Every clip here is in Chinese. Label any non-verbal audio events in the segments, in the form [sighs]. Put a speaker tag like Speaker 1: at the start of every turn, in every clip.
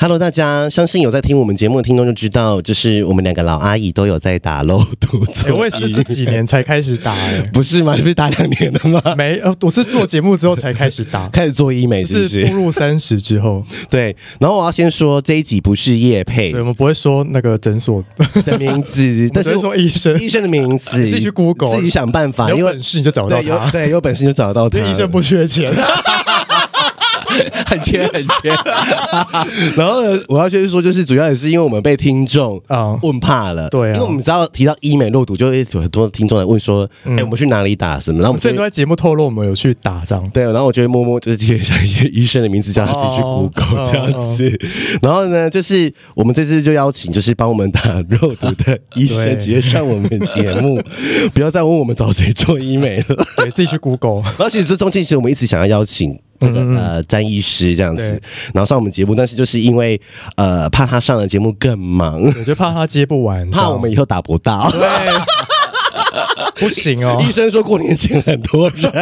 Speaker 1: Hello，大家，相信有在听我们节目的听众就知道，就是我们两个老阿姨都有在打漏毒
Speaker 2: 哎、
Speaker 1: 针，
Speaker 2: 我也是这几年才开始打、欸，
Speaker 1: 不是吗？你不是打两年了吗？，
Speaker 2: [laughs] 没，呃，我是做节目之后才 [laughs] 开始打
Speaker 1: 开始做医
Speaker 2: [laughs]
Speaker 1: 美
Speaker 2: 就是
Speaker 1: 不
Speaker 2: 是
Speaker 1: 是？
Speaker 2: 步入三十之后，
Speaker 1: 对。然后我要先说这一集不是叶配
Speaker 2: 对，我们不会说那个诊所， [laughs]
Speaker 1: 的名字，
Speaker 2: 我
Speaker 1: 但是
Speaker 2: 们只会说医生
Speaker 1: 医生的名字，
Speaker 2: 你 [laughs] 自己去 Google
Speaker 1: 自己想办法，
Speaker 2: [laughs] 有
Speaker 1: 因为
Speaker 2: 本事你就找到
Speaker 1: 对
Speaker 2: [laughs]
Speaker 1: 有
Speaker 2: 他，
Speaker 1: 对有本事你就找得到他
Speaker 2: 因，为医生不缺 [laughs] 钱。
Speaker 1: 很缺很缺。 [laughs] 然后呢，我要先说，就是主要也是因为我们被听众
Speaker 2: 啊
Speaker 1: 问怕了，
Speaker 2: 对啊
Speaker 1: 因为我们只要提到医美肉毒，就会有很多听众来问说，
Speaker 2: 嗯
Speaker 1: 哎、我们去哪里打什么？然后我们
Speaker 2: 之前
Speaker 1: 就
Speaker 2: 都
Speaker 1: 会。
Speaker 2: 在节目透露我们有去打 [laughs] 仗，
Speaker 1: 对，然后我就会默默就是贴上一个医生的名字，叫他自己去
Speaker 2: 哦
Speaker 1: Google 这样子。然后呢，就是我们这次就邀请就是帮我们打肉毒的医生
Speaker 2: [laughs] 对
Speaker 1: 直接上我们节目，不要再问我们找谁做医美了。
Speaker 2: 对自己去 Google。
Speaker 1: 然后其实这中间其实我们一直想要邀请这个、呃詹医师这样子
Speaker 2: 嗯对，
Speaker 1: 然后上我们节目，但是就是因为呃怕他上了节目
Speaker 2: [laughs]
Speaker 1: 更忙，
Speaker 2: 我就怕他接不完，
Speaker 1: 怕我们以后打不到。
Speaker 2: 对， [laughs] 不行哦 [laughs]
Speaker 1: [laughs] 医。生说过年前很多人，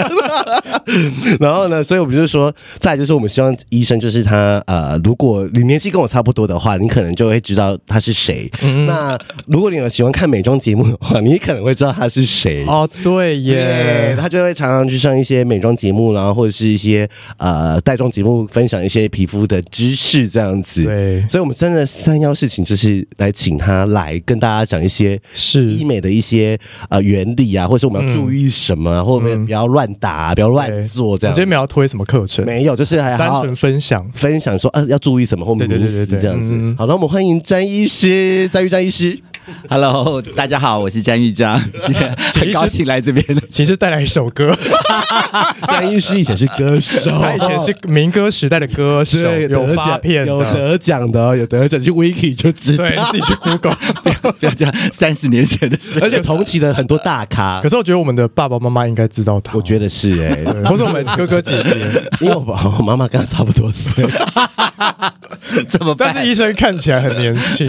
Speaker 1: 然后呢，所以我们就说，再来就是我们希望医生就是他呃，如果你年纪跟我差不多的话，你可能就会知道他是谁。
Speaker 2: 嗯
Speaker 1: 那如果你有喜欢看美妆节目的话，你可能会知道他是谁。
Speaker 2: 哦，对
Speaker 1: 耶
Speaker 2: 耶，
Speaker 1: 他就会常常去上一些美妆节目，然后或者是一些呃带妆节目，分享一些皮肤的知识这样子。，
Speaker 2: 对，
Speaker 1: 所以我们真的三幺事情就是来请他来跟大家讲一些医
Speaker 2: 是
Speaker 1: 美的一些呃原理啊，或者是我们要注意什么啊，或者不要乱打啊、不要乱
Speaker 2: 嗯对
Speaker 1: 做这
Speaker 2: 我
Speaker 1: 样
Speaker 2: 今。天没有要推什么课程，
Speaker 1: 没有，就是还
Speaker 2: 单
Speaker 1: 好好
Speaker 2: 纯分享。
Speaker 1: 分享说呃要注意什么或
Speaker 2: 对对
Speaker 1: 迷
Speaker 2: 对
Speaker 1: 思
Speaker 2: 对对
Speaker 1: 这样子。
Speaker 2: 嗯
Speaker 1: 好了，那我们欢迎詹医师，詹玉詹医师。
Speaker 3: Hello，大家好，我是詹
Speaker 2: [laughs]
Speaker 3: 玉章，今天很高兴来这边。
Speaker 2: 其实带来一首歌，
Speaker 1: 詹医师以前是歌手，
Speaker 2: [laughs] 他以前是民歌时代的歌手，
Speaker 1: 哦 [laughs] 对，
Speaker 2: 有
Speaker 1: 得
Speaker 2: 发
Speaker 1: 奖
Speaker 2: 片
Speaker 1: 有
Speaker 2: 的，
Speaker 1: 得奖的哦，有得奖，去 Wiki 就知道。
Speaker 2: 对，自己去 Google。
Speaker 3: 不要这样，三十年前的
Speaker 1: [laughs]
Speaker 3: 事。
Speaker 1: 而且同期的很多大咖
Speaker 2: 可，是我觉得我们的爸爸妈妈应该知道他，
Speaker 1: 我觉得是
Speaker 2: [laughs]
Speaker 1: 哎、
Speaker 2: 得，或者我们哥哥姐
Speaker 1: [laughs]
Speaker 2: 姐，
Speaker 1: 因为我爸我妈妈跟他差不
Speaker 2: [laughs]
Speaker 1: 多岁，
Speaker 3: 怎么
Speaker 2: 但
Speaker 3: 办？
Speaker 2: 是医生看起来很年
Speaker 1: [laughs]
Speaker 2: 轻，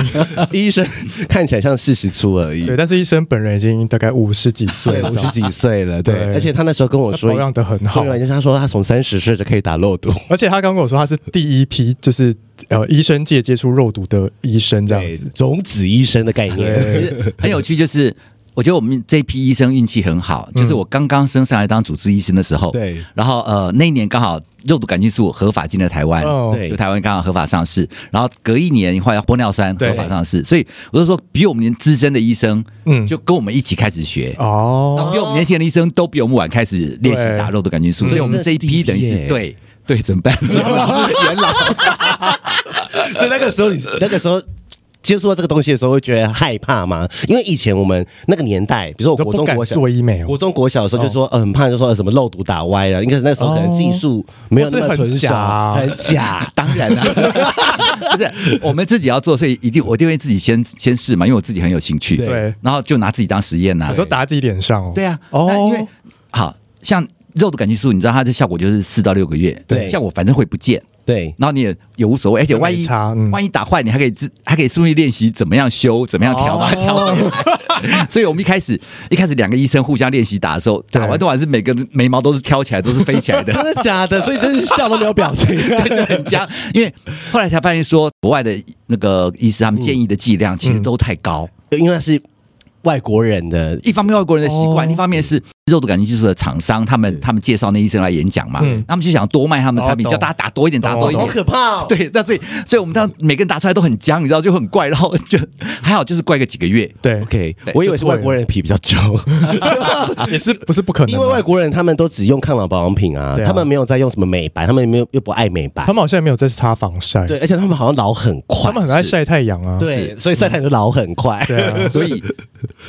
Speaker 1: 医生看起来像四十出而已
Speaker 2: 对，，但是医生本人已经大概五十几岁
Speaker 1: 对，
Speaker 2: 了
Speaker 1: 五，十几岁了，对
Speaker 2: 对。
Speaker 1: 而且他那时候跟我
Speaker 2: 他
Speaker 1: 说
Speaker 2: 保，养的很好
Speaker 1: 对，，就是他说他从三十岁就可以打肉毒，
Speaker 2: 而且他刚跟我说他是第一批，就是呃医生界接触肉毒的医生这样
Speaker 1: 对
Speaker 2: 子。
Speaker 1: 种子医生的概念，
Speaker 2: 对，
Speaker 3: 很有趣，就是我觉得我们这批医生运气很好，
Speaker 2: 嗯
Speaker 3: 就是我刚刚升上来当主治医生的时候，
Speaker 1: 对
Speaker 3: 然后呃那一年刚好肉毒杆菌素合法进了台湾，
Speaker 2: 哦
Speaker 1: 对
Speaker 3: 就台湾刚好合法上市，然后隔一年换玻尿酸
Speaker 2: 对
Speaker 3: 合法上市，所以我就说比我们资深的医生，
Speaker 2: 嗯
Speaker 3: 就跟我们一起开始学。然后
Speaker 2: 哦，
Speaker 3: 比我们年轻的医生都比我们晚开始练习打肉毒杆菌素，
Speaker 1: 对
Speaker 3: 所以我们这一批等于
Speaker 1: 所以这是第一批耶
Speaker 3: 是对对怎么办？元老
Speaker 1: [laughs] 所以那个时候你那个时候。接触到这个东西的时候，会觉得害怕吗？因为以前我们那个年代，比如说我
Speaker 2: 都
Speaker 1: 国
Speaker 2: 不
Speaker 1: 中、
Speaker 2: 敢
Speaker 1: 国小，
Speaker 2: 做医美
Speaker 1: 国
Speaker 2: 哦，
Speaker 1: 中国小的时候就说，呃很怕就说呃什么漏毒打歪了，应该是那时候可能技术没有那么纯熟，
Speaker 2: 哦是
Speaker 1: 很假。
Speaker 3: 当然啦、 [laughs] 不是我们自己要做，所以一定我一定会自己先先试嘛，因为我自己很有兴趣，
Speaker 2: 对
Speaker 3: 然后就拿自己当实验呐、
Speaker 2: 你说打自己脸上哦，
Speaker 3: 对啊，那因为
Speaker 2: 哦，
Speaker 3: 好像肉毒杆菌素，你知道它的效果就是四到六个月，
Speaker 1: 对
Speaker 3: 像我反正会不见。
Speaker 1: 对，
Speaker 3: 然后你也也无所谓，而且
Speaker 2: 就没
Speaker 3: 万一、
Speaker 2: 差嗯
Speaker 3: 万一打坏，你还可以自还可以顺利练习怎么样修，怎么样调，把
Speaker 2: 哦
Speaker 3: 它调回来。 [laughs] 所以我们一开始一开始两个医生互相练习打的时候，打完都还是每个人眉毛都是挑起来，都是飞起来
Speaker 2: [laughs]
Speaker 3: 的
Speaker 1: 真。的假的？所以真是笑都没有表情。
Speaker 3: 很僵，因为后来才发现说，国外的那个医师他们建议的剂
Speaker 2: 嗯
Speaker 3: 量其实都太高。
Speaker 1: [laughs] 因为那是外国人的，
Speaker 3: 一方面外国人的习惯，
Speaker 2: 哦
Speaker 3: 一方面是肉毒杆菌素的厂商，他们他们介绍那医生来演讲嘛，
Speaker 2: 嗯
Speaker 3: 他们就想多卖他们的产品，
Speaker 2: 哦懂
Speaker 3: 叫大家打多一点，打多一
Speaker 1: 好
Speaker 3: 点。
Speaker 1: 可怕、哦。，
Speaker 3: 对，那所以所以我们当每个人打出来都很僵，你知道就很怪，然后就还好就是怪个几个月。
Speaker 2: 对，
Speaker 1: OK，
Speaker 3: 对
Speaker 1: 我以为是外国人的皮比较皱，
Speaker 2: 也是不是不可能
Speaker 1: [laughs] 因
Speaker 2: 啊？
Speaker 1: 为外国人他们都只用抗老保养品啊，
Speaker 2: 对啊
Speaker 1: 他们没有在用什么美白，他们没有又不爱美白
Speaker 2: 他，们好像也没有在擦防晒，
Speaker 1: 对，而且他们好像老很
Speaker 2: 他
Speaker 1: 快，
Speaker 2: 们很爱晒太阳啊，
Speaker 1: 对，所以晒太阳就老很快。
Speaker 2: 对啊，
Speaker 3: 所以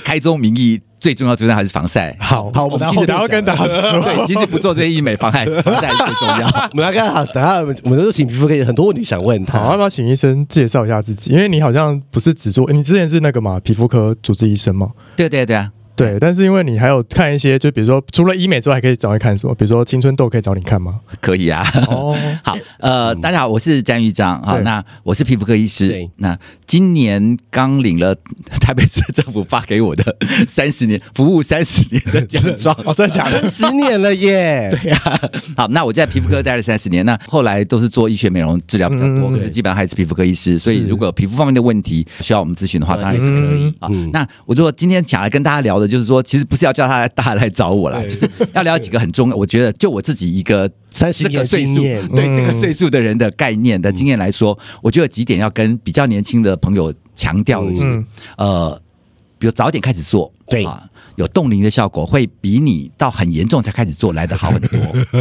Speaker 3: 开宗明义，最重要最重要还是防晒。
Speaker 2: 好
Speaker 1: 好
Speaker 2: 我
Speaker 1: 我
Speaker 2: 们
Speaker 1: 们
Speaker 2: 其
Speaker 1: 其
Speaker 2: 实
Speaker 1: 实
Speaker 2: 要跟大家说，
Speaker 3: 对，即使不做这些医美，防晒防晒还是最重要。
Speaker 1: [laughs] 我们来看好，等下我们我们都请皮肤科有很多问题想问
Speaker 2: 好，要
Speaker 1: 他。
Speaker 2: 不要请医生介绍一下自己？因为你好像不是只做，你之前是那个嘛皮肤科主治医生嘛，
Speaker 3: 对对对啊，
Speaker 2: 对，但是因为你还有看一些，就比如说除了医美之外，还可以找你看什么？比如说青春痘可以找你看吗？
Speaker 3: 可以啊。
Speaker 2: [laughs] 哦，嗯
Speaker 3: 好，呃，大家好，我是詹玉章啊，
Speaker 2: 对
Speaker 3: 那我是皮肤科医师
Speaker 1: 对。
Speaker 3: 那今年刚领了 [laughs] 台北市政府发给我的三十年服务三十年的奖状。
Speaker 2: 哦，真的假
Speaker 1: [laughs]
Speaker 2: 的？
Speaker 1: 十年了耶，
Speaker 3: 对啊，好，那我在皮肤科待了三十年，那后来都是做医学美容治疗比较多，
Speaker 2: 嗯
Speaker 3: 可是基本上还是皮肤科医师。所以
Speaker 2: 是
Speaker 3: 如果有皮肤方面的问题需要我们咨询的话，当然是可以。
Speaker 2: 嗯，
Speaker 3: 啊，那我如果今天想来跟大家聊的，就是说，其实不是要叫他大家来找我啦，就是要聊几个很重要。我觉得就我自己一个
Speaker 1: 三十
Speaker 3: 这个
Speaker 1: 年
Speaker 3: 岁
Speaker 1: 经
Speaker 3: 数，
Speaker 1: 验，
Speaker 3: 对
Speaker 2: 嗯
Speaker 3: 这个岁数的人的概念的经验来说，我觉得有几点要跟比较年轻的朋友强调的，就是、
Speaker 2: 嗯
Speaker 3: 呃，比如早点开始做，
Speaker 1: 对
Speaker 3: 啊，有冻龄的效果，会比你到很严重才开始做来的好很 多。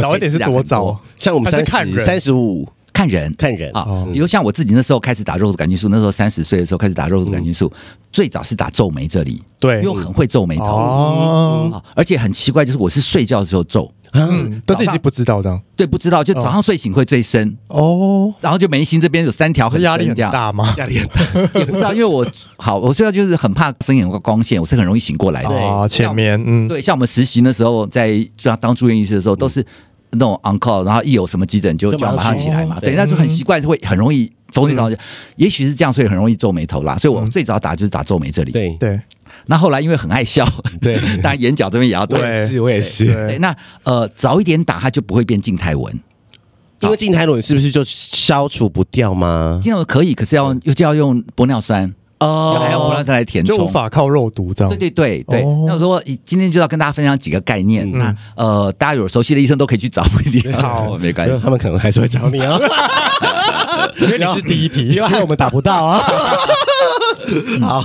Speaker 2: [laughs] 早一点是多
Speaker 3: [laughs]
Speaker 2: 早？
Speaker 1: 像我们
Speaker 2: 还是
Speaker 1: 三
Speaker 2: 看
Speaker 1: 十、
Speaker 2: 人
Speaker 1: 三十五
Speaker 3: 看人，
Speaker 1: 看人
Speaker 3: 啊
Speaker 2: 哦，
Speaker 3: 比如像我自己那时候开始打肉毒杆菌素，那时候三十岁的时候开始打肉毒杆菌素，最早是打皱眉这里，
Speaker 2: 对
Speaker 3: 因为我很会皱眉头，
Speaker 2: 哦，
Speaker 3: 啊而且很奇怪，就是我是睡觉的时候皱，
Speaker 1: 嗯，
Speaker 2: 嗯，但是你是不知道这样
Speaker 3: 对，不知道就早上睡醒会最深，
Speaker 2: 哦，
Speaker 3: 然后就眉心这边有三条
Speaker 2: 可
Speaker 3: 很
Speaker 2: 是
Speaker 3: 深
Speaker 2: 压力很
Speaker 3: 这样，
Speaker 2: 大吗？
Speaker 1: 压力很大，
Speaker 3: 也不知道，因为我好，我睡觉就是很怕睁眼光线，我是很容易醒过来的。
Speaker 2: 啊，前面嗯，
Speaker 3: 对，像我们实习那时候，在就要当住院医师的时候，都是那种 on call，然后一有什么急诊就
Speaker 1: 就
Speaker 3: 就
Speaker 1: 马上
Speaker 3: 马上起来
Speaker 1: 去
Speaker 3: 嘛。
Speaker 1: 哦
Speaker 3: 对，
Speaker 1: 对
Speaker 3: 那就很习惯，会很容易风吹草动。也许是这样，所以很容易皱眉头啦。所以我最早打就是打皱眉这里。，
Speaker 1: 对
Speaker 2: 对
Speaker 3: 那后来因为很爱笑，
Speaker 1: 对
Speaker 3: 当然眼角这边也要
Speaker 1: 我
Speaker 3: 动。
Speaker 1: 也是，我也是，
Speaker 3: 对，
Speaker 2: 对，
Speaker 3: 那呃早一点打，它就不会变静态纹。
Speaker 1: 因为静态轮是不是就消除不掉吗？
Speaker 3: 静态纹可以，可是要又就要用玻尿酸，
Speaker 1: 哦
Speaker 3: 就还要玻尿酸来填
Speaker 2: 就
Speaker 3: 充。
Speaker 2: 无法靠肉毒这样，
Speaker 3: 对对对对，
Speaker 2: 哦嗯
Speaker 3: 那我说以今天就要跟大家分享几个概念。那呃，大家有熟悉的医生都可以去找，不一定要
Speaker 2: [laughs] 好嗯
Speaker 3: 找我没关
Speaker 1: 因为
Speaker 3: 系。
Speaker 1: 他们可能还是会找你啊，
Speaker 2: 因为你是第一批
Speaker 1: [laughs] 因，为害我们打不到啊。 [laughs] 好，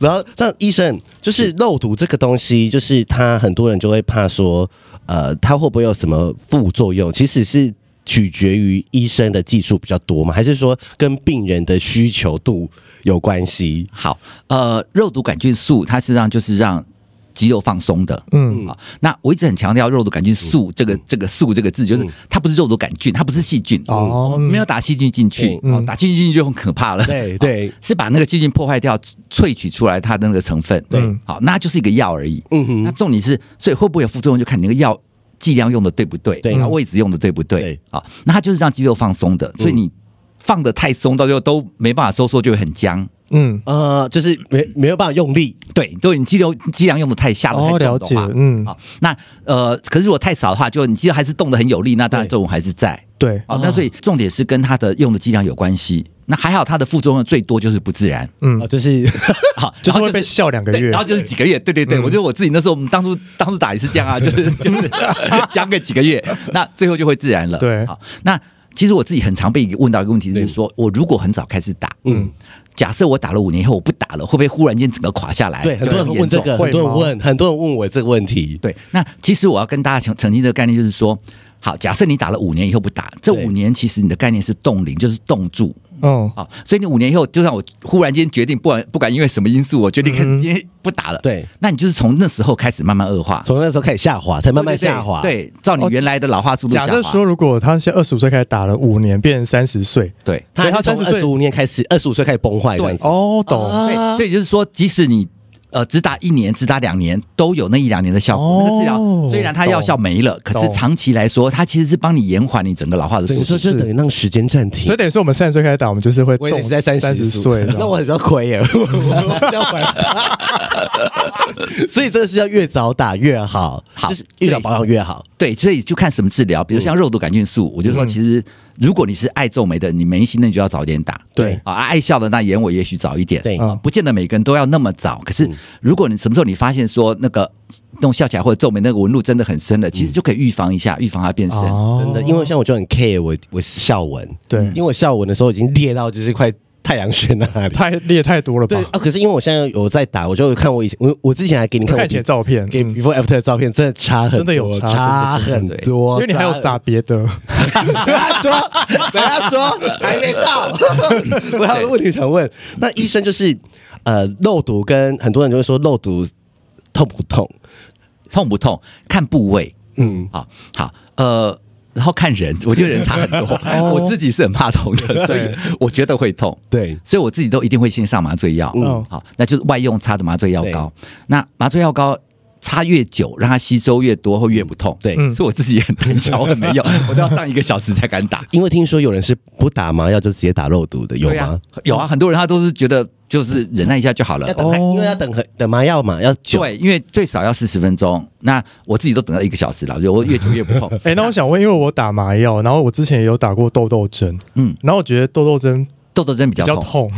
Speaker 1: 然后那医生就是肉毒这个东西，就是他很多人就会怕说，呃，它会不会有什么副作用？其实是取决于医生的技术比较多吗？还是说跟病人的需求度有关系？
Speaker 3: 好，呃，肉毒杆菌素它实际上就是让肌肉放松的。
Speaker 2: 嗯，
Speaker 3: 啊，那我一直很强调肉毒杆菌素这个这个素这个字，就是它不是肉毒杆菌，它不是细菌，
Speaker 2: 嗯哦
Speaker 3: 没有打细菌进去，
Speaker 2: 嗯
Speaker 3: 哦打细菌进去就很可怕了。 [laughs]
Speaker 1: 对对，
Speaker 3: 是把那个细菌破坏掉，萃取出来它的那个成分。
Speaker 2: 对
Speaker 3: 好，那就是一个药而已。
Speaker 1: 嗯哼
Speaker 3: 那重点是，所以会不会有副作用，就看你那个药剂量用的对不对，
Speaker 1: 对
Speaker 3: 然后位置用的对不对
Speaker 1: 对。
Speaker 3: 好，那它就是让肌肉放松
Speaker 2: 嗯
Speaker 3: 的，所以你放的太松，到最后都没办法收缩，就会很僵。
Speaker 2: 嗯，
Speaker 1: [laughs] 呃，就是没没有办法用力，
Speaker 3: 对，都你肌肉肌量用的太下的
Speaker 2: 哦，
Speaker 3: 太
Speaker 2: 了
Speaker 3: 重的
Speaker 2: 解
Speaker 3: 话，，
Speaker 2: 嗯，
Speaker 3: 好，那呃，可是如果太少的话，就你肌肉还是动得很有力，那当然
Speaker 1: 对
Speaker 3: 作用还是在。
Speaker 2: 对，
Speaker 3: 好，那所以重点是跟它的用的剂量有关系。那还好，它的副作用最多就是不自
Speaker 2: [laughs]
Speaker 3: 然。
Speaker 2: 嗯
Speaker 1: 哦，，就是
Speaker 3: 好，
Speaker 2: 就是
Speaker 3: 然后
Speaker 2: 会被笑两个
Speaker 3: 对，
Speaker 2: 月
Speaker 3: 然，后就是几个月，对对对，
Speaker 1: 嗯
Speaker 3: 我觉得我自己那时候，我们当初 [laughs] 当初打也是这
Speaker 1: [laughs]
Speaker 3: 样啊，就是就是僵个几个月，那最后就会自然了。
Speaker 2: 对
Speaker 3: 好，那其实我自己很常被问到一个问题，就是
Speaker 1: 嗯
Speaker 3: 说我如果很早开始打，嗯，假设我打了五年以后我不打了，会不会忽然间整个垮下
Speaker 1: [laughs]
Speaker 3: 来？
Speaker 1: 对，很多人问这
Speaker 3: 严重
Speaker 1: 个，
Speaker 2: 会吗
Speaker 1: 很多人问，很多人问我这个问题，
Speaker 3: 对，那其实我要跟大家澄澄清这个概念，就是说，好，假设你打了五年以后不打，这
Speaker 1: 对
Speaker 3: 五年其实你的概念是冻龄，就是冻住。
Speaker 1: 哦
Speaker 2: 嗯，
Speaker 3: 好，所以你五年以后，就算我忽然间决定，不管不管因为什么因素，我决定开始
Speaker 1: 嗯
Speaker 3: 今天 [laughs] 不打了，
Speaker 1: 对，
Speaker 3: 那你就是从那时候开始慢慢恶化，
Speaker 1: 从那时候开始下滑，才慢慢
Speaker 3: 对对
Speaker 1: 下滑，
Speaker 3: 对，对照你原来的老化速度
Speaker 2: 哦
Speaker 3: 下
Speaker 2: 假
Speaker 3: 滑。
Speaker 2: 设说，如果他现在二十五岁开始打了五年，变成三十岁，
Speaker 3: 对。
Speaker 2: 所以他
Speaker 1: 他从
Speaker 2: 30
Speaker 1: 二
Speaker 2: 岁
Speaker 1: 十五年开始，二十五岁开始崩坏这样子。
Speaker 2: 哦，懂，
Speaker 1: 啊
Speaker 3: 对，所以就是说，即使你呃只打一年、只打两年，都有那一两年的效果。
Speaker 2: 哦
Speaker 3: 那个治疗虽然它药效没了，可是
Speaker 2: 懂
Speaker 3: 长期来说，它其实是帮你延缓你整个老化的速
Speaker 1: 等于
Speaker 3: 度。
Speaker 1: 说就等于让时间暂停。
Speaker 2: 所以等于说我们三十岁开始打，我们就是会
Speaker 1: 我
Speaker 2: 动
Speaker 1: 也是在三
Speaker 2: 十
Speaker 1: 十
Speaker 2: 岁，
Speaker 1: 那我很比较亏耶， [laughs] 我我我要还。所以这个是要越早打越好，
Speaker 3: 好
Speaker 1: 就是越早保养越好。
Speaker 3: 对，所以就看什么治疗，比如像肉毒杆菌素，我就说，其实如果你是爱皱眉的，你眉心那你就要早点打。
Speaker 1: 对
Speaker 3: 啊，爱笑的那眼尾也许早一点。
Speaker 1: 对
Speaker 3: 啊，不见得每个人都要那么早。可是如果你什么时候你发现说那个弄笑起来或者皱眉那个纹路真的很深了，其实就可以预防一下，预防它变深。
Speaker 2: 哦
Speaker 1: 真的，因为像我就很 care 我我笑纹，
Speaker 2: 对
Speaker 1: 因为我笑纹的时候已经裂到就是快太阳穴那里。
Speaker 2: 太裂太多了
Speaker 1: 对
Speaker 2: 吧？
Speaker 1: 啊，可是因为我现在有在打，我就有看我以前我我之前还给你看我
Speaker 2: 看起来照片，
Speaker 1: 给
Speaker 2: 嗯
Speaker 1: before after 的照片，真的差很多
Speaker 2: 真的有差真的
Speaker 1: 差很
Speaker 3: 真的
Speaker 1: 多，
Speaker 2: 因为你还有
Speaker 1: 差
Speaker 2: 打别的， [laughs]
Speaker 1: 等他说， [laughs] 等他说，还没到。 [laughs] 我还有个问题想问，那医生就是呃漏毒，跟很多人就会说漏毒痛不痛？
Speaker 3: 痛不痛？看部位，
Speaker 1: 嗯，
Speaker 3: 好好，呃，然后看人，我觉得人差很多。我自己是很怕痛的，所以我觉得会痛。
Speaker 1: 对，
Speaker 3: 所以我自己都一定会先上麻醉药，
Speaker 2: 嗯
Speaker 3: 嗯，好，那就是外用擦的麻醉药膏。那麻醉药膏擦越久，让它吸收越多，会越不痛。
Speaker 1: 对
Speaker 2: 嗯
Speaker 3: 所以我自己也很 [laughs] 胆小，我很没用，我都要上一个小时才敢打。
Speaker 1: 因为听说有人是不打麻药就直接打漏毒的，有
Speaker 3: 对
Speaker 1: 吗？
Speaker 3: 啊？
Speaker 2: 嗯
Speaker 3: 有啊，很多人他都是觉得就是忍耐一下就好了哦
Speaker 1: 要。等很，因为要等很等麻药嘛，要久。
Speaker 3: 对，因为最少要四十分钟，那我自己都等到一个
Speaker 2: [laughs]
Speaker 3: 小时了，就我越久越不痛。
Speaker 2: 哎、那我想问，因为我打麻药，然后我之前也有打过痘痘针，
Speaker 3: 嗯，
Speaker 2: 然后我觉得痘痘针
Speaker 3: 痘痘针比
Speaker 2: 比
Speaker 3: 较
Speaker 2: 较
Speaker 3: 痛，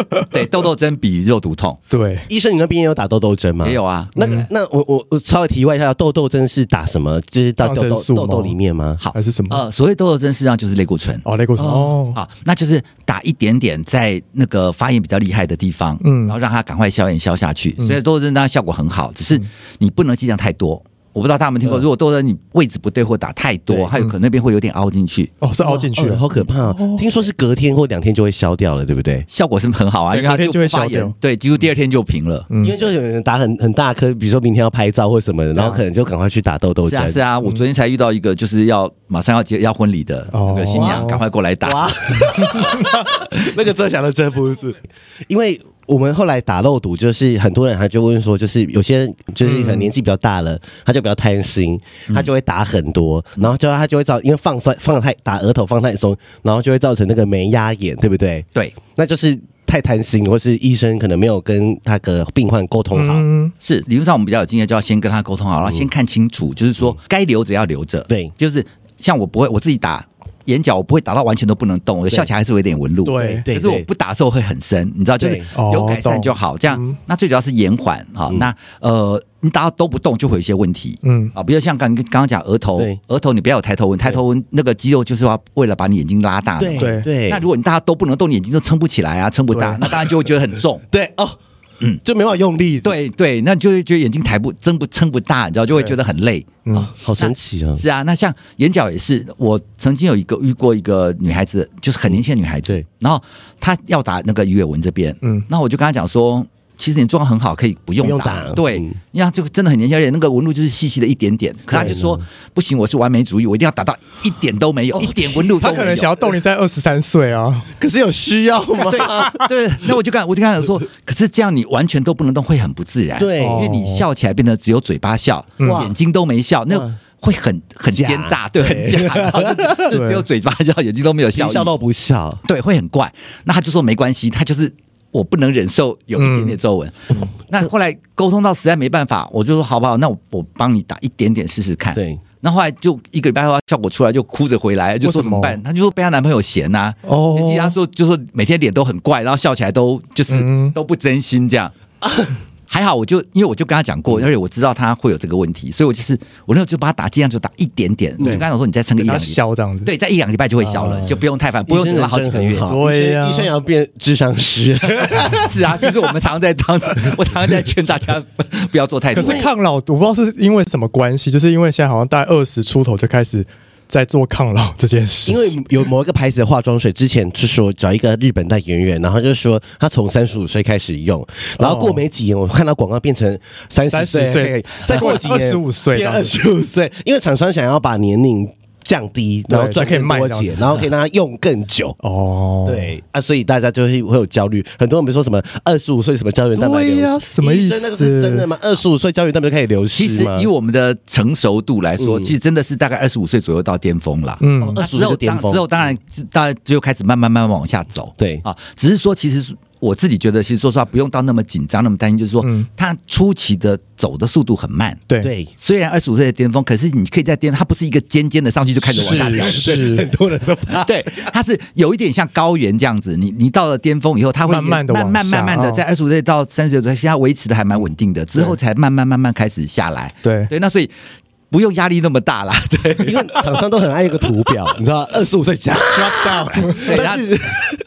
Speaker 2: 痛， [laughs]
Speaker 3: 对，痘痘针比肉毒痛，
Speaker 2: 对，
Speaker 1: 医生，你那边也有打痘痘针
Speaker 2: 嗯
Speaker 1: 吗？
Speaker 3: 也。有啊。
Speaker 1: 那个，那我我我稍微提问一下，痘痘针是打什么？就是到
Speaker 2: 抗
Speaker 1: 痘
Speaker 2: 生
Speaker 1: 痘
Speaker 2: 素吗
Speaker 1: 痘痘里面吗？
Speaker 3: 好
Speaker 2: 还是什么？
Speaker 3: 呃，所谓痘痘针实际上就是类固醇。
Speaker 2: 嗯哦，类固醇哦，
Speaker 3: 好，那就是打一点点在那个发炎比较厉害的地方，
Speaker 2: 嗯
Speaker 3: 嗯，然后让它赶快消炎消下去。所以痘痘针它效果很好，只是
Speaker 2: 嗯
Speaker 3: 你不能剂量太多。我不知道大家有没有听过，如果痘痘针你位置不对或打太
Speaker 1: 对
Speaker 3: 多，它有可能那边会有点凹进去，
Speaker 2: 哦，是凹进去
Speaker 1: 哦
Speaker 2: 了，
Speaker 1: 好可怕哦！听说是隔天或两天就会消掉了，对不对？
Speaker 3: 效果是很好啊，
Speaker 2: 对
Speaker 3: 因为它
Speaker 2: 隔天就
Speaker 3: 就
Speaker 2: 会
Speaker 3: 不发
Speaker 2: 消掉
Speaker 3: 炎，对，几乎第二天就平了。
Speaker 2: 嗯
Speaker 1: 因为就有人打很很大颗，比如说明天要拍照或什么的，然后可能就赶快去打痘痘
Speaker 3: 是
Speaker 1: 针
Speaker 3: 啊。是啊，我
Speaker 2: 嗯
Speaker 3: 昨天才遇到一个就是要马上要结要婚礼的
Speaker 2: 哦
Speaker 3: 那个新娘，赶快过来打。
Speaker 1: 哇， [laughs] 那个真的想的真不是，因为我们后来打漏毒，就是很多人他就问说，就是有些人就是可能年纪比较大了，他就比较贪心，他就会打很多，然后就他就会造，因为放松放太打额头放太松，然后就会造成那个眉压眼，对不对？
Speaker 3: 对，
Speaker 1: 那就是太贪心，或是医生可能没有跟他的病患沟通好。
Speaker 2: 嗯，
Speaker 3: 是理论上我们比较有经验，就要先跟他沟通好，然后先看清楚，就
Speaker 2: 嗯
Speaker 3: 是说该留着要留着。
Speaker 1: 对
Speaker 3: 就是像我不会我自己打眼角，我不会打到完全都不能动，我的
Speaker 1: 对
Speaker 3: 笑起来还是会有点纹路。
Speaker 2: 对
Speaker 1: 对
Speaker 3: 可是我不打的时候会很深，你知道，就是
Speaker 1: 对
Speaker 2: 哦
Speaker 3: 有改善
Speaker 2: 懂
Speaker 3: 就好。
Speaker 2: 嗯
Speaker 3: 这样，那最主要是延缓哈。那呃，你打到都不动就会有一些问题。
Speaker 2: 嗯
Speaker 3: 啊，比如像刚刚刚刚讲额头
Speaker 1: 对，
Speaker 3: 额头你不要有抬头纹，抬头纹那个肌肉就是要为了把你眼睛拉大的嘛。
Speaker 2: 对
Speaker 1: 对，。
Speaker 3: 那如果你大家都不能动，你眼睛就撑不起来啊，撑不大
Speaker 2: 对，
Speaker 3: 那当然就会觉得很重
Speaker 1: [laughs] 对哦，嗯，就没办法用力，，
Speaker 3: 对对，那就会觉得眼睛抬不睁不撑不大，你知道就会觉得很累。
Speaker 2: 嗯，
Speaker 1: 好神奇啊！
Speaker 3: 是啊，那像眼角也是，我曾经有一个遇过一个女孩子，就是很年轻的女孩子，
Speaker 1: 对
Speaker 3: 然后她要打那个鱼尾纹这边，
Speaker 2: 嗯
Speaker 3: 嗯，那我就跟她讲说。其实你状况很好，可以不用打，
Speaker 1: 不用打
Speaker 3: 对，
Speaker 1: 嗯
Speaker 3: 因为她就真的很年轻，而且那个纹路就是细细的一点点。可她就说不行，我是完美主义，我一定要打到一点都没有，一点纹路都
Speaker 2: 他
Speaker 3: 没
Speaker 2: 哦
Speaker 3: 有。
Speaker 2: 可能想要动你在二十三岁
Speaker 1: [laughs]
Speaker 2: 啊，
Speaker 1: 可是有需要吗？
Speaker 3: [laughs] 对，那我就跟我就跟他讲说，可是这样你完全都不能动，会很不自然。
Speaker 1: 对
Speaker 3: 因为你笑起来变得只有嘴巴笑，
Speaker 2: 哦嗯
Speaker 3: 眼睛都没笑，那
Speaker 1: 哇
Speaker 3: 会很很
Speaker 1: 假
Speaker 3: 奸诈，对，很
Speaker 1: 嗯对
Speaker 3: 假，然后就是就
Speaker 2: 对
Speaker 3: 只有嘴巴笑，眼睛都没有笑
Speaker 1: 笑
Speaker 3: 意，
Speaker 1: 笑到不笑，
Speaker 3: 对，会很怪。那他就说没关系，他就是。我不能忍受有一
Speaker 2: 嗯
Speaker 3: 点点皱纹，那后来沟通到实在没办法，我就说好不好？那我我帮你打一点点试试看。
Speaker 1: 对，
Speaker 3: 那后来就一个礼拜后，效果出来就哭着回来，就
Speaker 2: 为什么
Speaker 3: 说怎么办？她就说被她男朋友嫌呐、啊，
Speaker 2: 哦
Speaker 3: 哦，其实她说就说每天脸都很怪，然后笑起来都就是、
Speaker 2: 嗯
Speaker 3: 都不真心这样。 [laughs] 还好，我就因为我就跟她讲过，
Speaker 2: 嗯
Speaker 3: 而且我知道她会有这个问题，所以我就是我那时候就把她打尽量就打一点点，我就跟她讲说你再撑个一
Speaker 2: 他啊
Speaker 3: 两个礼拜，
Speaker 2: 消这样子，
Speaker 3: 对，在一两个礼拜就会消了，就不用太烦，不用等了好几个月。
Speaker 2: 对呀
Speaker 1: 医生也要变智商师，
Speaker 3: [laughs] 是啊，其实我们常常在当时，我常常在劝大家不不要做太
Speaker 2: 可
Speaker 3: 多。
Speaker 2: 是抗老，我不知道是因为什么关系，就是因为现在好像大概二十出头就开始在做抗老这件事，
Speaker 1: 因为有某一个牌子的化妆水，之前是说找一个日本代言人，然后就说他从三十五岁开始用，然后过没几年，我看到广告变成三十
Speaker 2: 30岁
Speaker 1: 岁，再过几年
Speaker 2: 25岁
Speaker 1: 变二十五岁，因为厂商想要把年龄降低，然后
Speaker 2: 对
Speaker 1: 赚
Speaker 2: 才可以
Speaker 1: 更
Speaker 2: 卖
Speaker 1: 多
Speaker 2: 这样子
Speaker 1: 钱，然后可以让他用更久。
Speaker 2: 哦，
Speaker 1: 对啊，所以大家就是会有焦虑，很多人比如说什么二十五岁什么胶原蛋白流失，
Speaker 2: 对呀什么意思
Speaker 1: 医生那个是真的吗？二十五岁胶原蛋白就开始流
Speaker 3: 其
Speaker 1: 失
Speaker 3: 实
Speaker 1: 吗？
Speaker 3: 以我们的成熟度来说，
Speaker 1: 嗯
Speaker 3: 其实真的是大概二十五岁左右到巅峰啦。
Speaker 2: 嗯
Speaker 1: 哦
Speaker 3: 那
Speaker 1: 25
Speaker 3: 之后
Speaker 1: 就巅
Speaker 3: 当
Speaker 1: 峰
Speaker 3: 啊之后当然大家就开始慢慢慢慢往下走。
Speaker 1: 对
Speaker 3: 啊，只是说其实我自己觉得，其实说实话不用到那么紧张那么担心，就是说
Speaker 2: 嗯
Speaker 3: 它初期的走的速度很慢。
Speaker 2: 对
Speaker 1: 对，
Speaker 3: 虽然二十五岁的巅峰，可是你可以在巅，它不是一个尖尖的上去就开始往下掉，
Speaker 2: 是
Speaker 1: [laughs] 很多人都怕。
Speaker 3: [laughs] 对，它是有一点像高原这样子，你你到了巅峰以后，它会
Speaker 2: 慢慢地
Speaker 3: 慢慢
Speaker 2: 往下
Speaker 3: 慢慢的
Speaker 2: 哦
Speaker 3: 在二十五岁到三十岁，现在维持的还蛮稳定的，之后才慢慢慢慢开始下来。
Speaker 2: 对
Speaker 3: 对，那所以。不用压力那么大啦。 [laughs] 对，
Speaker 1: 因为厂商都很爱一个图表，你知道，二十五岁加
Speaker 3: drop down，
Speaker 1: [laughs] 但是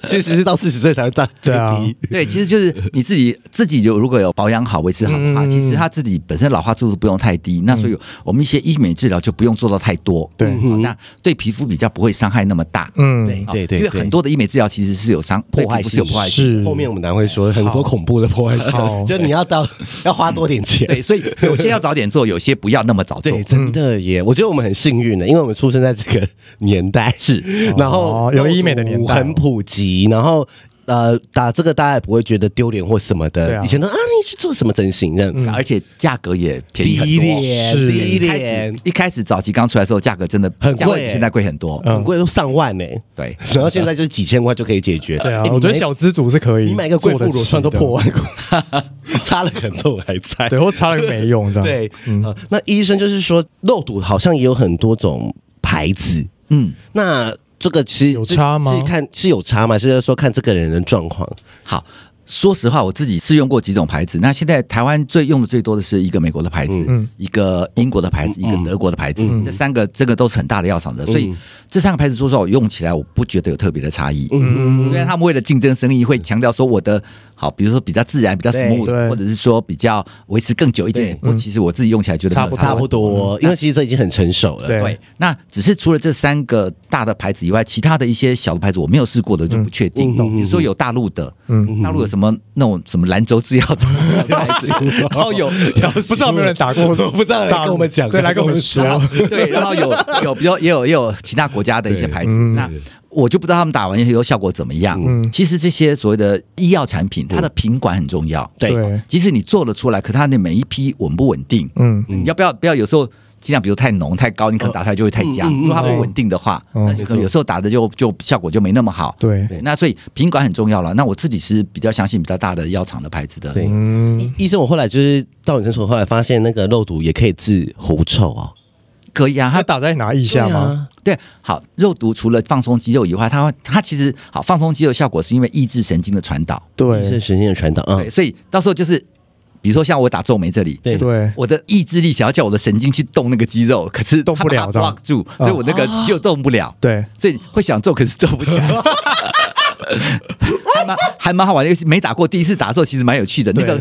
Speaker 1: 其实是到四十岁才会到最
Speaker 2: 对啊
Speaker 1: 低。
Speaker 3: 对，其实就是你自己自己有如果有保养好、维持好的话，
Speaker 2: 嗯
Speaker 3: 其实他自己本身老化速度不用太低，那所以我们一些医美治疗就不用做到太多，
Speaker 2: 对
Speaker 3: 好那对皮肤比较不会伤害那么大。
Speaker 2: 嗯，
Speaker 1: 对
Speaker 3: 好
Speaker 1: 对对，
Speaker 3: 因为
Speaker 1: 对
Speaker 3: 很多的医美治疗其实是有伤对
Speaker 1: 破坏
Speaker 3: 皮肤是有
Speaker 1: 性
Speaker 2: [laughs]
Speaker 3: 破坏
Speaker 2: 是
Speaker 3: 性
Speaker 1: 后面我们等下会说很多恐怖的破坏
Speaker 2: 好
Speaker 1: 性，就你要到 [laughs] 要花多点钱。
Speaker 3: 对，所以有些要早点做，有些不要那么早做。
Speaker 1: 对，真的耶！我觉得我们很幸运的，因为我们出生在这个 [laughs] 年代，是，然后
Speaker 2: 哦有医美的年代
Speaker 1: 很普及，然后呃，打这个大家也不会觉得丢脸或什么
Speaker 2: 对
Speaker 1: 的。
Speaker 2: 啊
Speaker 1: 以前都啊，你去做什么整形这样子，啊
Speaker 3: 而且价格也便宜
Speaker 1: 嗯
Speaker 3: 很
Speaker 1: 低
Speaker 3: 多。
Speaker 1: 廉
Speaker 2: 是
Speaker 1: 低
Speaker 3: 嗯一开始
Speaker 1: 廉，
Speaker 3: 一开始早期刚出来的时候，价格真的
Speaker 1: 很贵
Speaker 3: 价格比
Speaker 1: 欸
Speaker 3: 现在贵很多。
Speaker 2: 嗯
Speaker 1: 很贵都上万呢。
Speaker 3: 对，
Speaker 1: 然后现在就是几千块就可以解决。
Speaker 2: 对啊，
Speaker 1: 诶
Speaker 2: 我觉得。
Speaker 1: 你买
Speaker 2: 小资主是可以，
Speaker 1: 你买一个贵妇
Speaker 2: 的
Speaker 1: 乳霜都破，万块， [laughs] 差了很重还在。
Speaker 2: 对，或擦了个没用这样，嗯
Speaker 1: 对，好那医生就是说，肉毒好像也有很多种牌子，
Speaker 3: 嗯，
Speaker 1: 那这个其实
Speaker 2: 有差吗
Speaker 1: 是看是有差吗？是说看这个人的状况。
Speaker 3: 好。说实话，我自己试用过几种牌子。那现在台湾最用的最多的是一个美国的牌子，
Speaker 2: 嗯
Speaker 3: 一个英国的牌子，一个德国的牌子。这三个这个都是很大的药厂的，所以这三个牌子说实话，我用起来我不觉得有特别的差异。嗯，虽然他们为了竞争生意，会强调说我的好，比如说比较自然、比较
Speaker 1: 对
Speaker 3: smooth，
Speaker 2: 对
Speaker 3: 或者是说比较维持更久一点。我其实我自己用起来觉得没有
Speaker 2: 差不嗯
Speaker 1: 差
Speaker 3: 差
Speaker 1: 不多，因为其实这已经很成熟了。 [laughs]
Speaker 2: 对
Speaker 3: 对，那只是除了这三个大的牌子以外，其他的一些小的牌子我没有试过的就不确定。
Speaker 1: 嗯
Speaker 3: 比如说有大陆的，
Speaker 2: 嗯
Speaker 3: 大陆有什么那种什么兰州制药厂的牌子，然后有
Speaker 2: [laughs] 不知道有没有人打过，
Speaker 1: 不知道来
Speaker 2: 打
Speaker 1: 哦 [laughs] 跟我们讲
Speaker 2: 对，来跟我们说，
Speaker 3: 对，然后有有比较也有也有其他国家的一些牌子，
Speaker 2: 嗯
Speaker 3: 那我就不知道他们打完以后效果怎么样。
Speaker 2: 嗯
Speaker 3: 其实这些所谓的医药产品，它的品管很重要。
Speaker 1: [laughs] 对
Speaker 2: 对，
Speaker 3: 即使你做了出来，可它的每一批稳不稳定，
Speaker 2: 嗯，
Speaker 3: 你要不要不要有时候尽量，比如太浓太高，你可能打出来就会太
Speaker 1: 嗯
Speaker 3: 僵。
Speaker 1: 嗯嗯
Speaker 3: 如果它不稳定的话，
Speaker 2: 嗯
Speaker 3: 那就可能有时候打的就就效果就没那么好。
Speaker 2: 对，
Speaker 3: 对，那所以品管很重要了。那我自己是比较相信比较大的药厂的牌子的。
Speaker 1: 对
Speaker 2: 嗯，
Speaker 1: 医生，我后来就是到你诊所，后来发现那个肉毒也可以治狐臭哦。
Speaker 3: 可以啊，
Speaker 2: 他
Speaker 3: 它
Speaker 2: 打在哪一下吗？
Speaker 3: 对好肉毒除了放松肌肉以外，它它其实好放松肌肉效果是因为抑制神经的传导。
Speaker 1: 对啊？医生
Speaker 2: 对，
Speaker 1: 神经的传导啊
Speaker 3: 对，，所以到时候就是，比如说像我打皱眉这里，
Speaker 1: 对
Speaker 2: 对，啊
Speaker 3: 我的意志力想要叫我的神经去动那个肌肉，可是它
Speaker 2: 动不了
Speaker 3: 把
Speaker 2: 这
Speaker 3: 它
Speaker 2: 样
Speaker 3: block 住，所以我那个就动不了。
Speaker 2: 对，
Speaker 3: 所以会想皱，可是皱不起
Speaker 2: [laughs]
Speaker 3: 来。还蛮还蛮好玩的，尤其没打过，第一次打的时候其实蛮有趣的。那个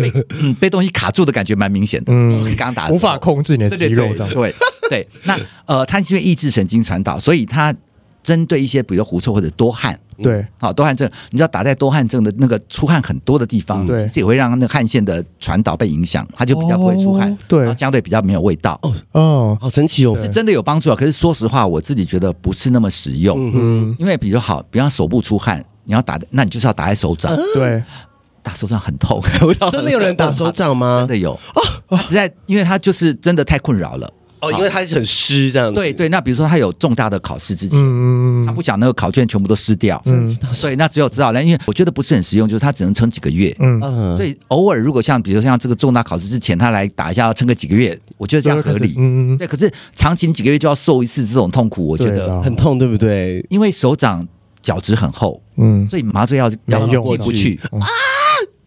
Speaker 3: 被嗯被东西卡住的感觉蛮明显的，
Speaker 2: 嗯
Speaker 3: 嗯，刚打的时候
Speaker 2: 无法控制你的
Speaker 3: 对对
Speaker 2: 肌肉
Speaker 3: 对
Speaker 2: 这样，
Speaker 3: 对对，那呃，它是因为抑制神经传导，所以它针对一些比如狐臭或者多汗，
Speaker 2: 对，
Speaker 3: 好、多汗症，你知道打在多汗症的那个出汗很多的地方，
Speaker 2: 嗯对
Speaker 3: 其实也会让那个汗腺的传导被影响，它就比较不会出汗，
Speaker 2: 哦对
Speaker 3: 然后相对比较没有味道。哦，
Speaker 2: 哦，
Speaker 1: 好神奇哦。
Speaker 3: 是真的有帮助啊。可是说实话，我自己觉得不是那么实用，
Speaker 2: 嗯，
Speaker 3: 因为比如好，比方手部出汗，你要打的，那你就是要打在手掌，
Speaker 2: 对，
Speaker 3: 打手掌很痛， [laughs] 我到
Speaker 1: 嗯真的有人打手掌哦
Speaker 3: 真
Speaker 1: 吗？
Speaker 3: 的有，它实在因为它就是真的太困扰了。
Speaker 1: 哦，因为它很湿这样子。
Speaker 3: 对对，那比如说他有重大的考试之前，
Speaker 2: 嗯嗯
Speaker 3: 他
Speaker 2: 嗯
Speaker 3: 不想那个考卷全部都撕掉，
Speaker 2: 嗯
Speaker 3: 所以那只有指导那因为我觉得不是很实用，就是他只能撑几个月。
Speaker 2: 嗯，
Speaker 1: 嗯，
Speaker 3: 所以偶尔如果像比如像这个重大考试之前，他来打一下，撑个几个月，我觉得这样合理。
Speaker 2: 嗯嗯嗯
Speaker 3: 对，可是长期几个月就要受一次这种痛苦，我觉
Speaker 2: 对啊
Speaker 3: 得
Speaker 2: 啦
Speaker 1: 很痛，对不对？
Speaker 3: 因为手掌角质很厚，
Speaker 2: 嗯，
Speaker 3: 所以麻醉药
Speaker 2: 没
Speaker 3: 要
Speaker 2: 用
Speaker 3: 进不去
Speaker 2: 嗯
Speaker 3: 啊。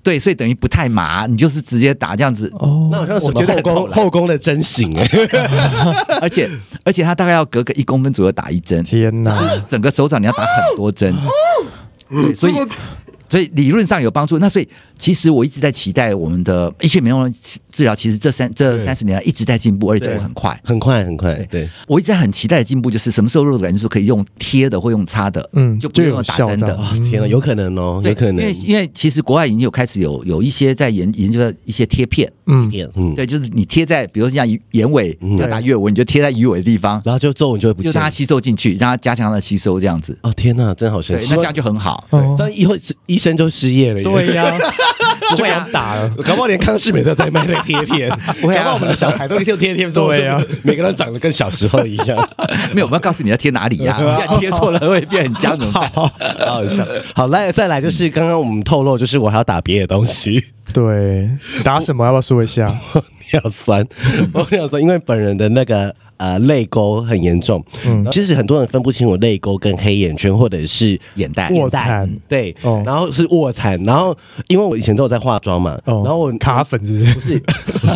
Speaker 3: 对，所以等于不太麻，你就是直接打这样子，
Speaker 2: 哦，
Speaker 1: 那好像什
Speaker 3: 我
Speaker 1: 么
Speaker 3: 觉得
Speaker 1: 后
Speaker 3: 很
Speaker 1: 宫
Speaker 3: 痛啦
Speaker 1: 后宫的真形哎，
Speaker 3: [laughs] 而且而且他大概要隔个一公分左右打一针，
Speaker 2: 天
Speaker 3: [laughs]
Speaker 2: 哪，哦
Speaker 3: 整个手掌你要打很多针，对，所以所以理论上有帮助。那所以其实我一直在期待我们的医学美容治疗，其实这三这三十年来一直在进步，而且进步很快。
Speaker 1: [laughs] 很快很快，对，
Speaker 3: 我一直在很期待的进步就是什么时候肉毒杆菌素可以用贴的或用擦的，
Speaker 2: 嗯
Speaker 3: 就不用打针
Speaker 2: 就有效这
Speaker 3: 的。
Speaker 2: 样
Speaker 1: 哇，啊天哪，有可能哦，
Speaker 3: 对
Speaker 1: 有可能
Speaker 3: 因为。因为其实国外已经有开始有有一些在研研究的一些贴片，
Speaker 2: 嗯，
Speaker 1: 嗯，
Speaker 3: 对，就是你贴在，比如像鱼眼尾，你要打鱼尾纹，你就贴在鱼尾的地方，
Speaker 1: 然后就皱纹就会不
Speaker 3: 就
Speaker 1: 见
Speaker 3: 让它
Speaker 1: 了。
Speaker 3: 吸收进去，让它加强它的吸收，这样子。
Speaker 1: 哦，天哪，真好神
Speaker 3: 对，
Speaker 1: 奇！
Speaker 3: 那这样就很好。 [laughs]
Speaker 2: 哦
Speaker 1: 这样以后医生就失业了。，
Speaker 2: 对呀，
Speaker 3: 不会啊，
Speaker 2: 打了，
Speaker 1: [laughs] 搞不好连康世美都在卖那个贴 [laughs] 片，
Speaker 3: 不会
Speaker 1: 搞
Speaker 3: 啊
Speaker 1: 不好我们的小孩都贴贴贴，
Speaker 2: 对啊，
Speaker 1: 每个人长得跟小时候一样，
Speaker 3: 没有，我们要告诉你要贴哪里 [laughs]
Speaker 2: [laughs]
Speaker 3: 呀、你要贴错了会变很僵，怎么办？
Speaker 1: 好好笑。好，来再来就是刚刚我们透露，就是我还要打别的东西， [laughs]
Speaker 2: 对，打什么？要不要说一下？ [laughs]
Speaker 1: 尿酸，我尿酸，因为本人的那个呃泪沟很严重。嗯，其实很多人分不清楚泪沟跟黑眼圈或者是
Speaker 3: 眼袋
Speaker 2: 卧
Speaker 1: 眼袋
Speaker 2: 蚕
Speaker 1: 对，
Speaker 2: 哦
Speaker 1: 然后是卧蚕，然后因为我以前都有在化妆嘛，
Speaker 2: 哦
Speaker 1: 然后我 [laughs]
Speaker 2: 卡粉是不是？
Speaker 1: 不是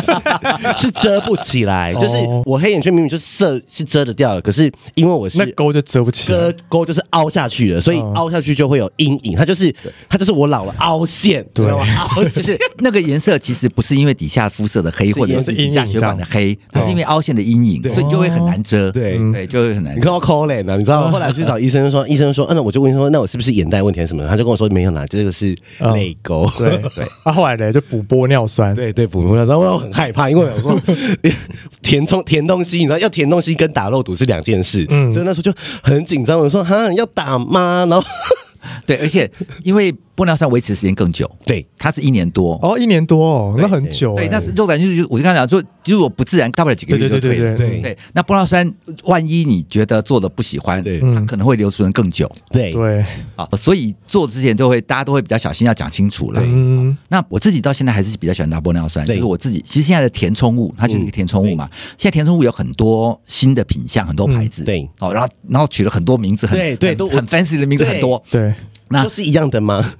Speaker 1: 是遮不起来，就是
Speaker 2: 哦
Speaker 1: 我黑眼圈明明就是色是遮得掉的，可是因为我是
Speaker 2: 那沟就遮不起来
Speaker 1: 割。沟就是凹下去的，所以
Speaker 2: 嗯
Speaker 1: 凹下去就会有阴影。它就是它就是我老了凹陷，
Speaker 2: 对
Speaker 1: 知道吗凹
Speaker 3: 就
Speaker 1: 陷
Speaker 3: 是。那个颜色其实不是因为底下肤色的黑，或者
Speaker 2: 是
Speaker 3: 是
Speaker 2: 阴影哦
Speaker 3: 底下血管的黑，它是因为凹陷的阴影，
Speaker 1: 对
Speaker 3: 所以你就会很难遮。
Speaker 1: 对
Speaker 3: 对，就会很难
Speaker 1: [laughs] 你
Speaker 3: 遮。
Speaker 1: 看我抠脸呢，你知道吗？后来去找医生 [laughs] 就说，医生说，嗯，那我就问医生说，那我是不是眼袋问题还是什么的？他就跟我说没有啦，这个是
Speaker 2: 嗯
Speaker 1: 泪沟。 [laughs]
Speaker 2: 对
Speaker 3: 对，
Speaker 2: 啊，后来呢就补玻尿酸，
Speaker 1: 对对，补充了，然后我很害怕，因为我想说 [laughs] 填充填东西，你知道要填东西跟打肉毒是两件事，
Speaker 2: 嗯
Speaker 1: 所以那时候就很紧张，我说哈要打吗？然后
Speaker 3: 对，而且因为玻尿酸维持时间更久，
Speaker 1: 对
Speaker 3: 它是一年多。
Speaker 2: 哦，一年多哦，那很久欸，
Speaker 3: 对，那是肉感就是我就刚才讲说，如果不自然，大不了几个
Speaker 2: 对对
Speaker 3: 月就
Speaker 2: 对
Speaker 3: 退
Speaker 2: 对
Speaker 3: 了。
Speaker 2: 对
Speaker 3: 对，那玻尿酸，万一你觉得做的不喜欢，
Speaker 1: 对
Speaker 3: 它可能会留存更久
Speaker 1: 对
Speaker 2: 对，
Speaker 3: 啊。所以做之前都会，大家都会比较小心，要讲清楚了。
Speaker 2: 嗯，
Speaker 3: 那我自己到现在还是比较喜欢拿玻尿酸，就
Speaker 1: 对嗯
Speaker 3: 是我自己。其实现在的填充物，它就是一个填充物嘛。现在填充物有很多新的品相，很多牌子，
Speaker 1: 嗯对
Speaker 3: 哦，然后然后取了很多名字，很
Speaker 1: 对对
Speaker 3: 很
Speaker 1: 都
Speaker 3: 很 fancy 的名字
Speaker 1: 对
Speaker 3: 很多。
Speaker 2: 对，
Speaker 3: 那
Speaker 1: 都是一样的吗？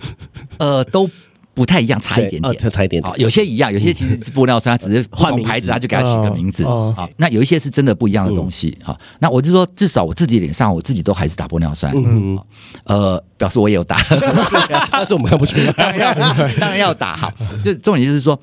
Speaker 3: 呃都不太一样，差一点
Speaker 1: 对
Speaker 3: 点，
Speaker 1: 哦差一点点
Speaker 3: 哦有些一样，有些其实是玻尿酸，它只是
Speaker 1: 换
Speaker 3: 不同
Speaker 1: 名字
Speaker 3: 牌子，它就给它取个名字。
Speaker 2: 哦嗯哦
Speaker 3: 好，那有一些是真的不一样的东西。好，那我就说，至少我自己脸上，我自己都还是打玻尿酸。
Speaker 1: 嗯
Speaker 3: 好，呃，表示我也
Speaker 2: [laughs]
Speaker 3: 有打。
Speaker 1: [laughs] 但是我们看不
Speaker 3: [laughs]
Speaker 1: [laughs] 出来。
Speaker 3: 当然要，当然要打好。就重点就是说，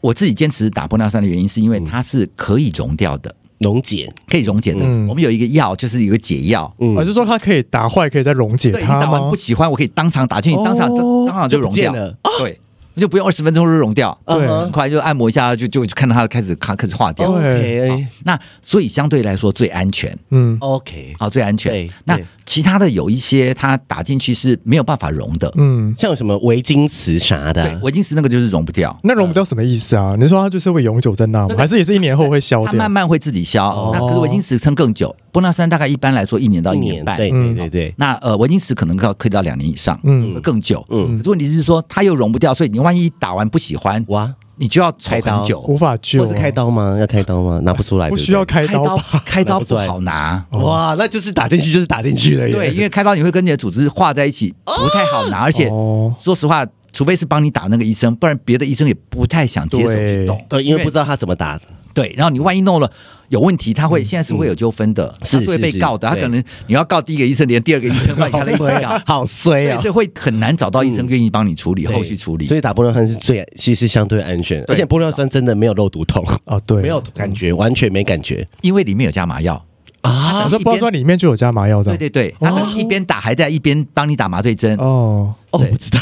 Speaker 3: 我自己坚持打玻尿酸的原因，是因为它是可以溶掉的，
Speaker 1: 溶解，
Speaker 3: 可以溶解的。
Speaker 2: 嗯
Speaker 3: 我们有一个药，就是有一个解药。
Speaker 1: 嗯
Speaker 2: 而哦是说它可以打坏，可以再溶解
Speaker 3: 对你打
Speaker 2: 它
Speaker 3: 完
Speaker 2: 吗
Speaker 3: 不？喜欢，我可以当场打，就你当场、
Speaker 2: 哦
Speaker 3: 当场就溶掉
Speaker 1: 就不见了。
Speaker 3: 对，就不用二十分钟就溶掉，
Speaker 2: 对
Speaker 3: 很快就按摩一下，就就就看到它开始开开始化掉。
Speaker 2: 对
Speaker 1: OK
Speaker 3: 那所以相对来说最安全。
Speaker 2: 嗯
Speaker 1: OK，
Speaker 3: 好，最安
Speaker 1: 对
Speaker 3: 全。那
Speaker 1: 对
Speaker 3: 其他的有一些，它打进去是没有办法溶的。
Speaker 2: 嗯，
Speaker 1: 像有什么维京瓷啥的
Speaker 3: 对
Speaker 1: 啊，，
Speaker 3: 维金石那个就是溶不掉。
Speaker 2: 那溶不掉什么意思啊？你说它就是会永久在那吗？还是也是一年后会消
Speaker 3: 它
Speaker 2: 掉
Speaker 3: 慢？慢会自己消。那可是维金石撑更久，玻尿酸大概一般来说一年到一年半。
Speaker 1: 对对对对，
Speaker 3: 那呃，维金石可能要可以到两年以上，
Speaker 2: 嗯
Speaker 3: 嗯，更久。
Speaker 1: 嗯
Speaker 3: 嗯，可是问题是说它又溶不掉，所以你万一打完不喜欢，
Speaker 1: 哇，
Speaker 3: 你就要
Speaker 1: 开
Speaker 3: 抽
Speaker 1: 刀
Speaker 3: 很久。
Speaker 2: 无法救啊，
Speaker 1: 或是开刀吗？要开刀吗？拿不出来，
Speaker 2: 不
Speaker 1: 对对
Speaker 2: 需要开刀
Speaker 3: 刀
Speaker 2: 吧？
Speaker 3: 开刀
Speaker 1: 拿不出
Speaker 3: 不
Speaker 1: 来
Speaker 3: 好拿，
Speaker 1: 哇，那就是打进去就是打进去了耶， [laughs]
Speaker 3: 对，因为开刀你会跟你的组织化在一起，不太好拿，而且
Speaker 2: 哦，
Speaker 3: 说实话，除非是帮你打那个医生，不然别的医生也不太想接手
Speaker 2: 对
Speaker 3: 去动。
Speaker 1: 对，因为不知道他怎么打，
Speaker 3: 对，然后你万一弄了有问题，他会现在是会有纠纷的，
Speaker 1: 嗯是
Speaker 3: 他是会
Speaker 1: 是
Speaker 3: 被
Speaker 1: 是
Speaker 3: 告的。他
Speaker 1: 对
Speaker 3: 可能你要告第一个医生，连第二个医生把你
Speaker 1: 好
Speaker 3: 他一起
Speaker 1: 衰
Speaker 3: 告
Speaker 1: 啊，。 [laughs] 好衰
Speaker 3: 对，
Speaker 1: 啊
Speaker 3: 所以。会很难找到医生愿意帮你处理、
Speaker 1: 对
Speaker 3: 后续处理。
Speaker 1: 所以打玻尿酸是最其实相对安全，而
Speaker 3: 对
Speaker 1: 且玻尿酸真的没有肉毒痛，
Speaker 2: 啊，对，
Speaker 1: 没有感觉，完全没感觉
Speaker 3: 因为里面有加麻药，
Speaker 1: 啊
Speaker 2: 我说
Speaker 3: 一边
Speaker 2: 包装里面就有加麻药的
Speaker 3: 对，对对，他一边打还在一边帮你打麻醉针。
Speaker 2: 哦，
Speaker 1: 哦，我知道，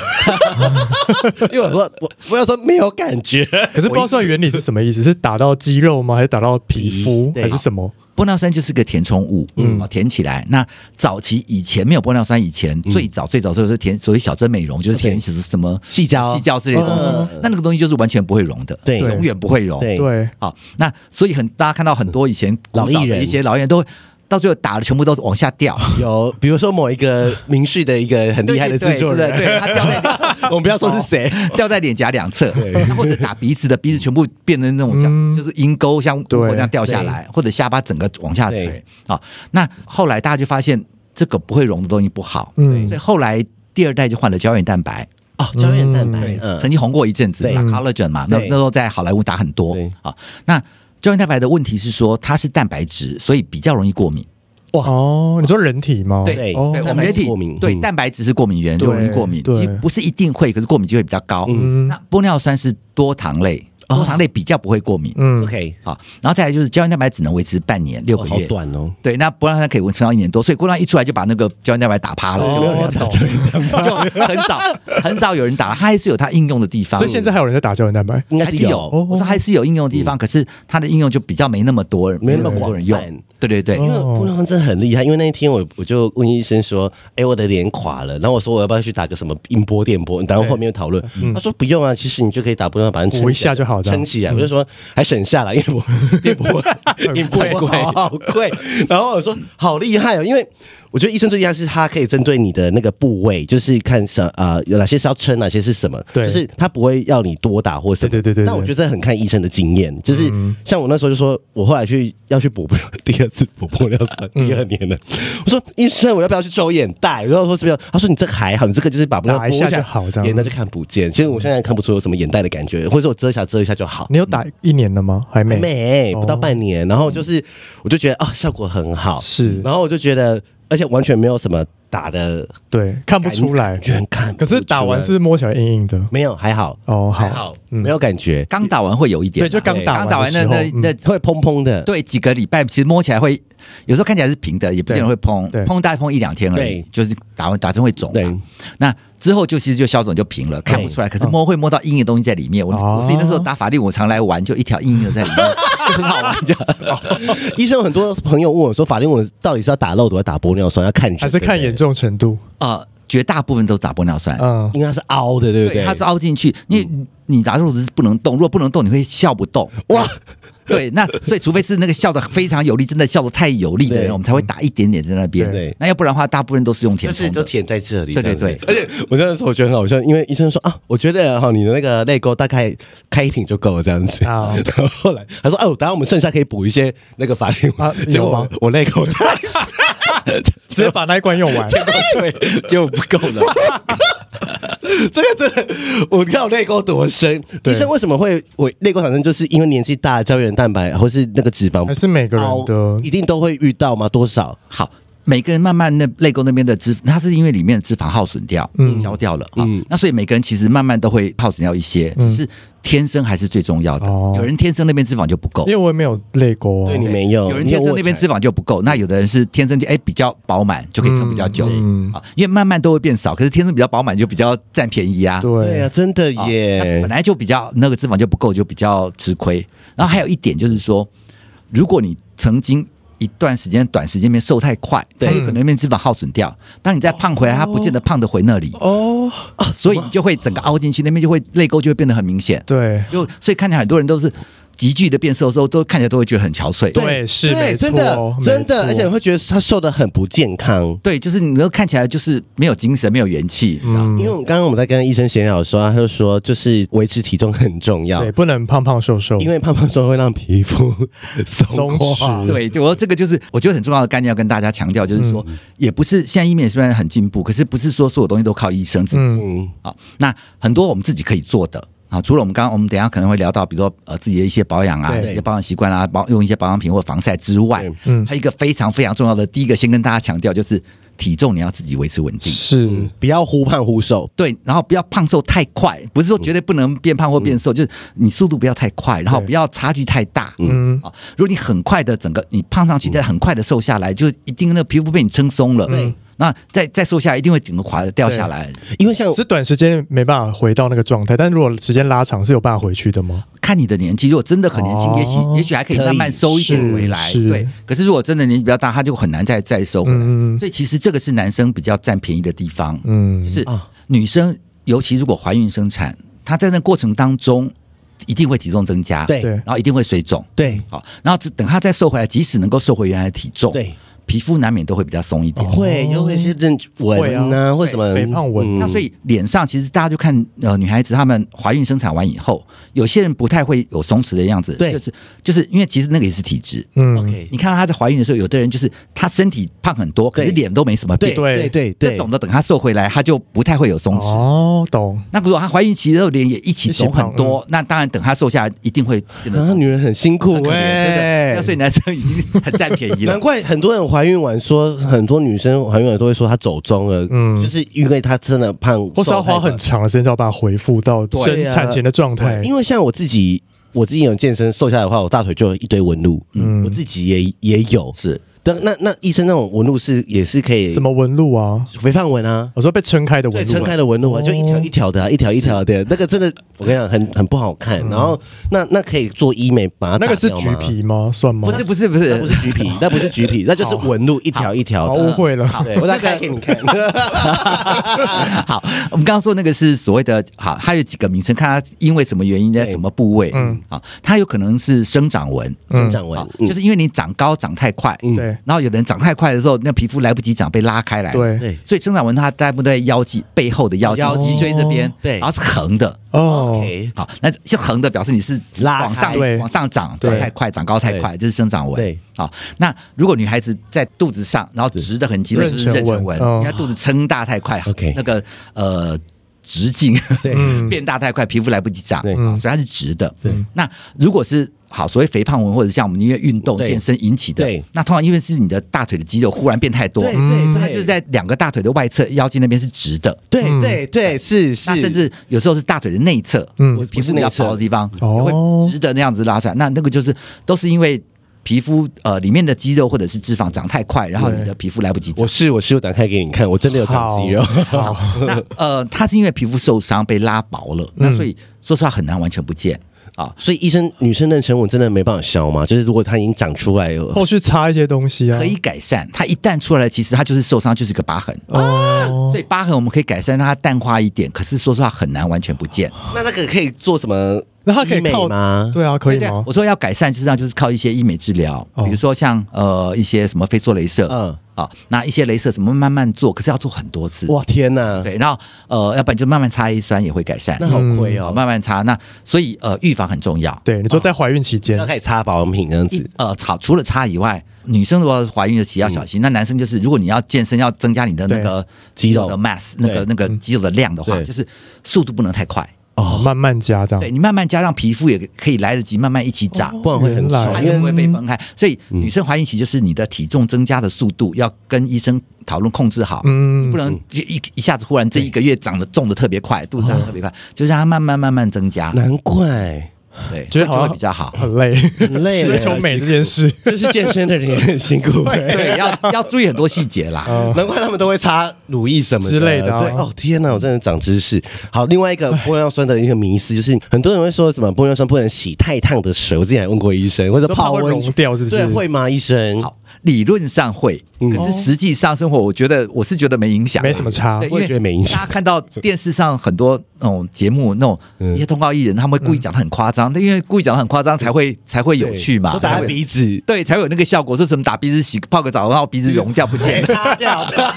Speaker 1: 因为我说我玻尿酸没有感觉，
Speaker 2: 可是包装原理是什么意思？是打到肌肉吗？还是打到皮肤？
Speaker 1: 对
Speaker 2: 还是什么？
Speaker 3: 玻尿酸就是个填充物，嗯，填起来。那早期以前没有玻尿酸以前，
Speaker 1: 嗯
Speaker 3: 最早最早就是填所谓小针美容，就是填什么什么
Speaker 1: 细胶嗯
Speaker 3: 细胶之类的东西。那那个东西就是完全不会溶的，
Speaker 1: 对
Speaker 3: 永远不会溶。
Speaker 1: 对
Speaker 2: 对，
Speaker 3: 好，那所以很大家看到很多以前古
Speaker 1: 老艺
Speaker 3: 早的
Speaker 1: 人
Speaker 3: 一些老艺人都会到最后打的全部都往下掉，
Speaker 1: 有比如说某一个明视的一个 [laughs] 很厉害的制作
Speaker 3: 对对
Speaker 1: 人，
Speaker 3: 对，对他掉在。
Speaker 1: [laughs] 我们不要说是谁，
Speaker 3: [laughs] 掉在脸颊两侧，然 [laughs] 后或者打鼻子的鼻子全部变成那种像、
Speaker 2: 嗯
Speaker 3: 就是鹰钩像乌
Speaker 2: 对
Speaker 3: 龟那样掉下来，或者下巴整个往下
Speaker 1: 对
Speaker 3: 垂啊、那后来大家就发现这个不会溶的东西不好，
Speaker 2: 嗯
Speaker 3: 所以后来第二代就换了胶原蛋白。
Speaker 1: 哦，胶原蛋白
Speaker 2: 对，
Speaker 1: 嗯
Speaker 3: 曾经红过一阵子，
Speaker 1: 对
Speaker 3: 打 collagen 嘛，那
Speaker 1: 对
Speaker 3: 那时候在好莱坞打很多
Speaker 1: 对
Speaker 3: 啊。那胶原蛋白的问题是说它是蛋白质，所以比较容易过敏。
Speaker 2: 哦，你说人体吗？
Speaker 3: 对
Speaker 1: 对
Speaker 2: 哦
Speaker 3: 对，我
Speaker 1: 蛋
Speaker 3: 们
Speaker 1: 白
Speaker 3: 人
Speaker 1: 质
Speaker 3: 体
Speaker 1: 过敏，
Speaker 3: 对
Speaker 1: 嗯
Speaker 3: 蛋白质是过敏源，
Speaker 2: 对
Speaker 3: 就容易过敏，
Speaker 2: 对
Speaker 3: 其实不是一定会，可是过敏机会比较高。
Speaker 2: 嗯哦
Speaker 3: 那玻尿酸是多糖类，多糖类比较不会过敏。
Speaker 2: 嗯
Speaker 1: OK，
Speaker 3: 好，然后再来就是胶原蛋白只能维持半年六
Speaker 1: 哦
Speaker 3: 个
Speaker 1: 好
Speaker 3: 月。
Speaker 1: 短哦，
Speaker 3: 对，那玻尿酸可以维持到一年多，所以玻尿酸一出来就把那个胶原蛋白打趴了，
Speaker 2: 哦
Speaker 3: 就没有人
Speaker 2: 懂
Speaker 3: 打胶原蛋白，就很少很少有人打，它还是有它应用的地方。
Speaker 2: 所以现在还有人在打胶原蛋白。
Speaker 1: 应该
Speaker 3: 还
Speaker 1: 是
Speaker 3: 是有，
Speaker 1: 有，
Speaker 2: 哦
Speaker 3: 我说还是有应用
Speaker 2: 嗯
Speaker 3: 的地方，可是它的应用就比较没那么多，
Speaker 1: 没那么
Speaker 3: 么多人
Speaker 1: 广
Speaker 3: 用
Speaker 1: 泛。
Speaker 3: 对对对，
Speaker 2: 哦
Speaker 1: 因为玻尿酸真的很厉害，因为那一天我我就问医生说：“哎、我的脸垮了。”然后我说：“我要不要去打个什么音波、电波？”然后后面又讨论，他说：“不用啊，其实你就可以打玻尿酸，把它撑起来
Speaker 2: 嗯补一下就好这样嗯
Speaker 1: 撑起来。”我就说：“还省下来，因 [laughs] 为我 [laughs] 电波电波
Speaker 2: 贵
Speaker 1: 好贵。”然后我说：“好厉害哦，因为。”我觉得医生最厉害是他可以针对你的那个部位，就是看什呃有哪些是要撑，哪些是什么，
Speaker 2: 对
Speaker 1: 就是他不会要你多打或什么。
Speaker 2: 对对对对对嗯
Speaker 1: 但我觉得这很看医生的经验，就是像我那时候就说，我后来去要去补第二次补玻尿酸，第二年了，
Speaker 2: 嗯
Speaker 1: 我说医生我要不要去抽眼袋？然后说是不是？他说你这个还好，你这个就是把玻尿
Speaker 2: 打一下就好这样
Speaker 1: 眼袋就看不见。其实我现在看不出有什么眼袋的感觉，或者我遮一下遮一下就好。
Speaker 2: 你有打一年了吗？还没。
Speaker 1: 美
Speaker 2: 哦
Speaker 1: 不到半年，然后就是我就觉得啊、效果很好，
Speaker 2: 是
Speaker 1: 然后我就觉得，而且完全没有什么打的
Speaker 2: 对，看不出来
Speaker 1: 感。觉完全看不
Speaker 2: 可
Speaker 1: 出来，
Speaker 2: 是打完是不是摸起来硬硬的。
Speaker 1: 没有还好
Speaker 2: 哦好
Speaker 1: 还好、
Speaker 2: 嗯
Speaker 1: 没有感觉，
Speaker 3: 刚打完会有一点
Speaker 2: 对，
Speaker 3: 啊，
Speaker 2: 就刚打
Speaker 3: 刚打完
Speaker 2: 的
Speaker 3: 那
Speaker 2: 时候
Speaker 3: 那
Speaker 2: 嗯
Speaker 3: 那
Speaker 1: 会砰砰的，
Speaker 3: 对，几个礼拜其实摸起来会，有时候看起来是平的，也不见得会碰
Speaker 2: 对，
Speaker 3: 碰大概碰一两天而已
Speaker 1: 对，
Speaker 3: 就是打完打针会肿
Speaker 1: 对
Speaker 3: 嘛。那之后就其实就消肿就平了，看不出来，
Speaker 1: 哦
Speaker 3: 可是摸会摸到硬硬的东西在里面。我
Speaker 2: 哦
Speaker 3: 我自己那时候打法令，我常来玩，就一条硬硬的在
Speaker 1: [laughs]
Speaker 3: 里面，就很好玩。这样
Speaker 1: 哦医生有很多朋友问我说，法令纹到底是要打漏斗还是打玻尿酸？要看人
Speaker 2: 还是看严，重程度。
Speaker 3: 呃，绝大部分都打玻尿酸，
Speaker 2: 嗯
Speaker 1: 对不对，应该是凹的，啊对不对？
Speaker 3: 它是凹进去，因为你打入的是不能动，如果不能动，你会笑不动。
Speaker 1: 哇，
Speaker 3: [laughs] 对，那所以除非是那个笑的非常有力，真的笑的太有力的人，
Speaker 1: 对
Speaker 3: 我们才会打一点点在那边。
Speaker 1: 对
Speaker 3: 那要不然的话，大部分都是用
Speaker 1: 就
Speaker 3: 填充
Speaker 1: 是就
Speaker 3: 的。
Speaker 1: 舔在这里，
Speaker 3: 对对对
Speaker 1: 而且我那时候我觉得很好笑，因为医生说啊，我觉得哈，你的那个泪沟大概开一瓶就够了这样子。
Speaker 2: 啊
Speaker 1: 然后后来他说：“哦，等下我们剩下可以补一些那个法令纹。
Speaker 2: 啊
Speaker 1: 结果
Speaker 2: 有吗
Speaker 1: 我我那口太
Speaker 2: [laughs]
Speaker 1: [laughs] 小，
Speaker 2: 直接把那一关用
Speaker 1: [laughs]
Speaker 2: 完。
Speaker 1: 对，
Speaker 3: 就不够了，
Speaker 1: [laughs] 这个真的，我看我泪沟多深。
Speaker 2: 对
Speaker 1: 医生为什么会我泪沟产生，就是因为年纪大，胶原蛋白或是那个脂肪
Speaker 2: 还是每个人
Speaker 1: 凹
Speaker 2: 的
Speaker 1: 一定都会遇到吗？多少？
Speaker 3: 好。每个人慢慢那泪沟那边的脂，它是因为里面的脂肪耗损掉、
Speaker 2: 嗯
Speaker 3: 消掉了啊、那所以每个人其实慢慢都会耗损掉一些，只是天生还是最重要的。
Speaker 2: 哦
Speaker 3: 有人天生那边脂肪就不够
Speaker 2: 因为，我也没有泪沟啊
Speaker 1: 对。你没有，
Speaker 3: 有人
Speaker 1: 你
Speaker 3: 天生
Speaker 1: 握
Speaker 3: 那边
Speaker 1: 起
Speaker 3: 脂
Speaker 1: 来
Speaker 3: 肪就不够，那有的人是天生就哎、比较饱满，就可以撑比较久、
Speaker 2: 嗯
Speaker 3: 啊。因为慢慢都会变少，可是天生比较饱满就比较占便宜啊。
Speaker 1: 对
Speaker 2: 对，
Speaker 1: 呀、真的
Speaker 3: 啊
Speaker 1: 耶
Speaker 3: 那。本来就比较那个脂肪就不够，就比较吃亏。然后还有一点就是说，如果你曾经一段时间短时间内瘦太快，它有可能变脂肪耗损掉。当你再胖回来，它不见得胖得回那里，
Speaker 2: 哦，
Speaker 3: 所以你就会整个凹进去，那边就会泪沟就会变得很明显。
Speaker 2: 对
Speaker 3: 就所以看起来很多人都是急剧的变瘦的时候，都看起来都会觉得很憔悴。
Speaker 2: 对是
Speaker 1: 对，
Speaker 2: 没错
Speaker 1: 真的，真的，
Speaker 2: 没错
Speaker 1: 而且会觉得他瘦的很不健康。
Speaker 3: 对，就是你都看起来就是没有精神，没有元气。嗯，
Speaker 1: 因为我刚刚我们在跟医生闲聊的时候，他就说，就是维持体重很重要
Speaker 2: 对，，不能胖胖瘦瘦
Speaker 1: 因。为胖胖瘦会让皮肤松
Speaker 2: 松
Speaker 1: 垮
Speaker 2: 弛。
Speaker 3: 对，就我这个就是我觉得很重要的概念要跟大家强调，就是说，
Speaker 2: 嗯
Speaker 3: 也不是现在医美虽然很进步，可是不是说所有东西都靠医生自己。
Speaker 2: 嗯，
Speaker 1: 嗯，
Speaker 3: 好，那很多我们自己可以做的啊，除了我们刚刚我们等一下可能会聊到，比如说呃自己的一些保养啊，
Speaker 2: 对
Speaker 3: 一些保养习惯啊，保用一些保养品或防晒之外
Speaker 1: 对，
Speaker 2: 嗯
Speaker 3: 还有一个非常非常重要的，第一个先跟大家强调就是体重你要自己维持稳定。
Speaker 2: 是
Speaker 1: 不要忽胖忽瘦。
Speaker 3: 对，然后不要胖瘦太快，不是说绝对不能变胖或变瘦，就是你速度不要太快，然后
Speaker 2: 嗯对
Speaker 3: 不要差距太大。
Speaker 2: 嗯
Speaker 3: 啊，如果你很快的整个你胖上去，再很快的瘦下来，就一定那个皮肤被你撑松了。
Speaker 2: 对，
Speaker 3: 那再再瘦下来，一定会整个垮的掉下来。
Speaker 1: 因为像
Speaker 2: 是短时间没办法回到那个状态，但如果时间拉长是有办法回去的吗？
Speaker 3: 看你的年纪，如果真的很年轻，
Speaker 2: 哦
Speaker 3: 也许也许还可以慢慢收一点
Speaker 2: 可以
Speaker 3: 回来。
Speaker 2: 是
Speaker 3: 对，可是如果真的年纪比较大，他就很难再再收回来。
Speaker 2: 嗯嗯嗯
Speaker 3: 所以其实这个是男生比较占便宜的地方。
Speaker 2: 嗯
Speaker 3: 就，是
Speaker 1: 啊
Speaker 3: 女生，尤其如果怀孕生产，她在那过程当中一定会体重增加，
Speaker 1: 对
Speaker 2: 啊对
Speaker 3: 然后一定会水肿，
Speaker 1: 对
Speaker 3: 好，然后只等她再瘦回来，即使能够瘦回原来的体重，
Speaker 1: 对，
Speaker 3: 皮肤难免都会比较松一点。
Speaker 1: 哦会，又会是认
Speaker 2: 哦会
Speaker 1: 纹啊，
Speaker 2: 啊
Speaker 1: 或什么嗯
Speaker 2: 肥胖纹
Speaker 3: 那所以脸上其实大家就看呃女孩子她们怀孕生产完以后，有些人不太会有松弛的样子，
Speaker 1: 对
Speaker 3: 就是就是因为其实那个也是体质。
Speaker 2: 嗯，
Speaker 1: OK，
Speaker 3: 你看到她在怀孕的时候，有的人就是她身体胖很多，可是
Speaker 1: 对
Speaker 3: 脸都没什么变
Speaker 1: 对，
Speaker 2: 对
Speaker 1: 对对
Speaker 3: 这
Speaker 1: 对，
Speaker 3: 种的等她瘦回来，她就不太会有松弛。
Speaker 2: 哦，懂，
Speaker 3: 那如果她怀孕期的时候脸也一起肿很多，那当然等她瘦下来一定会变得
Speaker 1: 啊，
Speaker 3: 松
Speaker 1: 女人哦很辛苦
Speaker 3: 很可怜
Speaker 1: 哎、
Speaker 3: 真的那所以男生已经很占便宜
Speaker 1: [laughs] 难
Speaker 3: 了。
Speaker 1: 怪很多人怀孕完说，很多女生怀孕完都会说她走中了，嗯，
Speaker 2: 嗯
Speaker 1: 就是因为她真的胖，
Speaker 2: 或是要
Speaker 1: 瘦太
Speaker 2: 花很
Speaker 1: 多
Speaker 2: 长的时间才要把它恢复到生产前的状态。
Speaker 1: 啊因为像我自己，我自己有健身瘦下来的话，我大腿就有一堆纹路，嗯，我自己也也有。
Speaker 3: 是
Speaker 1: 但那那医生那种纹路是也是可以
Speaker 2: 什么纹路啊？
Speaker 1: 肥胖纹啊，
Speaker 2: 我说被撑开的
Speaker 1: 对，
Speaker 2: 纹路
Speaker 1: 撑
Speaker 2: 啊，
Speaker 1: 开的纹路啊，就一条一条的啊、一条一条的，那个真的我跟你讲很很不好看。然后那那可以做医美把它
Speaker 2: 那个是
Speaker 1: 打掉
Speaker 2: 橘
Speaker 1: 吗，
Speaker 2: 皮吗？算吗？
Speaker 3: 不是不是不是
Speaker 1: 那不是橘皮，那不是橘皮，那就是纹路一条一条
Speaker 2: 好
Speaker 1: 的。
Speaker 2: 误会了。
Speaker 1: 对，我再开给你 [laughs] 看。
Speaker 3: 好，我们刚刚说那个是所谓的好，它有几个名称，看它因为什么原因在什么部位。嗯，好，它有可能是生长纹，
Speaker 1: 生长纹
Speaker 3: 好，就是因为你长高长太快，
Speaker 1: 嗯
Speaker 2: 对对
Speaker 3: 然后有的人长太快的时候，那皮肤来不及长，被拉开来。，
Speaker 2: 对，
Speaker 1: 对
Speaker 3: 所以生长纹它大部分在腰际背后的腰际
Speaker 1: 腰
Speaker 2: 际
Speaker 3: 脊椎这边
Speaker 2: 哦，
Speaker 1: 对
Speaker 3: 然后是横的。
Speaker 2: 哦，
Speaker 1: ，OK，
Speaker 3: 好，那是横的表示你是
Speaker 1: 拉开
Speaker 3: 往上
Speaker 2: 对
Speaker 3: 往上长，
Speaker 2: 对
Speaker 3: 长太快，长高太快，这是生长纹。
Speaker 1: 对，
Speaker 3: 好，那如果女孩子在肚子上，然后直的很急的，
Speaker 2: 对
Speaker 3: 就是妊
Speaker 2: 妊
Speaker 3: 娠
Speaker 2: 娠
Speaker 3: 纹
Speaker 2: 纹哦，
Speaker 3: 因为她肚子撑大太快
Speaker 1: OK
Speaker 3: 那个呃直径
Speaker 1: 对
Speaker 2: 嗯
Speaker 3: 变大太快，皮肤来不及长，
Speaker 1: 对嗯
Speaker 3: 啊所以它是直的。对，那如果是好所谓肥胖纹，或者像我们因为运动
Speaker 1: 对
Speaker 3: 健身引起的
Speaker 1: 对，
Speaker 3: 那通常因为是你的大腿的肌肉忽然变太多，
Speaker 1: 对
Speaker 2: 嗯
Speaker 1: 对，
Speaker 3: 它就是在两个大腿的外侧腰际那边是直的，
Speaker 1: 对对对，是是，
Speaker 3: 那甚至有时候是大腿的内侧，
Speaker 2: 嗯
Speaker 3: 皮肤比较薄的地方，也
Speaker 2: 哦
Speaker 3: 会直的那样子拉出来。那那个就是都是因为皮肤呃里面的肌肉或者是脂肪长太快，然后你的皮肤来不及
Speaker 1: 我
Speaker 3: 长。
Speaker 1: 是我是有打开给你看，我真的有长肌肉，
Speaker 2: 好，好
Speaker 3: 那呃，它是因为皮肤受伤被拉薄了，那所以说实话很难完全不见啊。
Speaker 1: 所以医生女生妊娠纹真的没办法消吗？就是如果它已经长出来了，
Speaker 2: 后续擦一些东西啊，
Speaker 3: 可以改善，它一旦出来了，其实它就是受伤，就是一个疤痕。
Speaker 2: 哦
Speaker 3: 所，以疤痕我们可以改善，让它淡化一点。可是说实话很难完全不见。
Speaker 1: 那那个可以做什么？
Speaker 2: 那它可以靠
Speaker 1: 吗？
Speaker 2: 对啊，可以
Speaker 3: 哎对对
Speaker 2: 吗？
Speaker 3: 我说要改善，事实际上就是靠一些医美治疗，
Speaker 2: 哦
Speaker 3: 比如说像呃一些什么非做镭射，
Speaker 1: 嗯，
Speaker 3: 啊，那一些镭射怎么慢慢做，可是要做很多次，
Speaker 1: 哇天哪，
Speaker 3: 对，然后呃，要不然就慢慢擦 A 酸也会改善
Speaker 1: 那，好亏
Speaker 3: 好
Speaker 1: 哦，
Speaker 3: 慢慢擦。那所以呃，预防很重要。
Speaker 2: 对，你说在怀孕期间
Speaker 1: 要，开始擦保养品这样
Speaker 3: 一
Speaker 1: 子，
Speaker 3: 呃，擦除了擦以外，女生如果怀孕的期要小心。那男生就是，如果你要健身，要增加你的那个
Speaker 1: 嗯肌肉
Speaker 3: 的 mass，那个
Speaker 1: 对嗯
Speaker 3: 那个肌肉的量的话，
Speaker 1: 对
Speaker 3: 就是速度不能太快。
Speaker 2: 哦慢慢加这
Speaker 3: 对
Speaker 2: 样，
Speaker 3: 你慢慢加，让皮肤也可以来得及慢慢一起长。
Speaker 1: 不然会很
Speaker 2: 原
Speaker 1: 丑
Speaker 2: 来
Speaker 3: 它。
Speaker 1: 因
Speaker 3: 就
Speaker 1: 为
Speaker 3: 不会被分开。所以
Speaker 1: 嗯
Speaker 3: 女生怀孕期就是你的体重增加的速度要跟医生讨论控制好，
Speaker 2: 嗯
Speaker 3: 你不能就一一下子忽然这一个月长得重的特别快，肚子长得特别快，就让它慢慢慢慢增加，
Speaker 1: 难怪
Speaker 3: 对，
Speaker 2: 觉得好
Speaker 3: 会
Speaker 2: 像
Speaker 3: 比较好。
Speaker 2: 很累，
Speaker 1: 很
Speaker 2: [laughs]
Speaker 1: 累，
Speaker 2: 追求美这件事，
Speaker 1: 就是健身的人也很辛苦。
Speaker 3: [laughs]
Speaker 1: 欸
Speaker 3: 对，要要注意很多细节啦。
Speaker 2: 嗯
Speaker 1: [laughs] 难怪他们都会擦乳液什么的
Speaker 2: 之类的啊
Speaker 1: 对，哦天哪，我真的长知识。好，另外一个玻尿酸的一个迷思就是，很多人会说什么玻尿酸不能洗太烫的水，我之前也问过医生，或者
Speaker 2: 就怕
Speaker 1: 泡
Speaker 2: 会
Speaker 1: 温
Speaker 2: 溶掉是不是
Speaker 1: 对，会吗？医生？
Speaker 3: 好，理论上会，可是实际上生活，我觉得我是觉得没影响，
Speaker 2: 没什么啊差
Speaker 3: 对，因
Speaker 1: 我也
Speaker 3: 为
Speaker 1: 觉得没影响
Speaker 3: 大家看到电视上很多那种节目，那种一些通告艺人，他们会故意讲的很夸张，但因为故意讲的很夸张才会才会有趣嘛，
Speaker 1: 都打
Speaker 3: 才
Speaker 1: 在
Speaker 3: 会
Speaker 1: 鼻
Speaker 3: [laughs]
Speaker 1: 子，
Speaker 3: 对，才会有那个效果。说什么打鼻子洗泡个澡，然后鼻子溶掉不
Speaker 1: [laughs]
Speaker 3: 见，
Speaker 1: 擦掉的，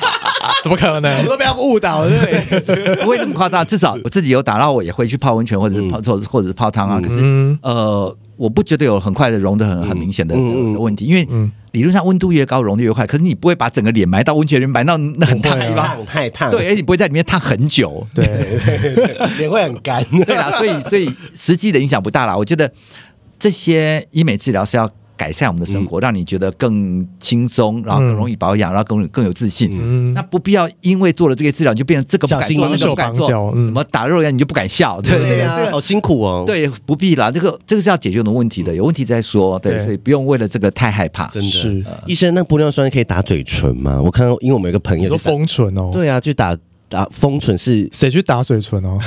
Speaker 2: 怎么可
Speaker 1: 我 [laughs]
Speaker 2: 能？
Speaker 1: 都被他们误导了，对不对？
Speaker 3: [laughs] 不会那么夸张。至少我自己有打到，我也会去泡温泉，或者是泡，或者或者是泡汤啊。可是
Speaker 2: 嗯，
Speaker 3: 呃，我不觉得有很快的溶的很很明显的呃
Speaker 1: 嗯嗯
Speaker 3: 的问题，因为理论上温度越高溶的越快，可是你不会把整个脸埋到温泉里面，埋到那很烫的
Speaker 1: 太
Speaker 3: 地方。
Speaker 1: 烫太烫，
Speaker 3: 对，而哎且你不会在里面烫很久。
Speaker 2: 对，
Speaker 1: [laughs]
Speaker 2: 啊
Speaker 1: 脸会很干。
Speaker 3: 对啦，所以所以实际的影响不大啦。我觉得这些医美治疗是要改善我们的生活，让你觉得更轻松，然后更容易保养，然后更有更有自信。
Speaker 2: 嗯
Speaker 3: 那不必要因为做了这个治疗你就变成这个不敢做，
Speaker 1: 小
Speaker 3: 那
Speaker 1: 心
Speaker 3: 个不敢
Speaker 2: 绑
Speaker 3: 做
Speaker 2: 手绑脚，嗯
Speaker 3: 什么打肉呀你就不敢笑，对不对？啊
Speaker 1: 对呀，好辛苦哦。，
Speaker 3: 对，不必啦，这个这个是要解决的问题的，有问题再说，对，
Speaker 2: 对
Speaker 3: 所以不用为了这个太害怕。
Speaker 1: 真的
Speaker 2: 是
Speaker 3: 呃
Speaker 1: 医生，那玻尿酸可以打嘴唇吗？我看到，因为我们有一个朋
Speaker 2: 你
Speaker 1: 友
Speaker 2: 说
Speaker 1: 就打，
Speaker 2: 封唇哦，
Speaker 1: 对啊，就打打封
Speaker 2: [laughs]
Speaker 1: 唇是
Speaker 2: 谁去打水唇哦？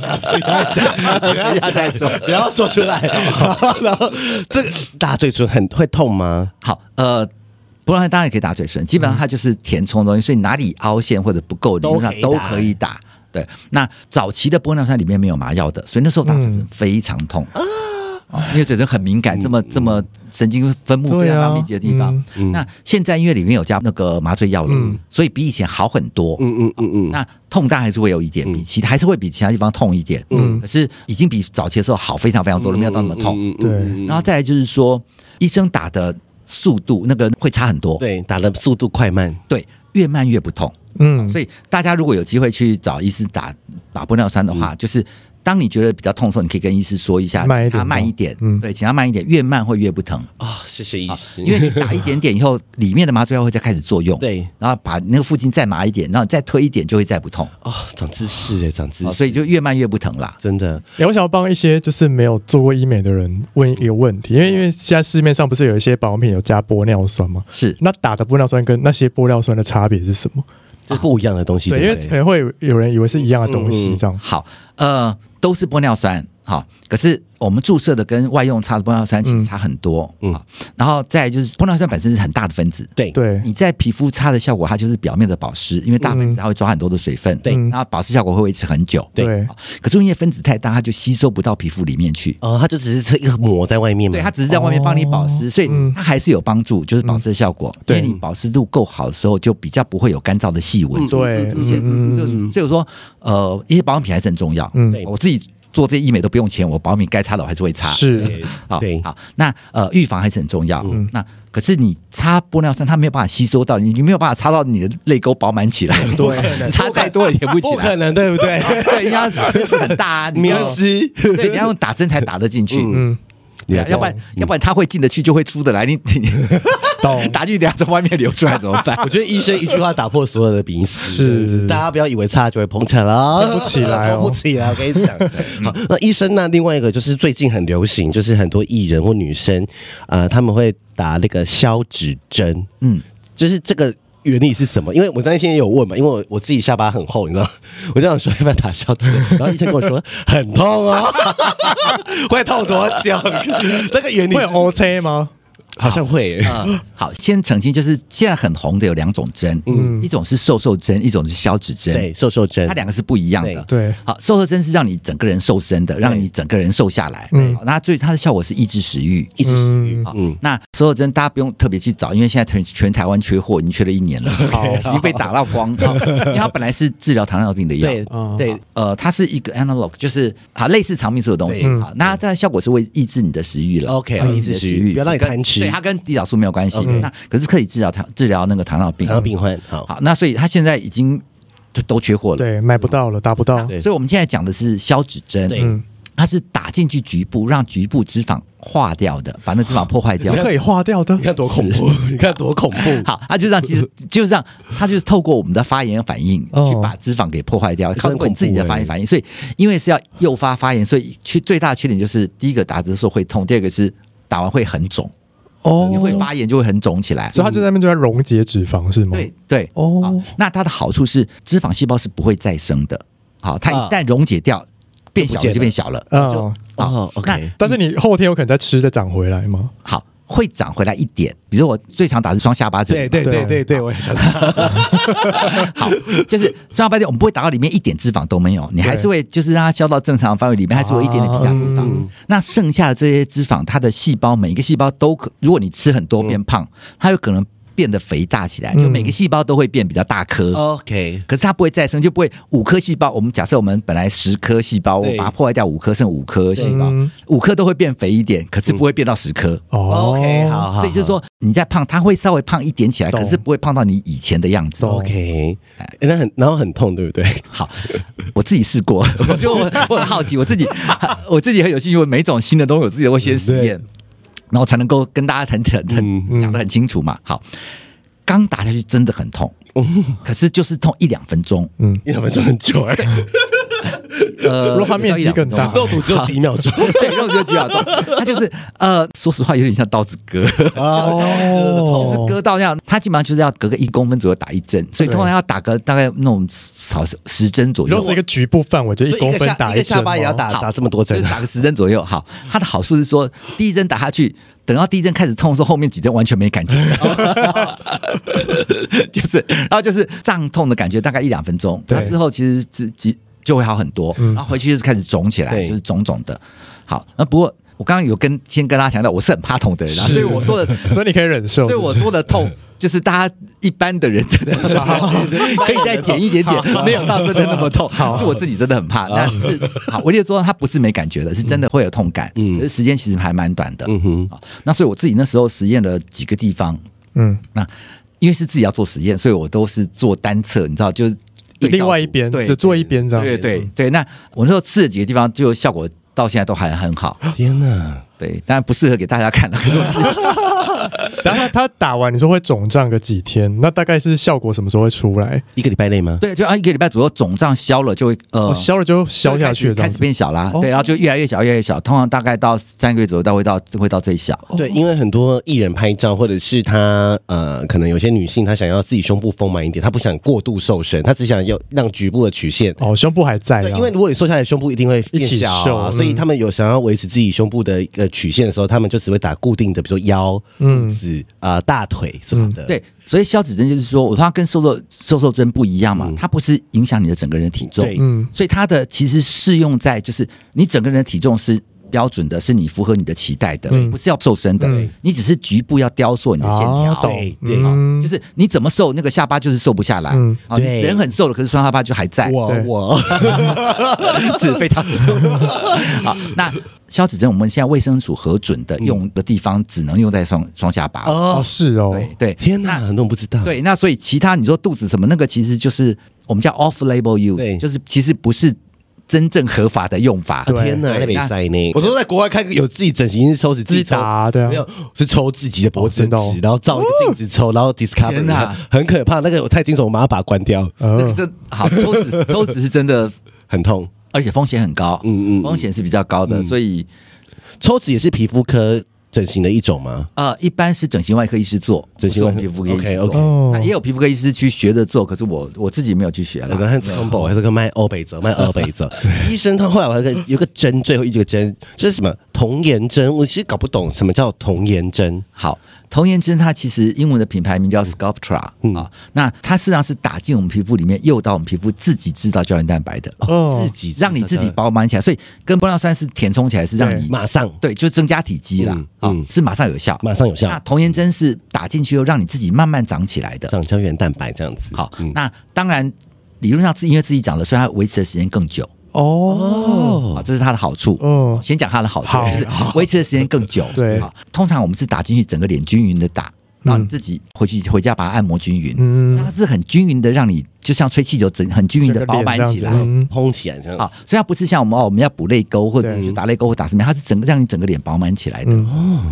Speaker 1: 不要再说，不要说
Speaker 2: [laughs]
Speaker 1: 出来。然后这个打嘴唇很会痛吗？
Speaker 3: 好，呃。不然当然也可以打嘴唇，基本上它就是填充的东西，所以哪里凹陷或者不够，理论上
Speaker 1: 嗯都
Speaker 3: 都
Speaker 1: 可以打
Speaker 3: 可以打。对，那早期的玻尿酸里面没有麻药的，所以那时候打嘴唇
Speaker 2: 嗯
Speaker 3: 非常痛，哦因为嘴唇很敏感，这么这么神经分布非
Speaker 2: 对啊
Speaker 3: 常密集的地方。
Speaker 1: 嗯
Speaker 3: 那现在因为里面有加那个麻醉药了，
Speaker 2: 嗯
Speaker 3: 所以比以前好很多。
Speaker 1: 嗯嗯嗯
Speaker 3: 那痛当然还是会有一点，比其他还是会比其他地方痛一点，
Speaker 2: 嗯
Speaker 3: 可是已经比早期的时候好非常非常多了，没有到那么痛。
Speaker 1: 嗯嗯嗯
Speaker 2: 对
Speaker 1: 嗯嗯
Speaker 3: 然后再来就是说，医生打的速度那个会差很多，
Speaker 1: 对打的速度快慢，
Speaker 3: 对越慢越不痛。
Speaker 2: 嗯，
Speaker 3: 所以大家如果有机会去找医师打打玻尿酸的话，就是当你觉得比较痛的时候，你可以跟医师说一下，
Speaker 2: 嗯慢一点
Speaker 3: 请他慢一点，
Speaker 2: 嗯
Speaker 3: 对，请他慢一点，越慢会越不疼。
Speaker 1: 啊！谢谢医师，
Speaker 3: 因为你打一点点以后，里面的麻醉药会再开始作用，
Speaker 1: 对，
Speaker 3: 然后把那个附近再麻一点，然后再推一点，就会再不痛，
Speaker 1: 啊，长知识哎，长知
Speaker 3: 啊，
Speaker 1: 识，
Speaker 3: 所以就越慢越不疼啦。
Speaker 1: 真的
Speaker 2: 欸我想要帮一些就是没有做过医美的人问一个问题，因为因为现在市面上不是有一些保养品有加玻尿酸吗？
Speaker 3: 是，
Speaker 2: 那打的玻尿酸跟那些玻尿酸的差别是什么？
Speaker 1: 这是不一样的东西，
Speaker 2: 对，因为
Speaker 1: 对不
Speaker 2: 可
Speaker 1: 对？
Speaker 2: 能会有人以为是一样的东西，这样。
Speaker 3: 好，呃，都是玻尿酸。好、可是我们注射的跟外用擦的玻尿酸其实差很多，
Speaker 1: 嗯
Speaker 3: 嗯，然后再来就是玻尿酸本身是很大的分子，
Speaker 1: 对
Speaker 2: 对，
Speaker 3: 你在皮肤擦的效果，它就是表面的保湿，因为大分子它会抓很多的水分，
Speaker 1: 对
Speaker 3: 然后保湿效果会维持很久，
Speaker 2: 对
Speaker 3: 好。可是因为分子太大，它就吸收不到皮肤里面去，
Speaker 1: 哦，它就只是一个膜在外面嘛。
Speaker 3: 对，它只是在外面帮你保湿，所以
Speaker 2: 嗯
Speaker 3: 它还是有帮助，就是保湿的效果。
Speaker 2: 对
Speaker 3: 因为你保湿度够好的时候，就比较不会有干燥的细纹。
Speaker 2: 对，
Speaker 3: 一些，
Speaker 2: 嗯
Speaker 3: 就所以我说，呃，一些保养品还是很重要。
Speaker 2: 嗯
Speaker 1: 对
Speaker 3: 我自己做这些医美都不用钱，我保养品该擦的我还是会擦。
Speaker 2: 是，嗯
Speaker 3: 好，
Speaker 1: 对
Speaker 3: 好，那呃，预防还是很重要。那可是你擦玻尿酸，它没有办法吸收到你，你没有办法擦到你的泪沟饱满起来， [laughs] 对，擦再
Speaker 1: [laughs]
Speaker 3: 多也填不起
Speaker 1: 不可
Speaker 3: 来。
Speaker 1: 能，对不对？
Speaker 3: 对，因为它分子很大啊，你
Speaker 1: 明
Speaker 3: 要
Speaker 1: 斯，
Speaker 3: 对，你要用打针才打得进去。
Speaker 2: 嗯，
Speaker 3: 对啊，要不然要不然它会进得去，就会出得来。你你
Speaker 2: 懂
Speaker 3: [laughs] 打进去，等下从外面流出来怎
Speaker 2: [laughs]
Speaker 3: 么办？
Speaker 1: [laughs] 我觉得医生一句话打破所有的迷思，
Speaker 2: 是
Speaker 1: 真的大家不要以为擦就会膨起来了，
Speaker 2: 不起来哦
Speaker 1: [laughs] 不起来。我跟你讲，
Speaker 2: [laughs]
Speaker 1: 好，那医生呢？另外一个就是最近很流行，就是很多艺人或女生，呃，他们会打那个消脂针，
Speaker 3: 嗯，
Speaker 1: 就是这个。原理是什么？因为我那天也有问嘛，因为我我自己下巴很厚，你知道， [laughs] 我就想说要不要打消脂，然后医生跟我说很痛
Speaker 2: [laughs]
Speaker 1: 哦， [laughs] 会痛多久？ [laughs] 那个原理
Speaker 2: 会哦
Speaker 1: 是
Speaker 2: 有 OK 吗？
Speaker 1: 好像会，
Speaker 3: 啊，好，先澄清，就是现在很红的有两种针，
Speaker 2: 嗯
Speaker 3: 一种是瘦瘦针，一种是消脂针。
Speaker 1: 对，瘦瘦针，
Speaker 3: 它两个是不一样的。
Speaker 2: 对
Speaker 3: 好，瘦瘦针是让你整个人瘦身的，让你整个人瘦下来。
Speaker 2: 嗯
Speaker 3: 嗯，那它最它的效果是抑制食欲。
Speaker 1: 一直
Speaker 2: 嗯
Speaker 3: 好，
Speaker 1: 嗯
Speaker 3: 那瘦瘦针大家不用特别去找，因为现在全全台湾缺货，已经缺了一年了，
Speaker 2: 好
Speaker 3: [laughs] 已经被打到光。好因为它本来是治疗糖尿病的药，
Speaker 1: 对
Speaker 2: 啊
Speaker 1: 对，
Speaker 3: 呃，它是一个 analog，就是啊类似肠泌素的东西
Speaker 2: 对。
Speaker 3: 好，那它的效果是会抑制你的食欲了
Speaker 1: OK，
Speaker 3: 啊
Speaker 1: 抑
Speaker 3: 抑
Speaker 1: 制
Speaker 3: 制
Speaker 1: 食
Speaker 3: 食
Speaker 1: 欲
Speaker 3: 欲，
Speaker 1: 不要让你
Speaker 3: 跟
Speaker 1: 贪吃
Speaker 3: 对，它跟胰岛素没有关系
Speaker 1: OK。
Speaker 3: 那可是可以治疗糖治疗那个糖尿病。
Speaker 1: 糖尿病患好，
Speaker 3: 好，那所以它现在已经都都缺货了。
Speaker 2: 对，买不到了，打不到，
Speaker 1: 对
Speaker 3: 所以我们现在讲的是消脂针，
Speaker 1: 对
Speaker 2: 嗯，
Speaker 3: 它是打进去局部，让局部脂肪化掉的，把那脂肪破坏掉
Speaker 2: 是。可以化掉的
Speaker 1: 你，看多恐怖， [laughs] 你看多恐怖。
Speaker 3: 好，啊它就让其实就是让它就是透过我们的发炎反应
Speaker 2: 哦
Speaker 3: 去把脂肪给破坏掉，
Speaker 1: 真的
Speaker 3: 靠
Speaker 1: 很
Speaker 3: 过你自己的
Speaker 1: 恐怖欸
Speaker 3: 发炎反应。所以因为是要诱发发炎，所以缺最大的缺点就是第一个打的时候会痛，第二个是打完会很肿，
Speaker 2: 哦
Speaker 3: 你会发炎就会很肿起来。
Speaker 2: 所以它就在那边就在溶解脂肪是吗？
Speaker 3: 对，对
Speaker 2: 哦
Speaker 3: 好那它的好处是脂肪细胞是不会再生的，好，它一
Speaker 1: 啊
Speaker 3: 旦溶解掉变小
Speaker 1: 见
Speaker 3: 了
Speaker 1: 了
Speaker 3: 就变小了。
Speaker 2: 啊，
Speaker 1: 哦，OK，
Speaker 2: 但是你后天有可能再吃再长回来吗？
Speaker 3: 好，会长回来一点。比如我最常打是双下巴针，
Speaker 2: 对对对
Speaker 1: 对，我也想，
Speaker 3: 好，就是双下巴针，我们不会打到里面一点脂肪都没有，你还是会就是让它消到正常的范围里面，还是会有一点点皮下脂肪。
Speaker 2: 嗯
Speaker 3: 那剩下的这些脂肪，它的细胞每一个细胞都可，如果你吃很多变胖，它有可能变得肥大起来，就每个细胞都会变比较大颗。
Speaker 1: OK，
Speaker 3: 可是它不会再生，就不会五颗细胞。我们假设我们本来十颗细胞，
Speaker 1: 对
Speaker 3: 我把它破坏掉五颗，剩五颗细胞
Speaker 2: 嗯，
Speaker 3: 五颗都会变肥一点，可是不会变到十颗。
Speaker 2: 哦
Speaker 1: OK，好好
Speaker 3: 所以就是说，你在胖，它会稍微胖一点起来，
Speaker 2: 懂
Speaker 3: 可是不会胖到你以前的样子。
Speaker 2: 懂
Speaker 1: ，OK，哎那很然后很痛，对不对？
Speaker 3: 好，我自己
Speaker 2: [laughs]
Speaker 3: 试过，我就我我很好奇，我自己我自己很有兴趣，我每种新的东西我自己都会先实验，然后才能够跟大家很很
Speaker 1: 嗯
Speaker 2: 嗯
Speaker 3: 很讲得很清楚嘛。好，刚打下去真的很痛，可是就是痛一两分钟，
Speaker 2: 嗯，
Speaker 1: 因为他们做很久哎，
Speaker 3: 呃，
Speaker 2: 如果它面积更大
Speaker 3: 一两分
Speaker 1: 肉
Speaker 3: 钟
Speaker 1: 毒只有几秒钟
Speaker 3: [laughs] 对，肉毒就几秒钟，它就是呃，说实话有点像刀子割。 [laughs] 就是
Speaker 2: 哦，
Speaker 3: 割到那样，它基本上就是要隔个一公分左右打一针，所以
Speaker 2: 对
Speaker 3: 通常要打个大概那种少十针左
Speaker 2: 如果是一
Speaker 3: 右。
Speaker 2: 个局部范围，就一公分打
Speaker 1: 一个
Speaker 2: 针哦
Speaker 1: 下
Speaker 2: 吗
Speaker 1: 巴也要打
Speaker 3: 好
Speaker 1: 打这么多
Speaker 3: 就
Speaker 1: 针
Speaker 3: 是
Speaker 1: 啊，
Speaker 3: 打个十针左右，好，它的好处是说，第一针打下去，等到第一针开始痛的时候，后面几针完全
Speaker 2: [laughs]
Speaker 3: 没感觉，就是，然后就是胀痛的感觉，大概一两分钟，
Speaker 2: 对嗯
Speaker 3: 那之后其实自己就会好很多，然后回去就是开始肿起来，
Speaker 1: 对
Speaker 3: 就是肿肿的。好，那不过我刚刚有跟先跟大家强调，我是很怕痛的人啊，
Speaker 2: 是
Speaker 3: 所以我说的
Speaker 2: 所以你可以忍受。
Speaker 3: [laughs] 所以我
Speaker 2: 是
Speaker 3: 说的
Speaker 2: [laughs]
Speaker 3: 痛，就是大家一般的人真的可以再减一点点，没有到真的那么痛。是我自己真的很怕，但是好，我就说它不是没感觉的，是真的会有痛感。
Speaker 1: 嗯
Speaker 3: 嗯，可是时间其实还蛮短的。
Speaker 1: 嗯哼，
Speaker 3: 好那所以我自己那时候实验了几个地方，
Speaker 2: 不是嗯，
Speaker 3: 那因为是自己要做实验，所以我都是做单侧，你知道，就是对照
Speaker 2: 另外
Speaker 3: 组
Speaker 2: 一边
Speaker 3: 对
Speaker 2: 只做一边这样，嗯
Speaker 3: 对对对。那我那时候试了几个地方，就效果到现在都还很好。
Speaker 1: 天哪，
Speaker 3: 对，当然不适合给大家看了。
Speaker 2: [laughs] 然后他打完，你说会肿胀个几天？那大概是效果什么时候会出来？
Speaker 1: 一个礼拜内吗？
Speaker 3: 对，就啊按一个礼拜左右肿胀消了，就会呃
Speaker 2: 哦，消了就消下去，这
Speaker 3: 开
Speaker 2: 样
Speaker 3: 始
Speaker 2: 子。
Speaker 3: 变小啦。
Speaker 2: 哦
Speaker 3: 对，然后就越来越小，越来越小，通常大概到三个月左右，到会到会到最小。
Speaker 2: 哦
Speaker 1: 对，因为很多艺人拍照，或者是她呃，可能有些女性她想要自己胸部丰满一点，她不想过度瘦身，她只想要让局部的曲线。
Speaker 2: 哦，胸部还在
Speaker 1: 对，
Speaker 2: 啊，
Speaker 1: 因为如果你瘦下来，胸部一定会变小
Speaker 2: 一起瘦
Speaker 1: 啊、
Speaker 2: 嗯
Speaker 1: 所以他们有想要维持自己胸部的一个曲线的时候，他们就只会打固定的，比如说腰、
Speaker 2: 嗯
Speaker 1: 肚子、啊、大腿什么的。
Speaker 3: 嗯对，所以消脂针就是说，我说它跟瘦肉瘦瘦针不一样嘛，它不是影响你的整个人体重，
Speaker 1: 对
Speaker 2: 嗯
Speaker 3: 所以它的其实适用在就是你整个人的体重是。标准的是你符合你的期待的，
Speaker 2: 嗯
Speaker 3: 不是要瘦身的，
Speaker 2: 嗯
Speaker 3: 你只是局部要雕塑你的线条，
Speaker 2: 哦懂
Speaker 1: 对对
Speaker 2: 嗯，
Speaker 3: 就是你怎么瘦，那个下巴就是瘦不下来。
Speaker 2: 嗯
Speaker 3: 啊，你
Speaker 1: 对
Speaker 3: 人很瘦了，可是双下巴就还在。
Speaker 1: 我
Speaker 2: 对
Speaker 1: 我 [laughs]
Speaker 3: 是非常重。好， [laughs] 那消脂针我们现在卫生署核准的用的地方，只能用在双双下巴。
Speaker 2: 哦，
Speaker 1: 哦，
Speaker 2: 是哦，
Speaker 3: 对 [laughs] 对
Speaker 1: 天哪，很多人不知道。
Speaker 3: 对，那所以其他你说肚子什么那个，其实就是我们叫 off label
Speaker 1: 对
Speaker 3: use，就是其实不是真正合法的用法。
Speaker 2: 对
Speaker 1: 天哪，
Speaker 3: 对
Speaker 1: 那没
Speaker 3: 那
Speaker 1: 塞呢！我说在国外看有自己整形是抽脂，自
Speaker 2: 自己
Speaker 1: 抽
Speaker 2: 打啊对啊
Speaker 1: 没有是抽自己的脖
Speaker 2: 哦
Speaker 1: 子
Speaker 2: 真的哦
Speaker 1: 脂，然后照一个镜子抽，然后 discover，
Speaker 3: 天哪
Speaker 1: 很可怕，那个我太惊悚，我马上把它关掉，
Speaker 2: 呃
Speaker 3: 那个真好，抽脂抽脂是真的，
Speaker 1: 很痛。
Speaker 3: 而且风险很高，
Speaker 1: 嗯嗯嗯
Speaker 3: 风险是比较高的，所以
Speaker 1: 抽脂也是皮肤科整形的一种吗？
Speaker 3: 呃，一般是整形外科医师做，
Speaker 1: 整形外
Speaker 3: 外
Speaker 1: 科
Speaker 3: 皮肤科医师
Speaker 1: OK，OK
Speaker 3: 做，那也有皮肤科医师去学着做，可是我我自己没有去学
Speaker 1: 可
Speaker 3: 了。
Speaker 1: 能很 combo，还是个卖欧北泽，卖二北泽。医生他后来我还有个有个针，最后一个针就是什么童颜针，我其实搞不懂什么叫童颜针。
Speaker 3: 好，童颜针它其实英文的品牌
Speaker 1: 嗯
Speaker 3: 名叫 Sculptra、啊，那它事实上是打进我们皮肤里面，诱导我们皮肤自己制造胶原蛋白的，
Speaker 2: 哦
Speaker 1: 自己
Speaker 3: 让你自己饱满起来。所以跟玻尿酸是填充起来，是让你
Speaker 1: 马上
Speaker 3: 对就增加体积啦
Speaker 1: 嗯，
Speaker 3: 啊、
Speaker 1: 嗯
Speaker 3: 是马上有效。
Speaker 1: 马上有
Speaker 3: 那
Speaker 1: 效，
Speaker 3: 童颜针是打进去后让你自己慢慢长起来的。
Speaker 1: 长胶原蛋白这样子。嗯
Speaker 3: 好，那当然理论上是因为自己长的，所以它维持的时间更久。
Speaker 2: 哦，
Speaker 3: 哦，这是它的好处。
Speaker 2: 嗯
Speaker 3: 先讲它的好处， [laughs]
Speaker 2: 好
Speaker 3: 就是维持的时间更久。
Speaker 2: 对
Speaker 3: 好通常我们是打进去整个脸均匀的打，然后你自己回去回家把它按摩均匀，
Speaker 2: 嗯
Speaker 3: 那它是很均匀的，让你就像吹气球整很均匀的饱满起来
Speaker 2: 整个脸这样。子嗯
Speaker 1: 蓬起来这样子
Speaker 3: 好，所以它不是像我们哦，我们要补泪沟或者
Speaker 2: 对
Speaker 3: 就打泪沟或打什么，它是整个让你整个脸饱满起来的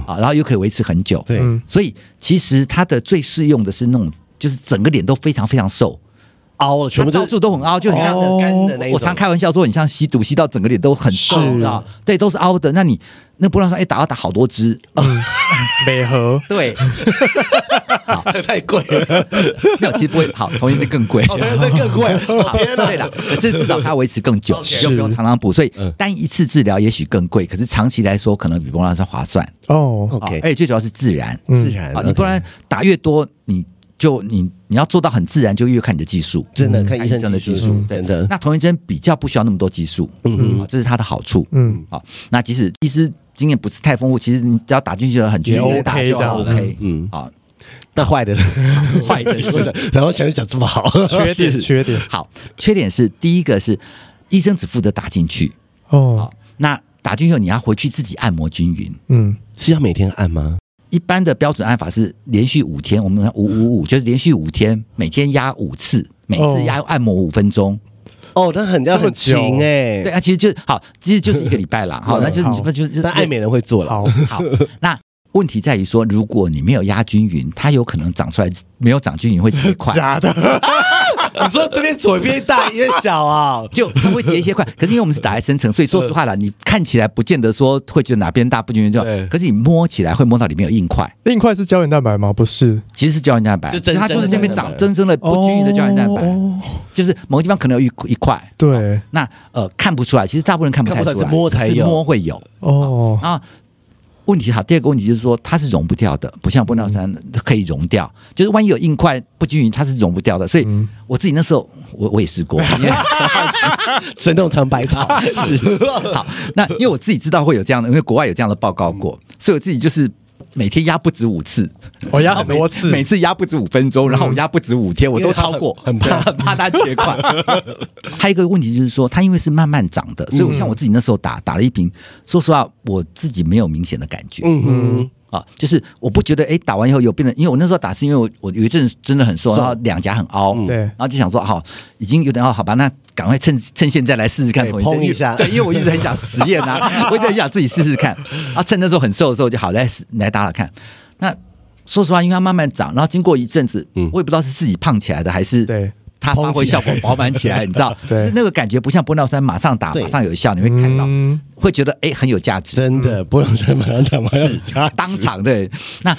Speaker 3: 啊，然后又可以维持很久。
Speaker 1: 对
Speaker 2: 嗯
Speaker 3: 所以其实它的最适用的是那种，就是整个脸都非常非常瘦，
Speaker 1: 凹了，全部
Speaker 3: 它
Speaker 1: 都
Speaker 3: 到处都很凹，就很像
Speaker 1: 哦干的那一种
Speaker 3: 我常开玩笑说，你像吸毒吸到整个脸都很瘦，
Speaker 2: 是
Speaker 3: 你知道？对，都是凹的。那你那波浪上哎打要打好多支，啊
Speaker 2: 美和
Speaker 3: [laughs] 对，
Speaker 1: 太贵 [laughs] 了，
Speaker 3: 没有，其实不会好，同一支更贵。
Speaker 1: 哦，原来这更贵，
Speaker 3: 好
Speaker 1: 天哪！
Speaker 3: 对啦，可是至少它维持更久，
Speaker 1: OK
Speaker 3: 使用不用常常补，所以
Speaker 1: 嗯
Speaker 3: 单一次治疗也许更贵，可是长期来说可能比波浪上划算。
Speaker 2: 哦，
Speaker 1: OK
Speaker 3: 啊而且最主要是自然，
Speaker 2: 嗯
Speaker 1: 自然
Speaker 3: 啊，你不然打越多，你就你你要做到很自然，就越看你的技术。嗯
Speaker 1: 真的看
Speaker 3: 看
Speaker 1: 医
Speaker 3: 医
Speaker 1: 生
Speaker 3: 生的技术
Speaker 1: 术，，
Speaker 3: 对
Speaker 1: 真的，
Speaker 3: 那同一针比较不需要那么多激素，嗯，这是它的好处，
Speaker 2: 嗯，
Speaker 3: 好，那即使医师经验不是太丰富，其实你只要打进去了很均匀
Speaker 2: 也
Speaker 3: 地打
Speaker 2: OK
Speaker 3: 就
Speaker 2: 这样
Speaker 3: OK，
Speaker 1: 嗯
Speaker 3: 嗯，好，
Speaker 1: [laughs] 那坏的，
Speaker 3: 坏的是
Speaker 1: [laughs] 然后前面讲这么好，
Speaker 2: 缺点缺点
Speaker 3: 好，缺点是第一个是医生只负责打进去，
Speaker 2: 哦
Speaker 3: 好，，那打进去后你要回去自己按摩均匀。
Speaker 2: 嗯
Speaker 1: 是要每天按吗？
Speaker 3: 一般的标准按法是连续五天，我们五五五就是连续五天，每天压五次，每
Speaker 2: 哦
Speaker 3: 次压按摩五分钟。
Speaker 1: 哦，那很要
Speaker 2: 这么
Speaker 1: 很
Speaker 2: 久
Speaker 1: 勤哎
Speaker 3: 对，啊，其实就好，其实就是一个礼拜
Speaker 2: [laughs]
Speaker 3: 啦。好，那就是
Speaker 2: 好
Speaker 3: 你就就
Speaker 1: 但爱美人会做了
Speaker 2: 好，
Speaker 3: 好，那问题在于说，如果你没有压均匀，它有可能长出来没有长均匀
Speaker 2: [laughs]
Speaker 3: 会结块，
Speaker 2: 假的，
Speaker 1: 你说这边左边大，一边小啊？
Speaker 3: 就它会结一些块。可是因为我们是打在深层，所以说实话啦，你看起来不见得说会觉得哪边大不均匀就
Speaker 1: 对，
Speaker 3: 可是你摸起来会摸到里面有硬块，
Speaker 2: 硬块是胶原蛋白吗？不是，
Speaker 3: 其实是胶原蛋白，
Speaker 1: 就增
Speaker 3: 它
Speaker 1: 生
Speaker 3: 就是那边
Speaker 1: 的
Speaker 3: 长增生了不均匀的胶原蛋白，
Speaker 2: 哦哦
Speaker 3: 就是某个地方可能有一一块。
Speaker 2: 对，
Speaker 3: 那呃看不出来，其实大部分人看不太
Speaker 1: 看不
Speaker 3: 出
Speaker 1: 出来
Speaker 3: 来，
Speaker 1: 是摸才有
Speaker 3: 是摸会有。
Speaker 2: 哦，
Speaker 3: 啊，问题好，第二个问题就是说它是溶不掉的，不像玻尿酸可以溶掉，就是万一有硬块不均匀，它是溶不掉的。所以我自己那时候我我也试 [laughs] 过，因为
Speaker 1: 神农尝百草是
Speaker 3: [laughs] 好，那因为我自己知道会有这样的，因为国外有这样的报
Speaker 1: 嗯
Speaker 3: 告过，所以我自己就是。每天压不止五
Speaker 1: [laughs]
Speaker 3: 次，
Speaker 2: 我哦压
Speaker 3: 然后
Speaker 2: 很
Speaker 3: 每
Speaker 2: 多次，
Speaker 3: 每次压不止五分钟，然后我压不止五天，我
Speaker 1: 嗯因为
Speaker 3: 都
Speaker 1: 它
Speaker 3: 超
Speaker 1: 很
Speaker 3: 过，
Speaker 1: 很怕
Speaker 3: 对很 [laughs] 怕它结块。还有一个问题就是说，它因为是慢慢长
Speaker 1: 嗯
Speaker 3: 的，所以我像我自己那时候打打了一瓶，说实话，我自己没有明显的感觉。
Speaker 1: 嗯哼，
Speaker 3: 啊，就是我不觉得哎、打完以后有变得，因为我那时候打是因为我我有一阵真的很瘦，
Speaker 1: 瘦嗯
Speaker 3: 然后两颊很凹，
Speaker 2: 对
Speaker 3: 然后就想说好，已经有点凹，好吧，那赶快趁趁现在来试试看
Speaker 1: 对
Speaker 3: 同一针
Speaker 1: 碰一下
Speaker 3: 对，因为我一直很想实
Speaker 1: [laughs]
Speaker 3: 验啊，我一直很想自己试试看啊，趁那时候很瘦的时候就好来试来打打看。那说实话，因为它慢慢长，然后经过一阵子，
Speaker 1: 嗯
Speaker 3: 我也不知道是自己胖起来的还是
Speaker 2: 对
Speaker 3: 它发挥效果饱满起来，你知道，
Speaker 2: [laughs] 对
Speaker 3: 就是那个感觉不像玻尿酸马上打
Speaker 1: 对
Speaker 3: 马上有效，你会看到，
Speaker 2: 嗯
Speaker 3: 会觉得哎、很有价值，
Speaker 1: 真的不能说马上打麻药 [laughs] 加
Speaker 3: 当场对。那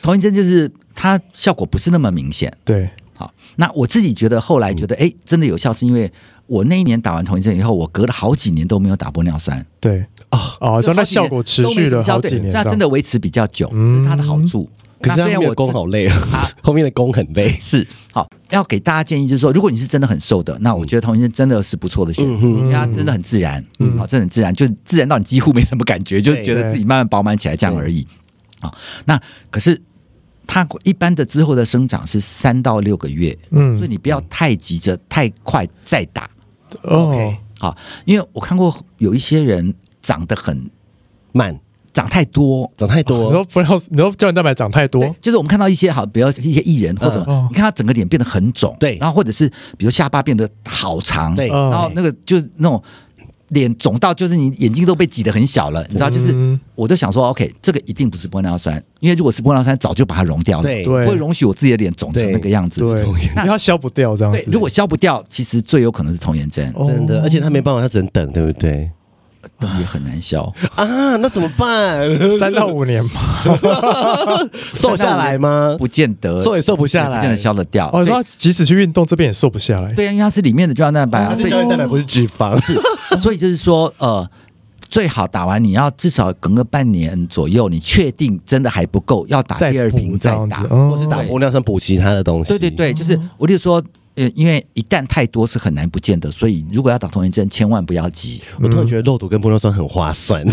Speaker 3: 同一针就是它效果不是那么明显。
Speaker 2: 对，
Speaker 3: 好，那我自己觉得后来
Speaker 2: 嗯
Speaker 3: 觉得，哎、真的有效，是因为我那一年打完同一针以后，我隔了好几年都没有打玻尿酸。
Speaker 2: 对啊哦，所以那
Speaker 3: 好几年
Speaker 2: 效果持
Speaker 3: 都没
Speaker 2: 续
Speaker 3: 什么
Speaker 2: 了
Speaker 3: 效
Speaker 2: 好
Speaker 3: 对
Speaker 2: 几年，
Speaker 3: 所以它真的维持比较久，
Speaker 2: 嗯
Speaker 3: 这是它的好处。
Speaker 1: 可
Speaker 3: 那
Speaker 1: 是
Speaker 3: 虽
Speaker 1: 后面
Speaker 3: 然
Speaker 1: 的
Speaker 3: 我
Speaker 1: 弓
Speaker 3: 自
Speaker 1: 好累啊，后面的弓很累。
Speaker 3: 是好，要给大家建议就是说，如果你是真的很瘦的，那我觉得同一针真的是不错的选择，因为它真的很自然，嗯，好，真的很自然，就自然到你几乎没什么感觉，就是觉得自己慢慢饱满起来这样而已。啊，那可是它一般的之后的生长是三到六个月，
Speaker 2: 嗯
Speaker 3: 所以你不要太急着太快再打，
Speaker 2: 哦
Speaker 1: OK，
Speaker 3: 啊，因为我看过有一些人长得很
Speaker 1: 慢，
Speaker 3: 长太多，
Speaker 1: 长太
Speaker 2: 你
Speaker 1: 多
Speaker 2: 说不要，你说胶原蛋白长太多
Speaker 3: 对，就是我们看到一些好，比如一些艺人或者
Speaker 2: 嗯
Speaker 3: 你看他整个脸变得很肿，
Speaker 1: 对
Speaker 3: 然后或者是比如下巴变得好长，
Speaker 1: 对
Speaker 2: 嗯
Speaker 3: 然后那个就是那种脸肿到就是你眼睛都被挤得很小了，你知道，就是
Speaker 2: 嗯
Speaker 3: 我都想说，OK，这个一定不是玻尿酸，因为如果是玻尿酸，早就把它溶掉了，
Speaker 1: 对
Speaker 2: 对
Speaker 3: 不会容许我自己的脸肿成
Speaker 1: 对
Speaker 3: 那个样子，
Speaker 2: 对，
Speaker 1: 同
Speaker 2: 因为它消不掉这样
Speaker 3: 对
Speaker 2: 子。
Speaker 3: 如果消不掉，其实最有可能是童颜针，
Speaker 2: 哦
Speaker 1: 真的，而且他没办法，他只能等，对不对？
Speaker 3: 也很难消。
Speaker 1: 啊，那怎么办？
Speaker 2: 三到五年嘛，
Speaker 1: [laughs] 瘦下来吗？
Speaker 3: 不见得
Speaker 1: 瘦也瘦不下
Speaker 3: 不见
Speaker 1: 来
Speaker 3: 得，消得掉。
Speaker 2: 哦，你
Speaker 3: 所以
Speaker 2: 说它即使去运动，这边也瘦不下来。
Speaker 3: 对啊，因为它是里面的胶原蛋白啊，
Speaker 1: 哦它
Speaker 3: 所
Speaker 1: 是
Speaker 3: 以
Speaker 1: 胶原蛋白，不是脂肪。
Speaker 3: 所以就是说，呃，最好打完你要至少隔个半年左右，你确定真的还不够，要打
Speaker 2: 再
Speaker 3: 第二
Speaker 2: 补
Speaker 3: 瓶
Speaker 2: 这
Speaker 3: 再
Speaker 2: 样
Speaker 3: 打
Speaker 2: 子。哦
Speaker 1: 或是打玻尿酸补其他的东西。
Speaker 3: 对对对，就是我就说，呃，因为一旦太多是很难不见的，所以如果要打童颜针，千万不要急。
Speaker 1: 我突然觉得肉毒跟玻尿酸很划算，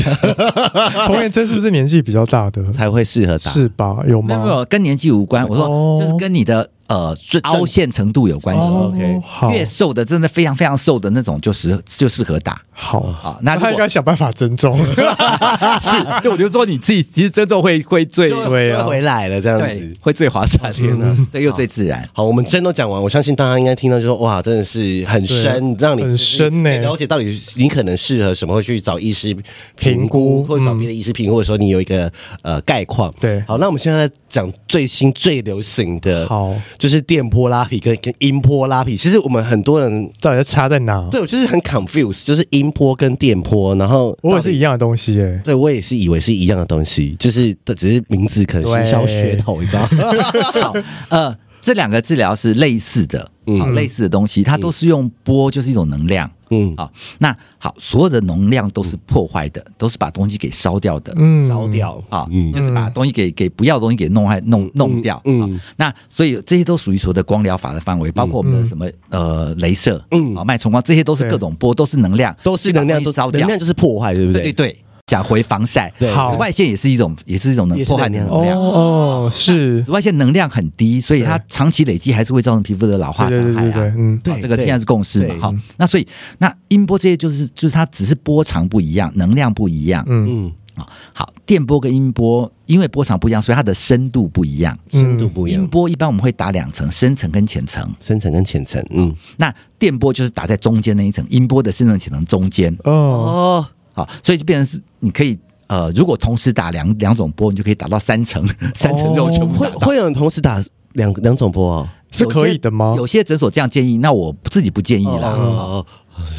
Speaker 2: 童颜针是不是年纪比较大
Speaker 3: [laughs]
Speaker 2: 的？
Speaker 1: [laughs] 才会适合打。
Speaker 2: 是吧？有
Speaker 3: 没有没
Speaker 2: 吗？
Speaker 3: 有，跟年纪无关，我
Speaker 2: 哦
Speaker 3: 说就是跟你的呃这凹陷程度有关系。
Speaker 2: 哦
Speaker 1: OK
Speaker 2: 好
Speaker 3: 越瘦的，真的非常非常瘦的那种，就适就适合打。
Speaker 2: 好，
Speaker 3: 好，那如
Speaker 2: 他应
Speaker 3: 果
Speaker 2: 该想办法增
Speaker 3: [laughs]
Speaker 2: 重。
Speaker 3: 是，就我就说你自己其实真正会会最
Speaker 1: 就
Speaker 2: 对啊
Speaker 1: 就回来了这样
Speaker 3: 对
Speaker 1: 子。
Speaker 3: 会最划算，天哪，对又最自然。
Speaker 1: 好，我们真都讲完，我相信大家应该听到就说哇，真的是很深，
Speaker 2: 对
Speaker 1: 让你
Speaker 2: 很深呢
Speaker 1: 了解到底你可能适合什么，会去找医师评
Speaker 2: 评
Speaker 1: 估，
Speaker 2: 估
Speaker 1: 或者找别的医师评估的时候，你有一个呃概况。
Speaker 2: 对
Speaker 1: 好，那我们现在来讲最新最流行的，
Speaker 2: 好，
Speaker 1: 就是电波拉皮跟跟音波拉皮。其实我们很多人
Speaker 2: 到底在差在哪？
Speaker 1: 对我就是很 confused，就是音波跟电波，然后
Speaker 2: 我
Speaker 1: 到
Speaker 2: 也
Speaker 1: 底
Speaker 2: 是一样的东西耶。
Speaker 1: 对，我也是以为是一样的东西，就是这只是名字可能
Speaker 2: 对
Speaker 1: 是小噱头，你知道？
Speaker 2: [laughs]
Speaker 3: 好，呃，这两个治疗是类似的，
Speaker 1: 嗯
Speaker 3: 好，类似的东西，它都是用波，就是一种能量。
Speaker 1: 嗯，
Speaker 3: 好，那好，所有的能量都是破坏的，都是把东西给烧掉的。
Speaker 2: 嗯，
Speaker 1: 烧
Speaker 2: [laughs]
Speaker 1: 掉
Speaker 3: 啊，
Speaker 1: 嗯
Speaker 3: 就是把东西给给不要的东西给弄坏弄弄掉，
Speaker 1: 嗯
Speaker 3: 嗯，
Speaker 1: 嗯
Speaker 3: 那所以这些都属于所谓的光疗法的范围，包括我们的什么、呃，镭射，
Speaker 1: 嗯
Speaker 3: 嗯，啊，脉冲光，这些都是
Speaker 2: 对
Speaker 3: 各种波，都是能量，
Speaker 1: 都是能量，
Speaker 3: 去把
Speaker 1: 都
Speaker 3: 东西烧
Speaker 1: 能
Speaker 3: 掉
Speaker 1: 量，就是破坏，对不
Speaker 3: 对对对，讲回防晒，
Speaker 1: 对
Speaker 2: 好
Speaker 3: 紫外线也是一种，也是一种能
Speaker 1: 也是
Speaker 3: 破坏的
Speaker 1: 能量
Speaker 3: 能量，
Speaker 2: 哦哦，是
Speaker 3: 紫，外线能量很低，所以它长期累积还是会造成皮肤的老化
Speaker 2: 对
Speaker 3: 伤
Speaker 2: 对
Speaker 3: 害
Speaker 2: 对对
Speaker 3: 啊。
Speaker 2: 对，嗯，
Speaker 3: 好
Speaker 1: 对
Speaker 3: 这个现在是共识嘛
Speaker 1: 对？嗯
Speaker 3: 好，那所以那音波这些就是就是它只是波长不一样，能量不一样
Speaker 2: 嗯
Speaker 1: 嗯，
Speaker 3: 啊。好，电波跟音波因为波长不一样，所以它的深度不一样。
Speaker 1: 深度不一
Speaker 3: 音
Speaker 1: 样，
Speaker 3: 波一般我们会打两层，深层跟浅层。
Speaker 1: 嗯深层跟浅层，嗯，
Speaker 3: 那电波就是打在中间那一层，音波的深层浅层中间。
Speaker 2: 哦，
Speaker 1: 哦，
Speaker 3: 好，所以就变成是你可以呃，如果同时打两两种波，你就可以打到三层，三层肉全部
Speaker 1: 会
Speaker 3: 打到
Speaker 1: 会有人同时打两两种波哦，
Speaker 2: 是可以的吗
Speaker 3: 有些有些诊所这样建议，那我自己不建议
Speaker 1: 哦
Speaker 3: 啦。
Speaker 1: 哦，哦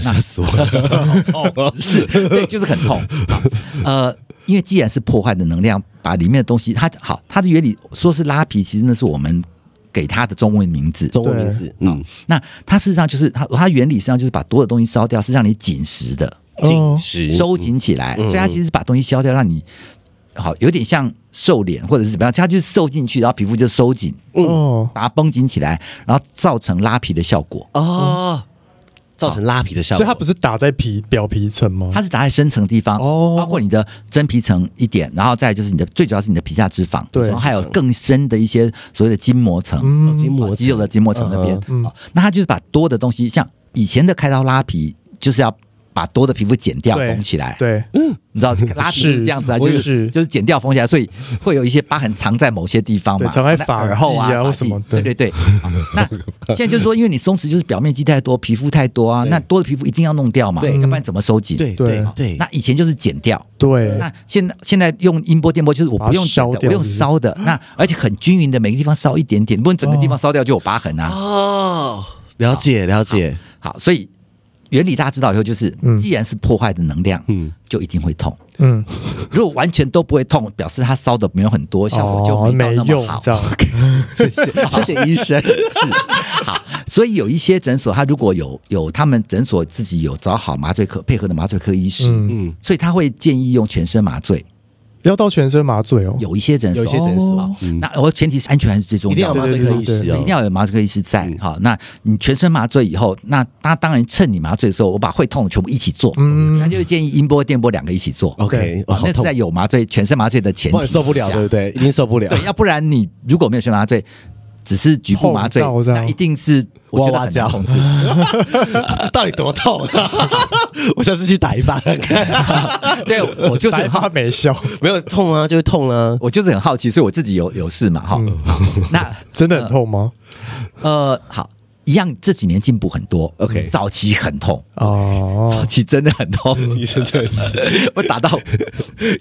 Speaker 1: 吓死我了，是，
Speaker 3: 对， [laughs] 就是很痛。好呃，因为既然是破坏的能量，把里面的东西，它好，它的原理说是拉皮，其实那是我们给它的中文名字。
Speaker 1: 中文名字，嗯，
Speaker 3: 那它事实上就是它，它原理实际上就是把多的东西烧掉，是让你紧实的
Speaker 2: 哦
Speaker 1: 紧实
Speaker 3: 收紧起来，
Speaker 1: 嗯
Speaker 3: 所以它其实是把东西消掉，让你好有点像瘦脸或者是怎么样，它就是瘦进去，然后皮肤就收紧，
Speaker 2: 哦，
Speaker 3: 把它绷紧起来，然后造成拉皮的效果。
Speaker 1: 哦，造成拉皮的效
Speaker 2: 所以
Speaker 1: 果，
Speaker 2: 它不是打在皮表皮层吗？
Speaker 3: 它是打在深层地方，
Speaker 2: 哦
Speaker 3: 包括你的真皮层一点，然后再来就是你的最主要是你的皮下脂肪，
Speaker 2: 对
Speaker 3: 然后还有更深的一些所谓的筋膜层，
Speaker 2: 嗯
Speaker 1: 筋膜
Speaker 3: 啊
Speaker 1: 层
Speaker 3: 肌肉的筋膜层那边，
Speaker 2: 嗯嗯
Speaker 3: 好那它就是把多的东西，像以前的开刀拉皮，就是要把多的皮肤剪掉
Speaker 2: 对
Speaker 3: 缝起来，嗯
Speaker 2: 对，
Speaker 3: 你知道拉皮
Speaker 2: 是
Speaker 3: 是这样子啊，
Speaker 2: 我
Speaker 3: 就
Speaker 2: 也
Speaker 3: 是
Speaker 2: 是
Speaker 3: 就是剪掉缝起来，所以会有一些疤痕藏在某些地方嘛，
Speaker 2: 对藏在发
Speaker 3: 耳后
Speaker 2: 际啊
Speaker 3: 发
Speaker 2: 或什
Speaker 3: 际
Speaker 2: 么
Speaker 3: 对对
Speaker 2: 对
Speaker 3: 对。好那现在就是说，因为你松弛就是表面积太多，皮肤太多啊，那多的皮肤一定要弄掉嘛，
Speaker 1: 对
Speaker 3: 要不然怎么收紧？
Speaker 1: 对
Speaker 2: 对
Speaker 1: 对对，
Speaker 3: 那以前就是剪掉，
Speaker 2: 对，
Speaker 3: 那现在现在用音波电波，就是我不用剪
Speaker 2: 把它烧
Speaker 3: 的，
Speaker 2: 掉
Speaker 3: 我用烧的。那而且很均匀的，每个地方烧一点点，不能整个地方烧掉就有疤痕啊。
Speaker 1: 哦，了解了解，
Speaker 3: 好，所以原理大家知道以后，就是
Speaker 2: 嗯
Speaker 3: 既然是破坏的能量，
Speaker 1: 嗯
Speaker 3: 就一定会痛。
Speaker 2: 嗯，
Speaker 3: 如果完全都不会痛，表示它烧的没有很多，效果
Speaker 2: 哦
Speaker 3: 就
Speaker 2: 没
Speaker 3: 没到那
Speaker 2: 用
Speaker 3: 么好，。
Speaker 2: 这
Speaker 3: [laughs]
Speaker 2: 样，
Speaker 1: 谢谢谢谢医 [laughs] 生，
Speaker 3: 好，所以有一些诊所，它如果有有他们诊所自己有找好麻醉科配合的麻醉科医师，
Speaker 2: 嗯，
Speaker 1: 嗯，
Speaker 3: 所以他会建议用全身麻醉。
Speaker 2: 要到全身麻醉哦，
Speaker 3: 有一些诊所，
Speaker 1: 有些诊所
Speaker 3: 哦
Speaker 1: 嗯
Speaker 3: 那我前提是安全还是最重
Speaker 1: 一定要
Speaker 3: 要
Speaker 1: 有麻。醉
Speaker 3: 的
Speaker 2: 对
Speaker 1: 科
Speaker 2: 对
Speaker 1: 医
Speaker 2: 对
Speaker 1: 师
Speaker 3: 对
Speaker 1: 哦，
Speaker 3: 一定要有麻醉科医师在。
Speaker 1: 嗯
Speaker 3: 好，那你全身麻醉以后，那他当然趁你麻醉的时候，我把会痛的全部一起做。
Speaker 2: 嗯
Speaker 3: 他就会建议音波、电波两个一起做。
Speaker 1: OK，哇
Speaker 3: 啊
Speaker 1: 哦好
Speaker 3: 那是
Speaker 1: 痛
Speaker 3: 在，有麻醉、全身麻醉的前
Speaker 1: 不
Speaker 3: 提
Speaker 1: 然受不了，
Speaker 3: 下
Speaker 1: 对不 [laughs] 对？一定受不了，
Speaker 3: 对，要不然你如果没有全身麻醉，只是局部麻醉，
Speaker 2: 痛到这样
Speaker 3: 那一定是我觉得
Speaker 1: 哇哇
Speaker 3: 很
Speaker 1: 叫
Speaker 3: 难控制。
Speaker 1: 到底多痛？我下次去打一把看看，
Speaker 3: 对，我就是
Speaker 2: 白
Speaker 3: 很
Speaker 2: 发
Speaker 3: 好，
Speaker 2: 没笑，
Speaker 1: [laughs] 没有痛啊，就是痛啊。
Speaker 3: 我就是很好奇，所以我自己有有事嘛哈。
Speaker 1: 嗯
Speaker 3: 那
Speaker 2: 真的很痛吗？
Speaker 3: 呃，好，一样这几年进步很多。
Speaker 1: OK
Speaker 3: 早期很痛，早 [laughs]
Speaker 2: 哦，
Speaker 3: 期真的
Speaker 1: [laughs]
Speaker 3: 很痛，
Speaker 1: 医生真的是
Speaker 3: [laughs] 我打到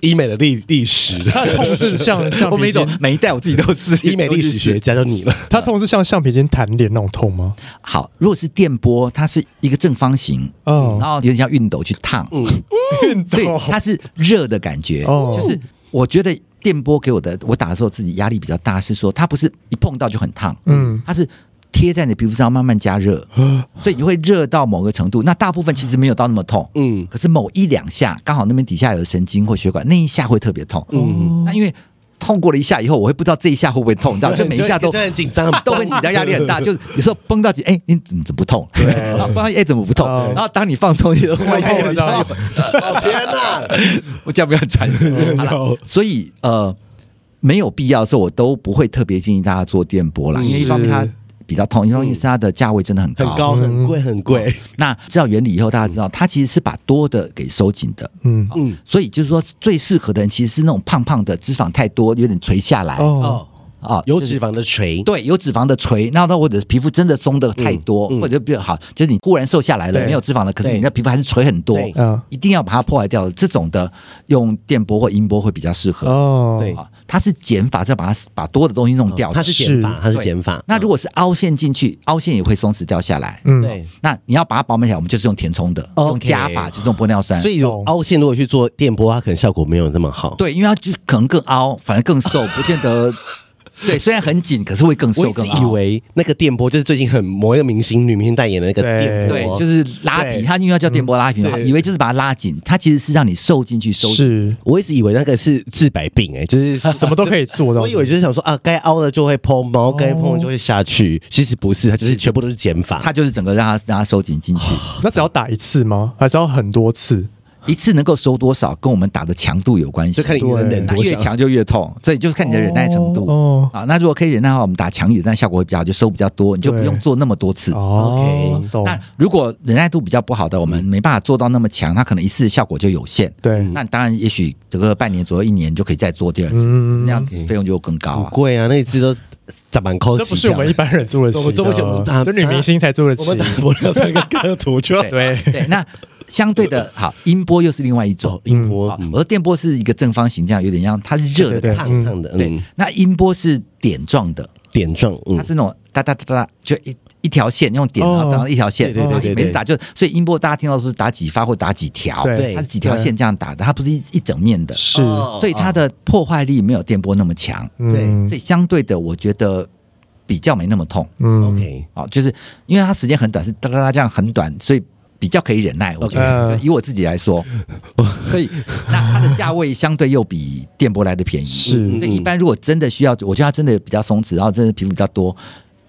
Speaker 1: 医美的历历史， [laughs]
Speaker 2: 痛是 [laughs] 像像
Speaker 3: 我每一种 [laughs] 每一代我自己都是
Speaker 1: 医美历史学家就你了。
Speaker 2: 他痛是像橡皮筋弹脸那种痛吗？
Speaker 3: 好，如果是电波，它是一个正方形，
Speaker 2: 哦
Speaker 3: 然后有点像熨斗去烫，
Speaker 1: 嗯
Speaker 2: 运
Speaker 3: [laughs] 所以
Speaker 2: 动
Speaker 3: 它是热的感觉，
Speaker 2: 哦
Speaker 3: 就是我觉得电波给我的，我打的时候自己压力比较大，是说它不是一碰到就很烫，
Speaker 2: 嗯
Speaker 3: 它是。贴在你的皮肤上慢慢加
Speaker 1: [gasps]
Speaker 3: 热，所以你会热到某个程度。那大部分其实没有到那么痛，
Speaker 1: 嗯
Speaker 3: 可是某一两下，刚好那边底下有神经或血管，那一下会特别痛。
Speaker 1: 嗯
Speaker 3: 那因为痛过了一下以后，我会不知道这一下会不会痛，
Speaker 1: [laughs]
Speaker 3: 你知道吗，就每一下都
Speaker 1: 真的很紧张，
Speaker 3: 都很紧张，压力
Speaker 1: [laughs]
Speaker 3: 很大，就是有时候绷到紧，哎、你怎么怎么不痛？对，然后绷到紧哎、怎么不痛？
Speaker 2: 哦
Speaker 3: 然后当你放松，就忽然
Speaker 2: 痛了
Speaker 3: 间有一下
Speaker 2: 然后
Speaker 1: 哦天哪！
Speaker 3: 我这样不要传
Speaker 1: 哦
Speaker 3: 染。好了，所以呃，没有必要的时候，我都不会特别建议大家做电波啦，因为一方面它
Speaker 2: 是
Speaker 3: 比较痛，一方面是它的价位真的很高。
Speaker 1: 很高，很贵，很贵。
Speaker 3: 那知道原理以后，大家知道它其实是把多的给收紧的。
Speaker 2: 嗯
Speaker 1: 嗯，
Speaker 3: 所以就是说，最适合的人其实是那种胖胖的，脂肪太多，有点垂下来啊、
Speaker 2: 哦，
Speaker 1: 有
Speaker 3: 就是
Speaker 1: 脂肪的垂，
Speaker 3: 对，有脂肪的垂，那那我的皮肤真的松的太多，
Speaker 1: 嗯嗯
Speaker 3: 或者比较好，就是你忽然瘦下来了，
Speaker 2: 对
Speaker 3: 没有脂肪了，可是
Speaker 1: 对
Speaker 3: 你的皮肤还是垂很多
Speaker 1: 对，
Speaker 2: 嗯
Speaker 3: 一定要把它破坏掉。这种的用电波或音波会比较适合。
Speaker 2: 哦，
Speaker 1: 对
Speaker 3: 啊，它是减法，再把它把多的东西弄掉
Speaker 1: 哦
Speaker 3: 的。
Speaker 1: 它是减法，它是减法。哦
Speaker 3: 那如果是凹陷进去，凹陷也会松弛掉下来。
Speaker 2: 嗯，
Speaker 1: 对，
Speaker 3: 那你要把它饱满起来，我们就是用填充的，用
Speaker 1: 哦 OK
Speaker 3: 加法，就是用玻尿酸。
Speaker 1: 所以有凹陷，如果去做电波，它可能效果没有那么好。
Speaker 3: 对，因为它就可能更凹，反而更瘦，不
Speaker 1: [laughs]
Speaker 3: 见得。对，虽然很紧，可是会更
Speaker 1: 我
Speaker 3: 瘦
Speaker 1: 一直
Speaker 3: 更
Speaker 1: 以
Speaker 3: 凹。
Speaker 1: 为那个电波就是最近很某一个明星、女明星代言的那个电波，啊
Speaker 3: 对，就是拉
Speaker 1: 对嗯
Speaker 3: 皮，它因为要叫电波拉皮嘛，
Speaker 1: 对
Speaker 3: 以为就是把它拉紧，它其实是让你瘦进去收紧。
Speaker 2: 是
Speaker 1: 我一直以为那个是治百病、哎，就是
Speaker 2: [laughs] 什么都可以做到。
Speaker 1: [laughs] 我以为就是想说啊，该凹的就会碰，毛该碰就会下去，其实不是，它就是全部都是减法。
Speaker 3: 它就是整个让它让它收紧进去，
Speaker 1: [sighs]
Speaker 2: 那只要打一次吗？还是要很多次？
Speaker 3: 一次能够收多少，跟我们打的强度有关系
Speaker 1: 就。看你能忍
Speaker 3: 那
Speaker 1: 多
Speaker 3: 啊越
Speaker 1: 强。
Speaker 3: 强就越痛，所以就是看你的忍耐程度。
Speaker 2: 哦
Speaker 3: 啊，那如果可以忍耐的话，我们打强一点，那效果会比较好，就收比较多，你就不
Speaker 2: 对
Speaker 3: 用做那么多次。
Speaker 2: 哦
Speaker 1: OK
Speaker 2: 懂。
Speaker 3: 那如果忍耐度比较不好的，我
Speaker 1: 嗯
Speaker 3: 们没办法做到那么强，它可能一次效果就有限。
Speaker 2: 对，
Speaker 3: 那当然，也许这个半年左右、一年就可以再做第二次，
Speaker 2: 嗯
Speaker 3: 那样费用就更高
Speaker 1: 很
Speaker 3: 啊。
Speaker 1: 贵啊，那一次都攒满扣。
Speaker 2: 这不是我们一般人做得起
Speaker 1: 我们
Speaker 2: 的，嗯
Speaker 1: 做不起我们打
Speaker 2: 就女明星才做得
Speaker 1: 我
Speaker 2: 起。
Speaker 1: 们打不了这个个图就要
Speaker 2: [laughs] 对，
Speaker 1: [laughs]
Speaker 3: [laughs] 对，那相对的，好，音波又是另外一种
Speaker 1: 走。英国
Speaker 3: 好，我说电波是一个正方形，这样有点像，它是热
Speaker 2: 对
Speaker 3: 的
Speaker 2: 对
Speaker 3: 烫。
Speaker 1: 胖胖的，嗯
Speaker 3: 对，，那音波是点状的，
Speaker 1: 点状，
Speaker 3: 它
Speaker 1: 嗯，
Speaker 3: 是那种哒哒哒哒哒，就一一条线用点，
Speaker 2: 哦
Speaker 3: 然后打一条
Speaker 1: 对
Speaker 3: 线，
Speaker 1: 对对对对
Speaker 3: 每次打就，所以音波大家听到是打几发或打几条，
Speaker 2: 对
Speaker 1: 对
Speaker 3: 它是几条线这样打的，它不是一一整面的，
Speaker 2: 是，
Speaker 1: 哦
Speaker 3: 所以它的破坏力没有电波那么强，
Speaker 2: 嗯
Speaker 3: 所以相哦对的，我觉得比较没那么痛。
Speaker 2: 嗯，
Speaker 1: OK，
Speaker 3: 哦，就是因为它时间很短，是哒哒哒这样很短，所以比较可以忍耐。我觉得
Speaker 2: OK
Speaker 3: 就以我自己
Speaker 2: [laughs]
Speaker 3: 来说，所以那它的价位相对又比电波来的便宜。
Speaker 2: 是
Speaker 1: 嗯
Speaker 3: 所以一般如果真的需要，我觉得它真的比较松弛，然后真的皮肤比较多，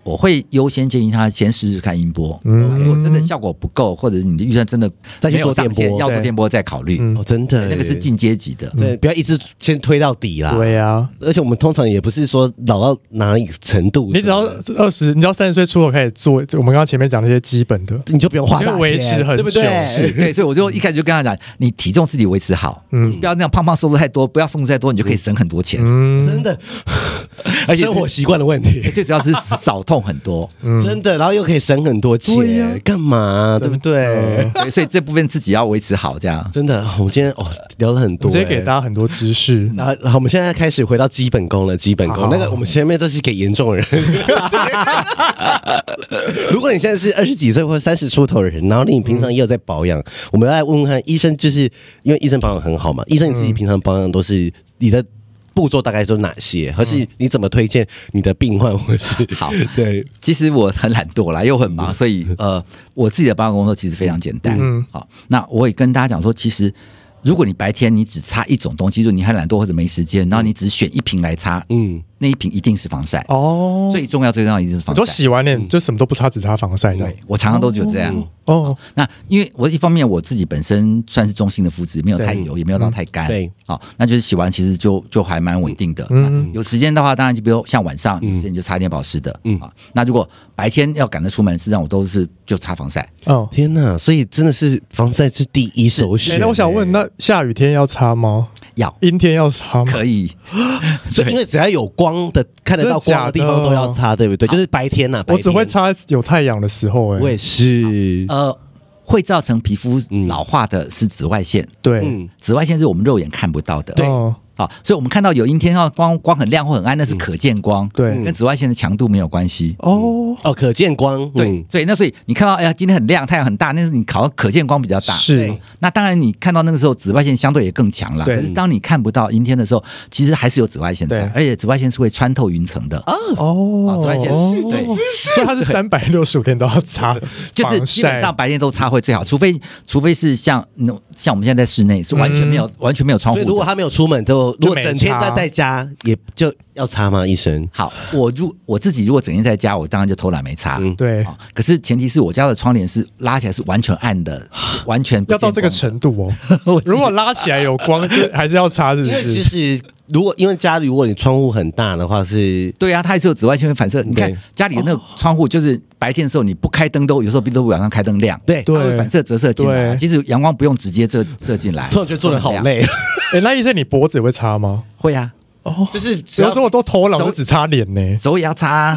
Speaker 3: 我会优先建议他先试试看音波。
Speaker 2: 嗯
Speaker 3: 如果真的效果不够，或者你的预算真的
Speaker 1: 再去
Speaker 3: 没有
Speaker 1: 做电
Speaker 3: 上限
Speaker 1: 波
Speaker 3: 要做
Speaker 2: 对
Speaker 3: 电波再考虑。
Speaker 2: 嗯
Speaker 1: 哦，真的，嗯
Speaker 3: 那个是进阶级的，
Speaker 1: 对，不要一直先推到底啦。
Speaker 2: 对啊呀，
Speaker 1: 而且我们通常也不是说老到哪里程度，
Speaker 2: 你只要二十，你只要三十岁出头开始做，就我们刚刚前面讲那些基本的，
Speaker 1: 你就不用花大钱，
Speaker 2: 就维持很
Speaker 1: 对不
Speaker 2: 久
Speaker 1: 对？
Speaker 2: 是
Speaker 3: 哎对，所以我就一开始就跟他讲，你体重自己维持好，
Speaker 2: 嗯
Speaker 3: 你不要那样胖胖瘦瘦太多，不要松瘦太多，你就可以省很多钱，
Speaker 2: 嗯，
Speaker 1: 真的，
Speaker 3: 而且
Speaker 1: 生活习惯的问题，
Speaker 3: 最主要是少痛
Speaker 2: [laughs]
Speaker 3: 很多。
Speaker 1: 真的，然后又可以省很多
Speaker 2: 对呀
Speaker 1: 钱，干嘛？对不对？
Speaker 3: 对，所以这部分自己要维持好，这样。
Speaker 1: 真的，我们今天哦聊了很
Speaker 2: 我
Speaker 1: 多，
Speaker 2: 直接给大家很多知识，
Speaker 1: 然后，然后我们现在开始回到基本功了。基本
Speaker 2: 好
Speaker 1: 功，那个我们前面都是给
Speaker 2: [laughs]
Speaker 1: 严重人。如果你现在是二十几岁或者三十出头的人，然后你平常也有在保养，我们来问问看医生，就是因为医生保养很好嘛，医生你
Speaker 2: 嗯
Speaker 1: 自己平常保养都是你的步骤大概都哪些，还是你怎么推荐你的病患或是
Speaker 3: 好
Speaker 1: [laughs] 对
Speaker 3: 其实我很懒惰啦，又很忙，所以呃，我自己的保养工作其实非常简单。
Speaker 2: 嗯
Speaker 3: 嗯，好，那我也跟大家讲说，其实如果你白天你只擦一种东西，就是你很懒惰或者没时
Speaker 2: 嗯
Speaker 3: 间，然后你只选一瓶来擦，
Speaker 1: 嗯
Speaker 3: 那一瓶一定是防晒。
Speaker 2: 哦，
Speaker 3: 最重要最重要一定是
Speaker 2: 你
Speaker 3: 防
Speaker 2: 说
Speaker 3: 晒。
Speaker 2: 洗完脸就什么都不擦，只擦防晒这样
Speaker 3: 对，我常常都就这样。
Speaker 2: 哦，
Speaker 3: 那因为我一方面我自己本身算是中性的肤质，没有太油，也没有到太干，
Speaker 1: 对，
Speaker 3: 好，那就是洗完其实就就还蛮稳定的。
Speaker 2: 嗯
Speaker 3: 嗯，有时间的话，当然就比如像晚上有时间就擦一点保湿的，嗯啊，那如果白天要赶着出门，实际上我都是就擦防晒，
Speaker 2: 哦，
Speaker 1: 天哪！所以真的是防晒是第一首选、
Speaker 2: 哎那我想问，
Speaker 1: 欸
Speaker 2: 那下雨天要擦吗？
Speaker 3: 要
Speaker 2: 阴天要擦吗？
Speaker 3: 可以，
Speaker 1: 所以因为只要有光的看得到光的地
Speaker 2: 真的假
Speaker 1: 方
Speaker 2: 的
Speaker 1: 都要擦，对不对？就是白天呐、啊，
Speaker 2: 我只会
Speaker 1: 白天
Speaker 2: 擦有太阳的时候，
Speaker 1: 我
Speaker 2: 哎，
Speaker 1: 也是，
Speaker 3: 呃，会造成皮肤老化的是紫外线，
Speaker 2: 对，
Speaker 1: 嗯，
Speaker 3: 紫外线是我们肉眼看不到的，
Speaker 2: 哦
Speaker 3: 好，所以我们看到有阴天要光光很亮或很暗，那是可见光，
Speaker 2: 对
Speaker 3: 跟紫外线的强度没有关系，
Speaker 2: 哦，
Speaker 1: 哦，可见光，
Speaker 3: 对
Speaker 1: 嗯，
Speaker 3: 所以那所以你看到哎呀，今天很亮，太阳很大，那是你考可见光比较大。
Speaker 2: 是
Speaker 1: 对，
Speaker 3: 那当然，你看到那个时候紫外线相对也更强了。
Speaker 2: 对
Speaker 3: 可是当你看不到阴天的时候，其实还是有紫外线在
Speaker 2: 对，
Speaker 3: 而且紫外线是会穿透云层的。
Speaker 2: 哦
Speaker 3: 啊，紫外线
Speaker 2: 哦
Speaker 3: 对
Speaker 2: 所以它是三百六十五天都要
Speaker 1: [laughs]
Speaker 2: 擦，
Speaker 3: 就是
Speaker 2: 防
Speaker 3: 基本
Speaker 2: 晒
Speaker 3: 上白天都擦会最好，除非除非是像嗯像我们现在在室内是完全没
Speaker 2: 嗯
Speaker 3: 有、完全没有窗户
Speaker 1: 所以
Speaker 3: 的。
Speaker 1: 如果他没有出门，就如果整天
Speaker 2: 就没
Speaker 1: 待
Speaker 2: 擦
Speaker 1: 在家，也就要擦吗？医生，
Speaker 3: 好，我如我自己如果整天在家，我当然就偷懒没擦。
Speaker 1: 嗯
Speaker 2: 对，
Speaker 3: 啊，可是前提是我家的窗帘是拉起来是完全暗的，完全不
Speaker 2: 嗯要到
Speaker 3: 见
Speaker 2: 这个
Speaker 3: 光的
Speaker 2: 程度
Speaker 1: [laughs]
Speaker 2: 哦。如果拉起来有光，就还是要擦，是不
Speaker 1: 因为其
Speaker 2: 是？
Speaker 1: 实如果因为家里如果你窗户很大的话是。
Speaker 3: 对啊，它还是有紫外线会反射。你看
Speaker 1: 对
Speaker 3: 家里的
Speaker 2: 哦
Speaker 3: 那个窗户，就是白天的时候你不开灯都有时候比都比晚上开灯亮，
Speaker 1: 对
Speaker 2: 对
Speaker 3: 它会反射折射进
Speaker 2: 对
Speaker 3: 来。其实阳光不用直接射射进来，
Speaker 1: 突然觉得做人好
Speaker 3: 亮。
Speaker 1: 累，
Speaker 2: [laughs] 哎，那医生，你脖子也会擦吗？
Speaker 3: 会啊，
Speaker 2: 哦，
Speaker 1: 就是啊只
Speaker 2: 有
Speaker 1: 要
Speaker 2: 时候我都偷懒，我就只擦脸呢。
Speaker 3: 手也要擦
Speaker 2: [laughs]
Speaker 3: 啊，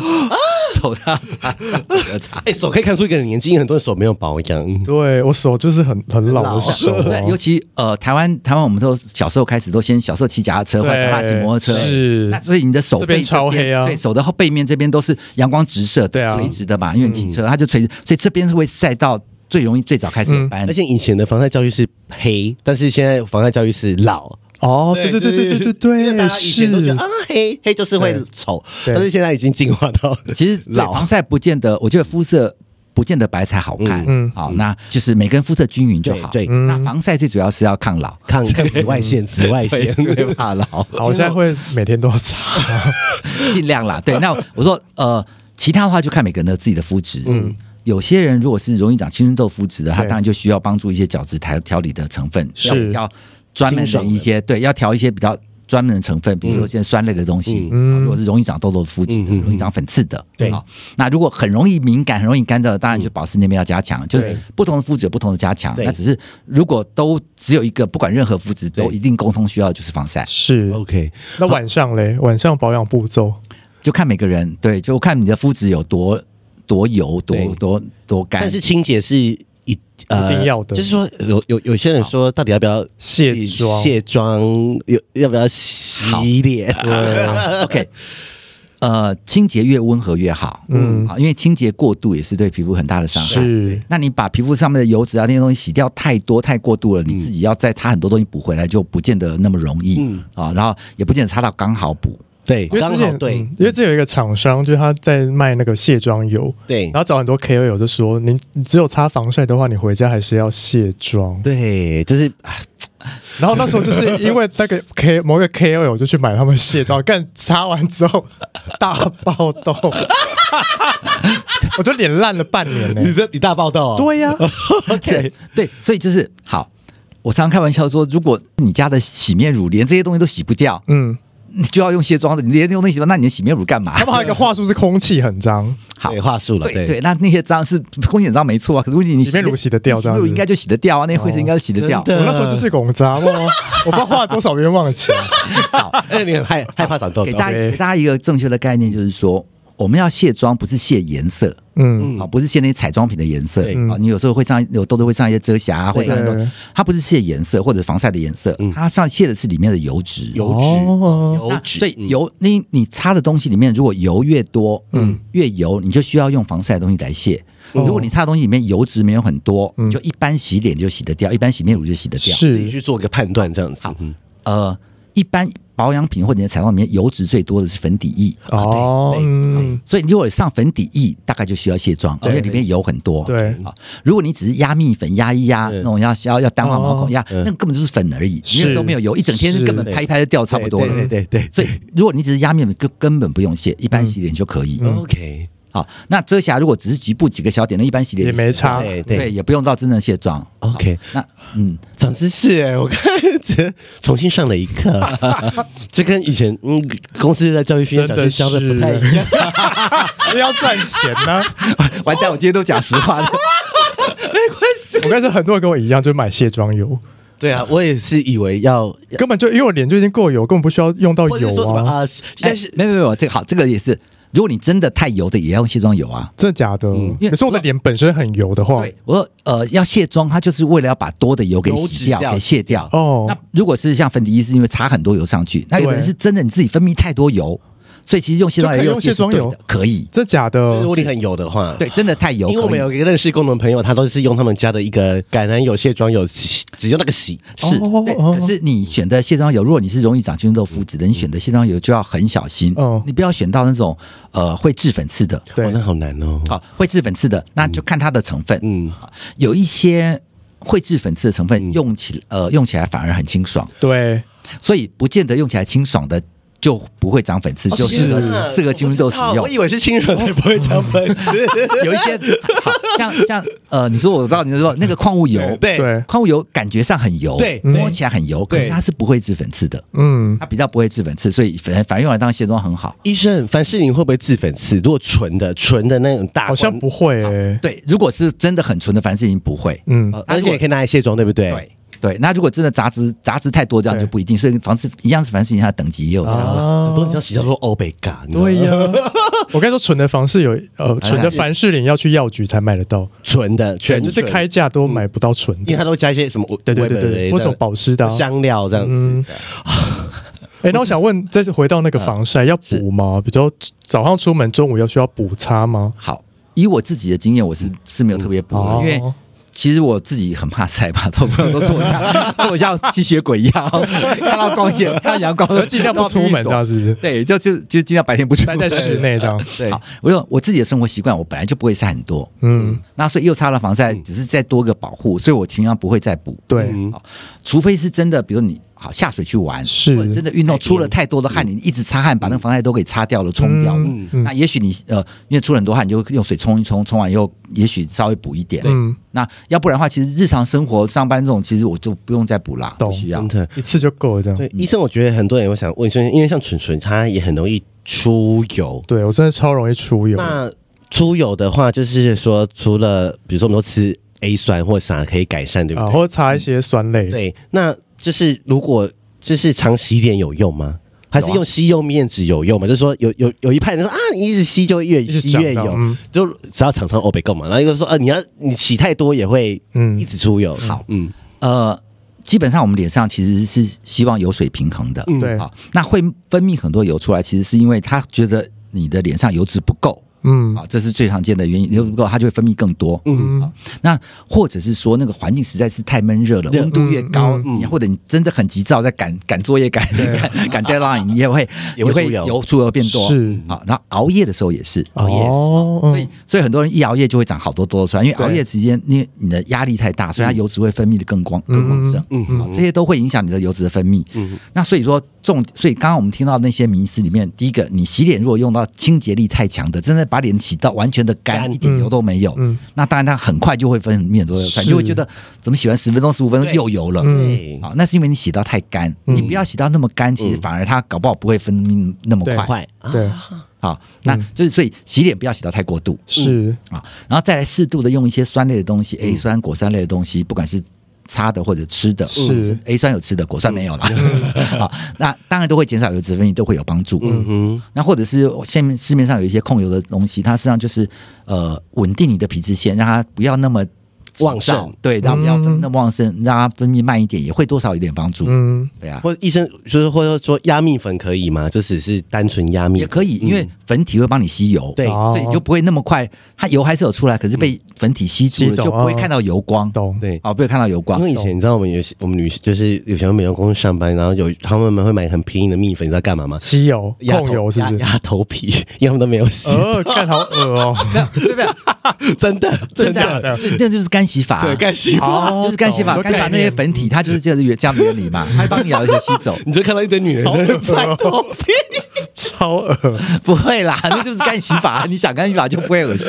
Speaker 3: 手要擦，手要擦。
Speaker 1: 哎，手可以看出一个人年纪，因为很多人手没有保养，
Speaker 2: 对我手就是很很老的手啊，
Speaker 3: 对，尤其呃，台湾台湾，我们都小时候开始都先小时候骑脚踏车，
Speaker 2: 对
Speaker 3: 或者脚踏骑摩托车，
Speaker 2: 是
Speaker 3: 那所以你的手
Speaker 2: 这边
Speaker 3: 背
Speaker 2: 超黑啊
Speaker 3: 对，手的后背面这边都是阳光直射，
Speaker 2: 对啊
Speaker 3: 垂直的嘛，因为你骑车它就垂直，所以这边是会晒到最容易最早开始
Speaker 2: 嗯
Speaker 3: 有斑
Speaker 1: 而。且以前的防晒教育是黑，但是现在防晒教育是老，
Speaker 2: 哦，对对对对对对
Speaker 1: 因为大
Speaker 2: 对，
Speaker 1: 家以前都觉
Speaker 2: 是
Speaker 1: 得啊黑黑就是会丑，
Speaker 2: 对
Speaker 1: 但是现在已经进化到
Speaker 3: 其实对
Speaker 1: 老
Speaker 3: 防晒不见得，我觉得肤色不见得白才好看。
Speaker 2: 嗯嗯
Speaker 3: 嗯，好，那就是每个人肤色均匀就好。
Speaker 1: 对对
Speaker 2: 嗯
Speaker 3: 那防晒最主要是要抗老，
Speaker 2: [laughs]
Speaker 1: 抗抗紫外线，紫外
Speaker 3: [laughs]
Speaker 1: 线
Speaker 3: 对会怕老，
Speaker 2: 好像会每天都擦，
Speaker 3: [laughs] 尽量啦。对，那我说呃，其他的话就看每个人的自己的肤质。嗯。有些人如果是容易长青春痘肤质的，他
Speaker 2: 对
Speaker 3: 当然就需要帮助一些角质调调理的成分，
Speaker 2: 是
Speaker 3: 要要专门的一些对，要调一些比较专门的成分，比如说现在酸类的东西，
Speaker 2: 嗯
Speaker 3: 嗯、如果是容易长痘痘的肤质
Speaker 1: 嗯
Speaker 3: 的，
Speaker 1: 嗯嗯嗯
Speaker 3: 容易长粉刺的，
Speaker 1: 对嗯
Speaker 3: 好那如果很容易敏感、很容易干燥的，当然就保湿那边要加强，就是
Speaker 1: 对
Speaker 3: 不同的肤质有不同的加强。
Speaker 1: 对
Speaker 3: 那只是如果都只有一个，不管任何肤质都
Speaker 1: 对
Speaker 3: 一定共同需要的就是防晒。
Speaker 2: 是
Speaker 1: [laughs] OK，
Speaker 2: 那晚上嘞，晚上保养步骤，
Speaker 3: 就看每个人，对，就看你的肤质有多多油、
Speaker 1: 对
Speaker 3: 多多多干。
Speaker 1: 但是清洁是一呃
Speaker 2: 一定要的
Speaker 1: 就是说有有有些人说到底要不要
Speaker 2: 卸
Speaker 1: 洗
Speaker 2: 妆
Speaker 1: 卸妆有要不要洗脸？
Speaker 3: OK，呃，清洁越温和越好，
Speaker 2: 嗯
Speaker 3: 嗯，好，因为清洁过度也是对皮肤很大的伤害。
Speaker 2: 是
Speaker 3: 那你把皮肤上面的油脂啊那些东西洗掉太多太过度了，你自己要再擦很多东西补回来就不见得那么容易，
Speaker 1: 嗯
Speaker 3: 啊，然后也不见得擦到刚好补。
Speaker 1: 对，
Speaker 2: 因为
Speaker 1: 刚
Speaker 2: 之
Speaker 1: 好
Speaker 2: 前
Speaker 1: 对
Speaker 2: 嗯因为这有一个厂商，就是他在卖那个卸妆油，
Speaker 1: 对
Speaker 2: 然后找很多 KOL 就说，你你只有擦防晒的话，你回家还是要卸妆。
Speaker 1: 对，就是
Speaker 2: 哎然
Speaker 1: [laughs]
Speaker 2: 后那时候就是因为那个 K 某个 KOL 就去买他们卸妆，干擦完之后大爆痘， [laughs] 我就脸烂了半年呢、
Speaker 1: 你 [laughs] 的你大爆痘啊？ [laughs]
Speaker 2: 对呀、
Speaker 3: 对对，所以就是好。我常常开玩笑说，如果你家的洗面乳连这些东西都洗不掉，
Speaker 1: [laughs]
Speaker 2: 嗯，
Speaker 3: 你就要用卸妆的，你连用那些洗不掉，那你的洗面乳干嘛
Speaker 2: 他？们还有一个话术是空气很脏，
Speaker 3: 好
Speaker 1: 对，话术了，[laughs]
Speaker 3: 对对，那那些脏是风险脏没错啊，可是问题你
Speaker 2: 洗面乳洗得掉
Speaker 3: 你洗
Speaker 2: 这样
Speaker 3: 面
Speaker 2: 子哦
Speaker 3: 乳应该就洗得掉啊，那些灰尘应该洗得掉。
Speaker 1: 真的
Speaker 2: 我那时候就是拱杂
Speaker 1: [laughs]
Speaker 2: 嘛，我不知道花了多少冤枉钱。
Speaker 1: 哎，你很害害怕长痘
Speaker 3: 给
Speaker 1: 痘？
Speaker 3: 大家
Speaker 2: OK
Speaker 3: 给大家一个正确的概念，就是说我们要卸妆，不是卸颜色。
Speaker 1: [laughs]
Speaker 2: 嗯
Speaker 3: 啊，不是卸那些彩妆品的颜色
Speaker 1: 对
Speaker 3: 啊，你有时候会上有痘痘会上一些遮瑕啊，或者
Speaker 1: 对
Speaker 3: 很多
Speaker 2: 对，嗯
Speaker 3: 它不是卸颜色或者防晒的颜色，它上卸的是里面的油脂。
Speaker 1: 油
Speaker 2: 哦
Speaker 1: 脂，油
Speaker 3: 那
Speaker 1: 脂，
Speaker 3: 所
Speaker 2: 嗯
Speaker 3: 以油，你你擦的东西里面如果油越多，嗯，越油，你就需要用防晒的东西来卸。
Speaker 2: 哦
Speaker 3: 如果你擦的东西里面油脂没有很多，
Speaker 2: 嗯
Speaker 3: 你就一般洗脸就洗得掉，一般洗面乳就洗得掉。
Speaker 1: 自己
Speaker 2: 是
Speaker 1: 去做个判断，这样子。嗯
Speaker 3: 呃，一般保养品或者你的彩妆里面油脂最多的是粉底液。
Speaker 1: 啊
Speaker 2: 哦，嗯
Speaker 3: 所以你如果上粉底液，大概就需要卸妆，因
Speaker 2: 对
Speaker 3: 为里面油很多。
Speaker 2: 对
Speaker 3: 啊，如果你只是压蜜粉压一压
Speaker 1: 嗯
Speaker 3: 那种要要要单化毛孔
Speaker 2: 哦
Speaker 3: 压，那个根本就是粉而已，
Speaker 2: 是
Speaker 3: 因为都没有油，一整天
Speaker 2: 是
Speaker 3: 根本拍一拍就掉差不多了。
Speaker 1: 对对对对
Speaker 3: 所以如果你只是压面粉，就根本不用卸，一般洗脸就可以。
Speaker 1: 嗯，OK，
Speaker 3: 好，那遮瑕如果只是局部几个小点，那一般洗脸
Speaker 2: 也没差
Speaker 1: 对
Speaker 3: 对，
Speaker 1: 对
Speaker 3: 也不用到真正卸妆。
Speaker 1: ，OK，
Speaker 3: 那嗯，
Speaker 1: 长知识哎！我看这重新上了一 [laughs] 课，这跟以前嗯公司在教育训练
Speaker 2: 真
Speaker 1: 讲
Speaker 2: 的
Speaker 1: 师教的不太
Speaker 2: 是
Speaker 1: 一样。 [laughs]
Speaker 2: 要赚钱呢、
Speaker 3: 完蛋，我今天都讲实话了。
Speaker 2: 我跟你说，很多人跟我一样，就买卸妆
Speaker 1: [laughs]
Speaker 2: 油，
Speaker 1: 对啊，我也是以为要，
Speaker 2: 根本就因为我脸就已经够油，根本不需要用到
Speaker 1: 或者是
Speaker 2: 油
Speaker 1: 说什么
Speaker 2: 啊。
Speaker 1: 啊？
Speaker 3: 哎
Speaker 1: 但是，
Speaker 3: 没有没有没有，这个好，这个也是，如果你真的太油的，也要用卸妆油啊。
Speaker 2: 真的假的？
Speaker 1: 嗯
Speaker 3: 因为
Speaker 2: 可是我的脸本身很油的话，
Speaker 3: 对，我说呃要卸妆，它就是为了要把多的油给
Speaker 1: 油
Speaker 3: 洗
Speaker 1: 脂
Speaker 3: 掉、
Speaker 1: 掉
Speaker 3: 给卸掉。
Speaker 2: 哦
Speaker 3: 那如果是像粉底液，是因为擦很多油上去，那有的人
Speaker 2: 对
Speaker 3: 是真的你自己分泌太多油，所以其实用卸妆
Speaker 2: 就可
Speaker 3: 油
Speaker 2: 以
Speaker 3: 又
Speaker 2: 用
Speaker 3: 是
Speaker 2: 卸妆
Speaker 3: 对
Speaker 2: 油
Speaker 3: 的可以，
Speaker 2: 真的假的
Speaker 1: 呃如？果你很油的话，
Speaker 3: 对，真的太油
Speaker 1: 因为我
Speaker 3: 可
Speaker 1: 们
Speaker 3: 以。
Speaker 1: 有一个认识工人朋友，他都是用他们家的一个橄榄油卸妆油洗，只用那个洗。
Speaker 3: 是，
Speaker 2: 哦
Speaker 3: 对
Speaker 2: 哦
Speaker 3: 可是你选的卸妆油，如果你是容易长青春痘肤质的，你选的卸妆油就要很小心
Speaker 2: 哦，
Speaker 3: 你不要选到那种呃会致粉刺的，
Speaker 2: 对
Speaker 1: 哦那好难哦。
Speaker 3: 好，会致粉刺的，那就看它的成分，
Speaker 1: 嗯
Speaker 3: 好，啊有一些会致粉刺的成分用起呃用起来反而很清爽，
Speaker 2: 对，
Speaker 3: 所以不见得用起来清爽的就不会长粉刺，
Speaker 1: 啊
Speaker 3: 就适合适合青春痘使用
Speaker 1: 哦我。以为是清热才不会长粉 [laughs] 刺。
Speaker 3: 有一些好像像呃，你说我知道，你说那个矿物油，
Speaker 1: 对
Speaker 2: 对
Speaker 3: 矿物油感觉上很油，
Speaker 1: 对
Speaker 3: 摸起来很油，可是
Speaker 1: 对
Speaker 3: 它是不会致粉刺的，
Speaker 2: 嗯，
Speaker 3: 它比较不会致粉刺，所以反反而用来当卸妆很好。
Speaker 1: 医生，凡士林会不会致粉刺？如果纯的纯的那种大罐，
Speaker 2: 好像不会
Speaker 1: 啊
Speaker 2: 诶、
Speaker 3: 对，如果是真的很纯的凡士林不会，
Speaker 2: 嗯，
Speaker 1: 哦，而且也可以拿来卸妆，对不对？
Speaker 3: 对。对，那如果真的杂质杂质太多，这样
Speaker 2: 对
Speaker 3: 就不一定。所以凡士一样是凡士林，它的等级也有差。
Speaker 1: 很
Speaker 2: 啊
Speaker 1: 多人只要洗叫做欧贝嘎，你知道吗
Speaker 2: 对呀、 [laughs] 我跟你说，纯的房是有呃，纯的凡士林要去药局才买得到，
Speaker 1: 纯的
Speaker 2: 对，
Speaker 1: 哎全嗯
Speaker 2: 就是
Speaker 1: 纯
Speaker 2: 开，价都买不到纯
Speaker 1: 因为
Speaker 2: 的。
Speaker 1: 它都加一些什么
Speaker 2: 对对对对，或什么保湿的、啊。
Speaker 1: 香料这样子
Speaker 2: 嗯。哎，那我想问，再次回到那个防
Speaker 1: 嗯
Speaker 2: 晒，要补吗？比较早上出门，中午要需要补擦吗？
Speaker 3: 好，以我自己的经验，我是是没有特别补的，
Speaker 2: 嗯哦
Speaker 3: 因为其实我自己很怕晒吧，都不都
Speaker 2: [laughs]
Speaker 3: 坐下，坐像吸血鬼一样，看到光线、看到阳光，
Speaker 2: [laughs] 尽量不出门，这样是不是？
Speaker 3: 对，就就就尽量白天不出
Speaker 2: 待
Speaker 3: 门，
Speaker 2: 在室内这样。
Speaker 3: 对。好，我有我自己的生活习惯，我本来就不会晒很多，
Speaker 2: 嗯，
Speaker 3: 那所以又擦了防晒，只是再多个保护，所以我平常不会再补。
Speaker 2: 对，
Speaker 1: 嗯
Speaker 3: 好，除非是真的，比如你好下水去玩，
Speaker 2: 是
Speaker 3: 或者真的运动出了太多的汗，你一直擦汗，把那个防晒都给擦掉了、冲掉了。
Speaker 2: 嗯嗯
Speaker 3: 那也许你呃，因为出了很多汗，你就用水冲一冲，冲完以后也许稍微补一点。
Speaker 2: 嗯，
Speaker 3: 那要不然的话，其实日常生活、上班这种，其实我就不用再补啦，
Speaker 2: 懂
Speaker 3: 不需要
Speaker 1: 真。的，
Speaker 2: 一次就够了这样。
Speaker 1: 对医生，我觉得很多人会想问医生，因为像纯纯，它也很容易出油。
Speaker 2: 对我真的超容易出油，啊
Speaker 1: 那出油的话，就是说，除了比如说我们都吃 A 酸或啥可以改善，对不
Speaker 2: 啊，
Speaker 1: 对？
Speaker 2: 或者擦一些酸类。
Speaker 1: 对，那就是如果就是常洗脸有用吗？还是
Speaker 3: 有啊
Speaker 1: 用吸用面纸有用吗？就是说有有有一派人说啊，你一直吸就越
Speaker 2: 直
Speaker 1: 吸越
Speaker 2: 长到
Speaker 1: 油，
Speaker 2: 嗯
Speaker 1: 就只要常常欧北购嘛。然后一个说啊，你要你洗太多也会
Speaker 2: 嗯
Speaker 1: 一直出油。好，嗯，
Speaker 3: 呃，基本上我们脸上其实是希望油水平衡的。
Speaker 1: 嗯
Speaker 2: 对，
Speaker 3: 好，那会分泌很多油出来，其实是因为他觉得你的脸上油脂不够。
Speaker 2: 嗯
Speaker 3: 啊，这是最常见的原因。流质不够，它就会分泌更多。嗯，啊，那或者是说那个环境实在是太闷热了，温度越
Speaker 1: 嗯
Speaker 3: 高，你或者你真的很急躁，在赶赶作业、赶赶赶 deadline，你也 [laughs] 会
Speaker 1: 啊也
Speaker 3: 也
Speaker 1: 会
Speaker 3: 会
Speaker 1: 出油啊
Speaker 3: 油出油变多。
Speaker 2: 是
Speaker 3: 啊，然后熬夜的时候也是。
Speaker 2: 哦，
Speaker 1: Oh,
Speaker 3: 所以，所以很多人一熬夜就会长好多多的出来，因为熬夜期间，因为你的压力太大，所以它油脂会分泌的更光、更旺盛，
Speaker 1: 嗯
Speaker 3: 嗯，好这些都会影响你的油脂的分泌。嗯，那所以说重，所以刚刚我们听到那些迷思里面，第一个，你洗脸如果用到清洁力太强的，真的把脸洗到完全的干，
Speaker 1: 干
Speaker 3: 一点油都没有，
Speaker 2: 嗯
Speaker 3: 嗯，那当然它很快就会分泌很多油出来，
Speaker 2: 是
Speaker 3: 你就会觉得怎么洗完十分钟、十五分钟又油了，
Speaker 2: 嗯
Speaker 1: 对，
Speaker 3: 好，那是因为你洗到太干，你不要洗到那么干，其实反而它搞不好不会分泌那么
Speaker 2: 嗯对嗯
Speaker 3: 快。
Speaker 1: 快啊
Speaker 2: 对，
Speaker 3: 好，那就是所以洗脸不要洗到太过度。
Speaker 2: 是
Speaker 3: 啊，然后再来适度的用一些酸类的东
Speaker 2: 嗯
Speaker 3: 西，A 酸、果酸类的东西，不管是擦的或者吃的，
Speaker 2: 是嗯
Speaker 3: A 酸有吃的，果酸没有了。 [laughs] 好，那当然都会减少油脂分泌，都会有帮助。嗯
Speaker 1: 嗯
Speaker 3: 那或者是现面市面上有一些控油的东西，它实际上就是呃稳定你的皮脂腺，让它不要那么急躁
Speaker 1: 旺盛，
Speaker 3: 对，让它不要
Speaker 2: 嗯
Speaker 3: 分那么旺盛，让它分泌慢一点，也会多少有点帮助。
Speaker 2: 嗯
Speaker 3: 对啊
Speaker 1: 哼，，或者医生就是或者说压蜜粉可以吗？就只是单纯压蜜
Speaker 3: 也可以，因为粉体会帮你吸油，
Speaker 1: 嗯对嗯
Speaker 2: 哦
Speaker 3: 所以你就不会那么快，它油还是有出来，可是被粉体吸住
Speaker 2: 吸
Speaker 3: 了，
Speaker 2: 走
Speaker 3: 就不会
Speaker 2: 哦
Speaker 3: 看到油光。
Speaker 2: 懂
Speaker 1: 对。
Speaker 3: 啊，不会看到油光
Speaker 1: 嗯因。为以前你知道我们有些我们女就是有些美容公司上班，然后有他们会买很便宜的蜜粉，你知道干嘛吗？
Speaker 2: 吸油
Speaker 1: 压
Speaker 2: 控
Speaker 1: 头
Speaker 2: 油是不
Speaker 1: 压
Speaker 2: 是？
Speaker 1: 压头皮， [laughs] 因为他们都没有洗，
Speaker 2: 呃，看好恶
Speaker 1: [laughs]
Speaker 2: 哦，
Speaker 3: 对不对？
Speaker 1: 真的
Speaker 2: 真假的？
Speaker 3: 这这就是干洗法、
Speaker 1: 对，干洗法，
Speaker 2: 哦
Speaker 3: 就是干洗法，
Speaker 2: 懂
Speaker 3: 干洗法
Speaker 2: 概
Speaker 3: 那些
Speaker 2: 念
Speaker 3: 粉体，它就是这样的原这样的原理嘛，它会帮你把一些吸
Speaker 1: [laughs]
Speaker 3: 走。
Speaker 1: 你就看到一堆女人在那边拍头皮，
Speaker 2: 超恶，
Speaker 3: 不会啦，那就是干洗法，你想干洗法就不会恶心。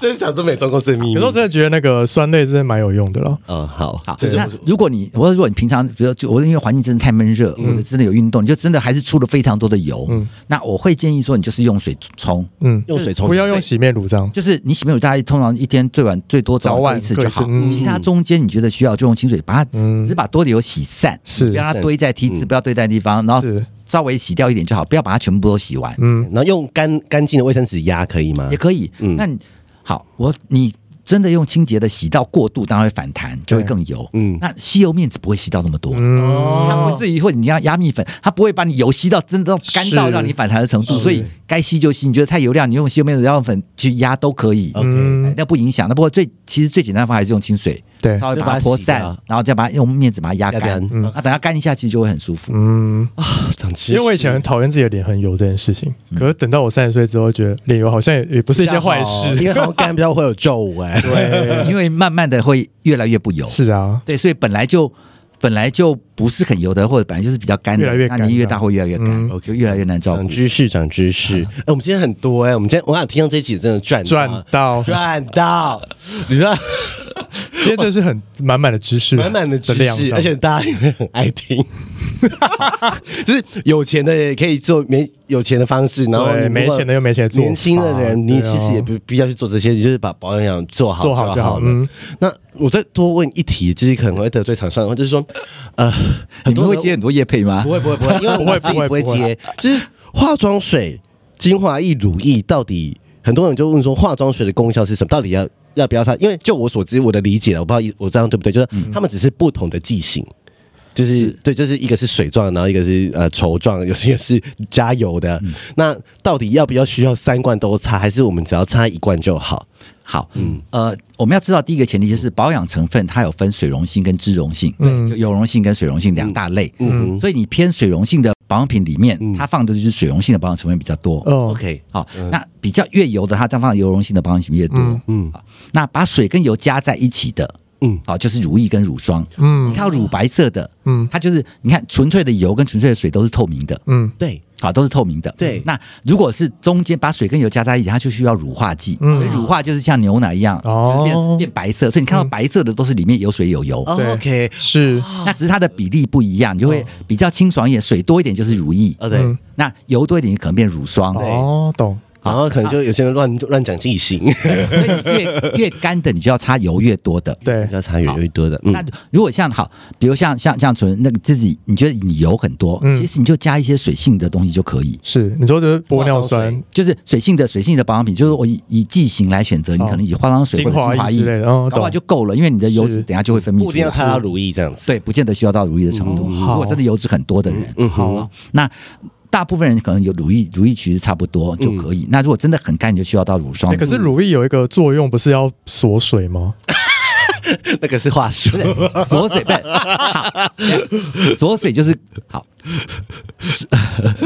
Speaker 1: 这是讲出美妆公司的秘密。
Speaker 2: 有时候真的觉得那个酸类真的蛮有用的了。
Speaker 1: 嗯，好
Speaker 3: 好，
Speaker 1: 这是
Speaker 3: 那如果你，我说如果你平常，比如说就我因为环境真的太闷热，
Speaker 2: 嗯
Speaker 3: 或者真的有运动，你就真的还是出了非常多的油。那我会建议说，你就是用水冲，
Speaker 2: 嗯，
Speaker 1: 用水冲
Speaker 2: 不要用洗面乳这样。
Speaker 3: 就是你洗面乳大概通常一天最晚最多
Speaker 2: 早
Speaker 3: 过
Speaker 2: 晚
Speaker 3: 一次
Speaker 2: 各一
Speaker 3: 就
Speaker 2: 次
Speaker 3: 好，
Speaker 2: 嗯
Speaker 3: 其他中间你觉得需要就用清水把它，
Speaker 2: 嗯
Speaker 3: 只是把多的油洗散，
Speaker 2: 是
Speaker 3: 不要让它堆在梯子，不要堆在地方，然后
Speaker 2: 是
Speaker 3: 稍微洗掉一点就好，不要把它全部都洗完
Speaker 2: 嗯，
Speaker 1: 然后用干干净的卫生纸压可以吗
Speaker 3: 也？可以。那你好，我你真的用清洁的洗到过度，当然会反弹，就会更油。
Speaker 1: 嗯
Speaker 3: 那吸油面纸不会吸到那么多。
Speaker 2: 嗯，
Speaker 3: 它不
Speaker 1: 哦
Speaker 3: 至于，或者你要压蜜粉，它不会把你油吸到真的干到
Speaker 2: 是
Speaker 3: 让你反弹的程度，所以该吸就吸。你觉得太油量，你用吸油面纸、要用粉去压都可以。
Speaker 2: 嗯
Speaker 3: 哎那不影响。那不过最其实最简单的方法还是用清水，
Speaker 2: 对
Speaker 3: 稍微
Speaker 1: 就
Speaker 3: 把
Speaker 1: 把
Speaker 3: 它
Speaker 1: 它
Speaker 3: 泼
Speaker 1: 洗
Speaker 3: 散
Speaker 1: 掉，
Speaker 3: 然后再把它用面纸把它压
Speaker 1: 压
Speaker 3: 干
Speaker 1: 干，
Speaker 3: 那等它干一下，其实就会很舒服。
Speaker 2: 嗯，
Speaker 1: 哦长知识
Speaker 2: 因为我以前很讨厌自己的脸很油这件事情，
Speaker 1: 嗯
Speaker 2: 可是等到我三十岁之后，觉得脸油好像也也不是一件坏
Speaker 1: [laughs] 因
Speaker 2: 事。
Speaker 1: 为好像干比较会有皱
Speaker 2: [laughs]
Speaker 1: 纹。
Speaker 2: 对，
Speaker 3: 因为慢慢的会越来越不油。
Speaker 2: 嗯是啊，
Speaker 3: 对，所以本来就本来就不是很油的，或者本来就是比较干的，
Speaker 2: 越来越干
Speaker 3: 那你越大会越来越干
Speaker 2: 嗯，
Speaker 3: 就越来越难照
Speaker 1: 长
Speaker 3: 顾。
Speaker 1: 知识，长知识。哎，我们今天很多哎，我们今天我想听到这一集真的赚
Speaker 2: 啊赚到，
Speaker 1: 到赚到，你知道
Speaker 2: 今天真的是很满满的知识，
Speaker 1: [laughs] 满满的知
Speaker 2: 量这
Speaker 1: 识，
Speaker 2: 样，
Speaker 1: 而且大家也很爱听。 [laughs] 就是有钱的也可以做没有钱的方式，然后
Speaker 2: 对
Speaker 1: 你如果
Speaker 2: 没钱的有没钱的做法
Speaker 1: 年轻的人，你
Speaker 2: 对啊
Speaker 1: 其实也不必要去做这些，你就是把保养做好
Speaker 2: 做好就
Speaker 1: 就
Speaker 2: 好
Speaker 1: 好。
Speaker 2: 嗯
Speaker 1: 了。那我再多问一题，就是可能会得罪厂商，就是说，呃，很
Speaker 3: 你们
Speaker 1: 多
Speaker 3: 会
Speaker 1: 人
Speaker 3: 接很多夜配吗
Speaker 1: 不？会不会不会，因为
Speaker 2: [laughs] 不会
Speaker 1: 我自己
Speaker 2: 不会
Speaker 1: 不会
Speaker 2: 不会
Speaker 1: 接，就是化妆水、精华液、乳液到底。很多人就问说，化妆水的功效是什么？到底要要不要擦？因为就我所知，我的理解了，我不知道我这样对不对，就是他们只是不同的剂型，就是对，就是一个是水状，然后一个是呃稠状，有些是加油的。
Speaker 2: 嗯
Speaker 1: 那到底要不要需要三罐都擦，还是我们只要擦一罐就好？
Speaker 3: 好，
Speaker 1: 嗯
Speaker 3: 呃，我们要知道第一个前提就是保养成分，它有分水溶性跟脂溶性，
Speaker 2: 嗯
Speaker 3: 对，就油溶性跟水溶性两大类。
Speaker 1: 嗯
Speaker 3: 所以你偏水溶性的保养品里面，它放的就是水溶性的保养成分比较多。
Speaker 1: 嗯
Speaker 2: 哦
Speaker 1: ，OK，
Speaker 3: 好，那比较越油的，它再放油溶性的保养品越多。
Speaker 1: 嗯
Speaker 3: 好那把水跟油加在一起的，
Speaker 1: 嗯
Speaker 3: 好，就是乳液跟乳霜。你
Speaker 2: 嗯
Speaker 3: 看到乳白色的，
Speaker 2: 嗯
Speaker 3: 它就是你看纯粹的油跟纯粹的水都是透明的，
Speaker 2: 嗯
Speaker 1: 对，
Speaker 3: 好，都是透明的。嗯
Speaker 1: 对
Speaker 3: 那如果是中间把水跟油加在一起，它就需要乳化剂。
Speaker 2: 嗯
Speaker 3: 所以乳化就是像牛奶一样，
Speaker 2: 哦嗯
Speaker 3: 就是变变白色。所以你看到白色的都是里面有水有油。
Speaker 1: 哦
Speaker 2: 对
Speaker 1: OK，
Speaker 2: 是，
Speaker 3: 那只是它的比例不一样，你就
Speaker 2: 哦
Speaker 3: 会比较清爽一点，水多一点就是乳液，
Speaker 1: 哦对，
Speaker 2: 嗯
Speaker 3: 那油多一点可能变乳霜。
Speaker 2: 哦，懂，
Speaker 1: 然后可能就有些人乱乱讲剂型，
Speaker 3: 所以你越越干的，你就要擦油越多的。
Speaker 2: 对，
Speaker 1: [laughs] 要擦越越多的，嗯
Speaker 3: 那如果像好，比如像像像纯那个自己，你觉得你油很多，
Speaker 2: 嗯
Speaker 3: 其实你就加一些水性的东西就可以。
Speaker 2: 是，你说就是玻尿酸、
Speaker 3: 就是水性的水性的保养品，就是我以以剂型来选择，
Speaker 2: 嗯
Speaker 3: 你
Speaker 2: 哦
Speaker 3: 可能以化妆水或
Speaker 2: 精
Speaker 3: 者精
Speaker 2: 华
Speaker 3: 华
Speaker 2: 液之类
Speaker 3: 液，
Speaker 2: 的，哦，
Speaker 3: 搞
Speaker 2: 懂
Speaker 3: 好，就够了，因为你的油脂
Speaker 2: 是
Speaker 3: 等下就会分泌
Speaker 1: 不一定要
Speaker 3: 出来
Speaker 1: 擦到乳液这样子。
Speaker 3: 对，不见得需要到如意的程度。
Speaker 2: 嗯
Speaker 3: 如果真的油脂很多的人，哦
Speaker 1: 嗯
Speaker 2: 好，啊
Speaker 3: 那。大部分人可能有乳液，乳液其实差不多就可以。那如果真的很干，你就需要到乳霜。
Speaker 2: 嗯哎，可是
Speaker 1: 嗯
Speaker 2: 乳液有一个作用，不是要锁水吗？
Speaker 1: [laughs] 那个是话 [laughs] 术，
Speaker 3: 锁水不是好，锁水就是好，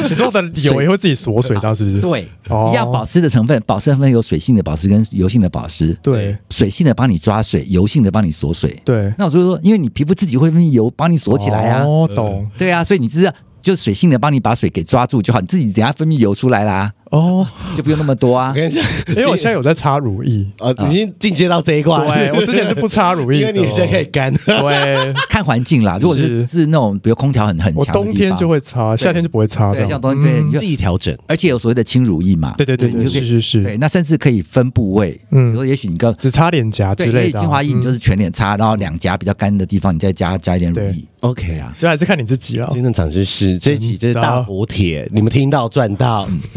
Speaker 2: 你说的油也会自己锁水，这样是不是？
Speaker 3: 对，
Speaker 2: 哦
Speaker 3: 要保湿的成分，保湿成分有水性的保湿跟油性的保湿。
Speaker 2: 对
Speaker 3: 水性的帮你抓水，油性的帮你锁水。
Speaker 2: 对，
Speaker 3: 那我就说，因为你皮肤自己会分泌油帮你锁起来啊，
Speaker 2: 哦，懂
Speaker 3: 对啊，所以你知道，就水性的帮你把水给抓住就好，你自己等下分泌油出来啦，
Speaker 2: 哦，
Speaker 3: 就不用那么
Speaker 2: [laughs]
Speaker 3: 多啊
Speaker 1: 我。跟 [laughs] 你讲，
Speaker 2: 因为我现在有在擦乳液，
Speaker 1: 啊已经进阶到这一块，
Speaker 2: 对我之前是不擦乳液
Speaker 1: 因
Speaker 2: 的，
Speaker 1: 为你现在可以干。
Speaker 2: 对，
Speaker 3: 看环境啦，如果是
Speaker 2: 是
Speaker 3: 是那种比如空调很很强
Speaker 2: 我
Speaker 3: 的地方，
Speaker 2: 冬天就会擦，夏天就不会擦
Speaker 3: 对
Speaker 2: 的嗯
Speaker 3: 像。冬天对，你就
Speaker 1: [laughs] 自己调整，
Speaker 3: 而且有所谓的轻乳液嘛，
Speaker 2: 对对对对，
Speaker 3: 你就可
Speaker 2: 是
Speaker 3: 以
Speaker 2: 是是，
Speaker 3: 对，那甚至可以分部位，
Speaker 2: 嗯
Speaker 3: 比如说也许你个
Speaker 2: 只擦脸颊
Speaker 3: 对，
Speaker 2: 之
Speaker 3: 因为
Speaker 2: 类的啊。
Speaker 3: 精华液你就是全脸擦，然后两颊比较干的地方，你再加加一点乳液
Speaker 2: 对。哦
Speaker 1: OK
Speaker 3: 啊，
Speaker 2: 就还是看你自己了。
Speaker 1: 真的长知识，这一集真是大补帖，你们听到赚到。
Speaker 2: [laughs]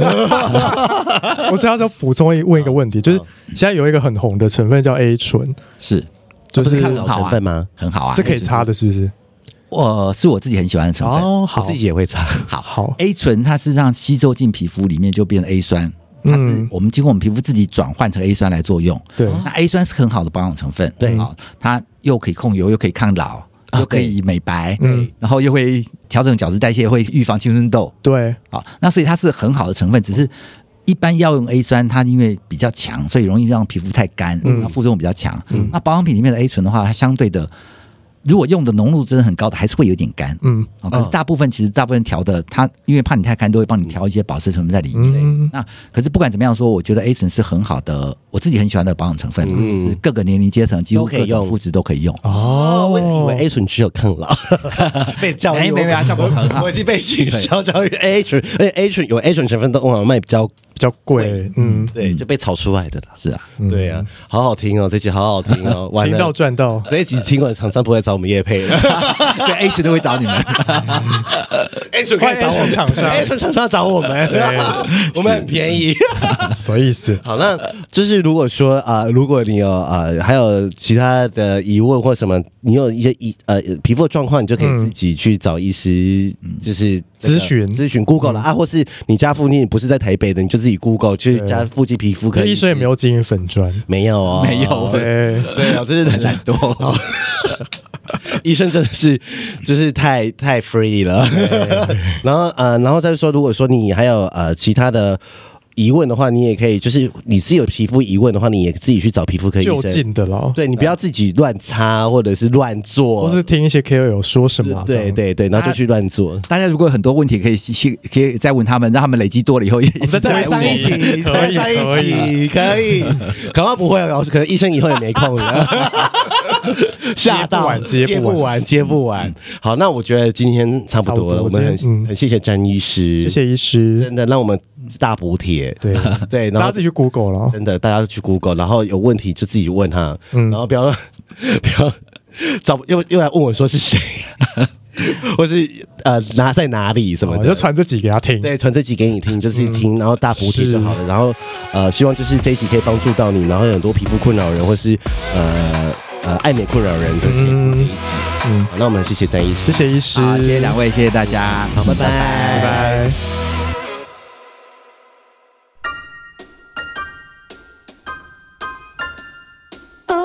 Speaker 2: 我是要再补充一问一个问题，就是
Speaker 3: 嗯
Speaker 2: 现在有一个很红的成分叫 A 醇，
Speaker 3: 啊是
Speaker 2: 就
Speaker 1: 不
Speaker 2: 是
Speaker 1: 是抗老成分吗？
Speaker 3: 很好啊，
Speaker 2: 是可以擦的，是不是？
Speaker 3: 我呃是我自己很喜欢的成分。
Speaker 2: 哦，
Speaker 1: 我
Speaker 2: 好
Speaker 1: 自，己也会擦。
Speaker 3: 好
Speaker 2: 好，
Speaker 3: A 醇它事实上吸收进皮肤里面就变成 A 酸，它是
Speaker 2: 嗯
Speaker 3: 我们经过我们皮肤自己转换成 A 酸来作用。
Speaker 2: 对
Speaker 3: 那 A 酸是很好的保养成分，
Speaker 1: 对
Speaker 3: 好，它又可以控油，又可以抗老，
Speaker 1: 啊
Speaker 3: 又可以美白，
Speaker 2: 嗯，
Speaker 3: 然后又会调整角质代谢，会预防青春痘。
Speaker 2: 对，
Speaker 3: 好，啊那所以它是很好的成分，只是一般药用 A 酸，它因为比较强，所以容易让皮肤太干，
Speaker 2: 嗯
Speaker 3: 那副作用比较强。那保养品里面的 A 醇的话，它相对的，如果用的浓度真的很高的，还是会有点干。
Speaker 2: 嗯
Speaker 3: 哦，可是大部分其实大部分调的，它因为怕你太干，都会帮你调一些保湿成分在里面。
Speaker 2: 嗯，
Speaker 3: 那可是不管怎么样说，我觉得 A 醇是很好的，我自己很喜欢的保养成分，啊
Speaker 1: 嗯
Speaker 3: 就是各个年龄阶层几乎
Speaker 1: 都可以
Speaker 3: 各种
Speaker 1: 用
Speaker 3: 肤质都可以用。
Speaker 2: 哦，
Speaker 1: 我一直以为 A 醇只有抗 [laughs] 老，被教育
Speaker 3: 没没没啊效果很好
Speaker 1: 我已经被洗
Speaker 3: 对
Speaker 1: 消教育 A 醇，而且 A 醇有 A 醇成分都往卖比较，
Speaker 2: 比较贵，嗯，
Speaker 1: 对，就被炒出来的啦。
Speaker 3: 是啊，
Speaker 1: 对啊，好好听哦，这集好好听 [laughs] 哦，完
Speaker 2: 听
Speaker 1: 了
Speaker 2: 到赚到，
Speaker 1: 这一集听完厂商不会找我们叶配了
Speaker 3: 对 A 醇都会找你们。
Speaker 1: ，A 醇可以找我们
Speaker 2: 欢迎 A 醇厂商
Speaker 1: a 醇厂商找我们， [laughs] 我们很便宜。
Speaker 2: [laughs] 什么意思？
Speaker 1: 好，那就是如果说啊、呃如果你有啊、呃还有其他的疑问或什么，你有一些疑呃皮肤的状况，你就可以自己去找医师，就是这个
Speaker 2: 咨询
Speaker 1: 咨询 Google 了、啊，或是你家附近不是在台北的，你就自己 Google 去
Speaker 2: 对
Speaker 1: 家附近皮肤
Speaker 2: 可
Speaker 1: 科
Speaker 2: 医生也没有经营粉砖，哎
Speaker 1: 没有哦，
Speaker 3: 没有
Speaker 2: 对，
Speaker 1: 对
Speaker 2: [laughs]
Speaker 1: 啊，真的很懒惰。 [laughs] 医生真的是就是太太 free 了，然后呃，然后再说，如果说你还有呃其他的疑问的话，你也可以，就是你自己有皮肤疑问的话，你也自己去找皮肤科医
Speaker 2: 就
Speaker 1: 生。
Speaker 2: 近的啦，
Speaker 1: 对你不要自己乱擦或者是乱做
Speaker 2: 或，是听一些 KOL 说什么啊，这
Speaker 1: 对
Speaker 2: 样，
Speaker 1: 对对，然后就去乱做。
Speaker 3: 大家如果有很多问题，可以去可以再问他们，让他们累积多了以后也
Speaker 2: 们再
Speaker 3: 哦再来
Speaker 2: 做
Speaker 3: 问
Speaker 2: 一
Speaker 3: 我
Speaker 2: 集
Speaker 3: 们。
Speaker 2: 可以可以
Speaker 1: 可以，可能不会啊，老师，可能医生以后也没
Speaker 2: [laughs]
Speaker 1: 空了。吓到
Speaker 2: 接不完接不完
Speaker 1: 接不完，接不完。好，那我觉得今天差不多了，
Speaker 2: 差不多
Speaker 1: 我
Speaker 2: 今
Speaker 1: 们
Speaker 2: 天
Speaker 1: 很
Speaker 2: 嗯
Speaker 1: 很谢谢詹医师，
Speaker 2: 谢，谢医师
Speaker 1: 真，的让我们大补贴。
Speaker 2: 对，
Speaker 1: 对，然
Speaker 2: 大家
Speaker 1: 后
Speaker 2: 自己去 Google 了，
Speaker 1: 真的大家去 Google，然后有问题就自己问他，
Speaker 2: 嗯
Speaker 1: 然后不要 [laughs] 不要找又又来问我说是谁， [laughs] 或是呃拿在哪里什么
Speaker 2: 我
Speaker 1: 的，
Speaker 2: 哦就传这集给他听，
Speaker 1: 对，传这集给你听，你就自己听，然后大补贴就好了。然后呃，希望就是这一集可以帮助到你，然后有很多皮肤困扰人或是呃呃爱美困扰人的这一
Speaker 2: 嗯
Speaker 1: 集。嗯，那我们谢谢詹医师
Speaker 2: 谢，谢医师，哎
Speaker 3: 好，谢谢两位，谢谢大家，好，拜拜
Speaker 2: 拜拜。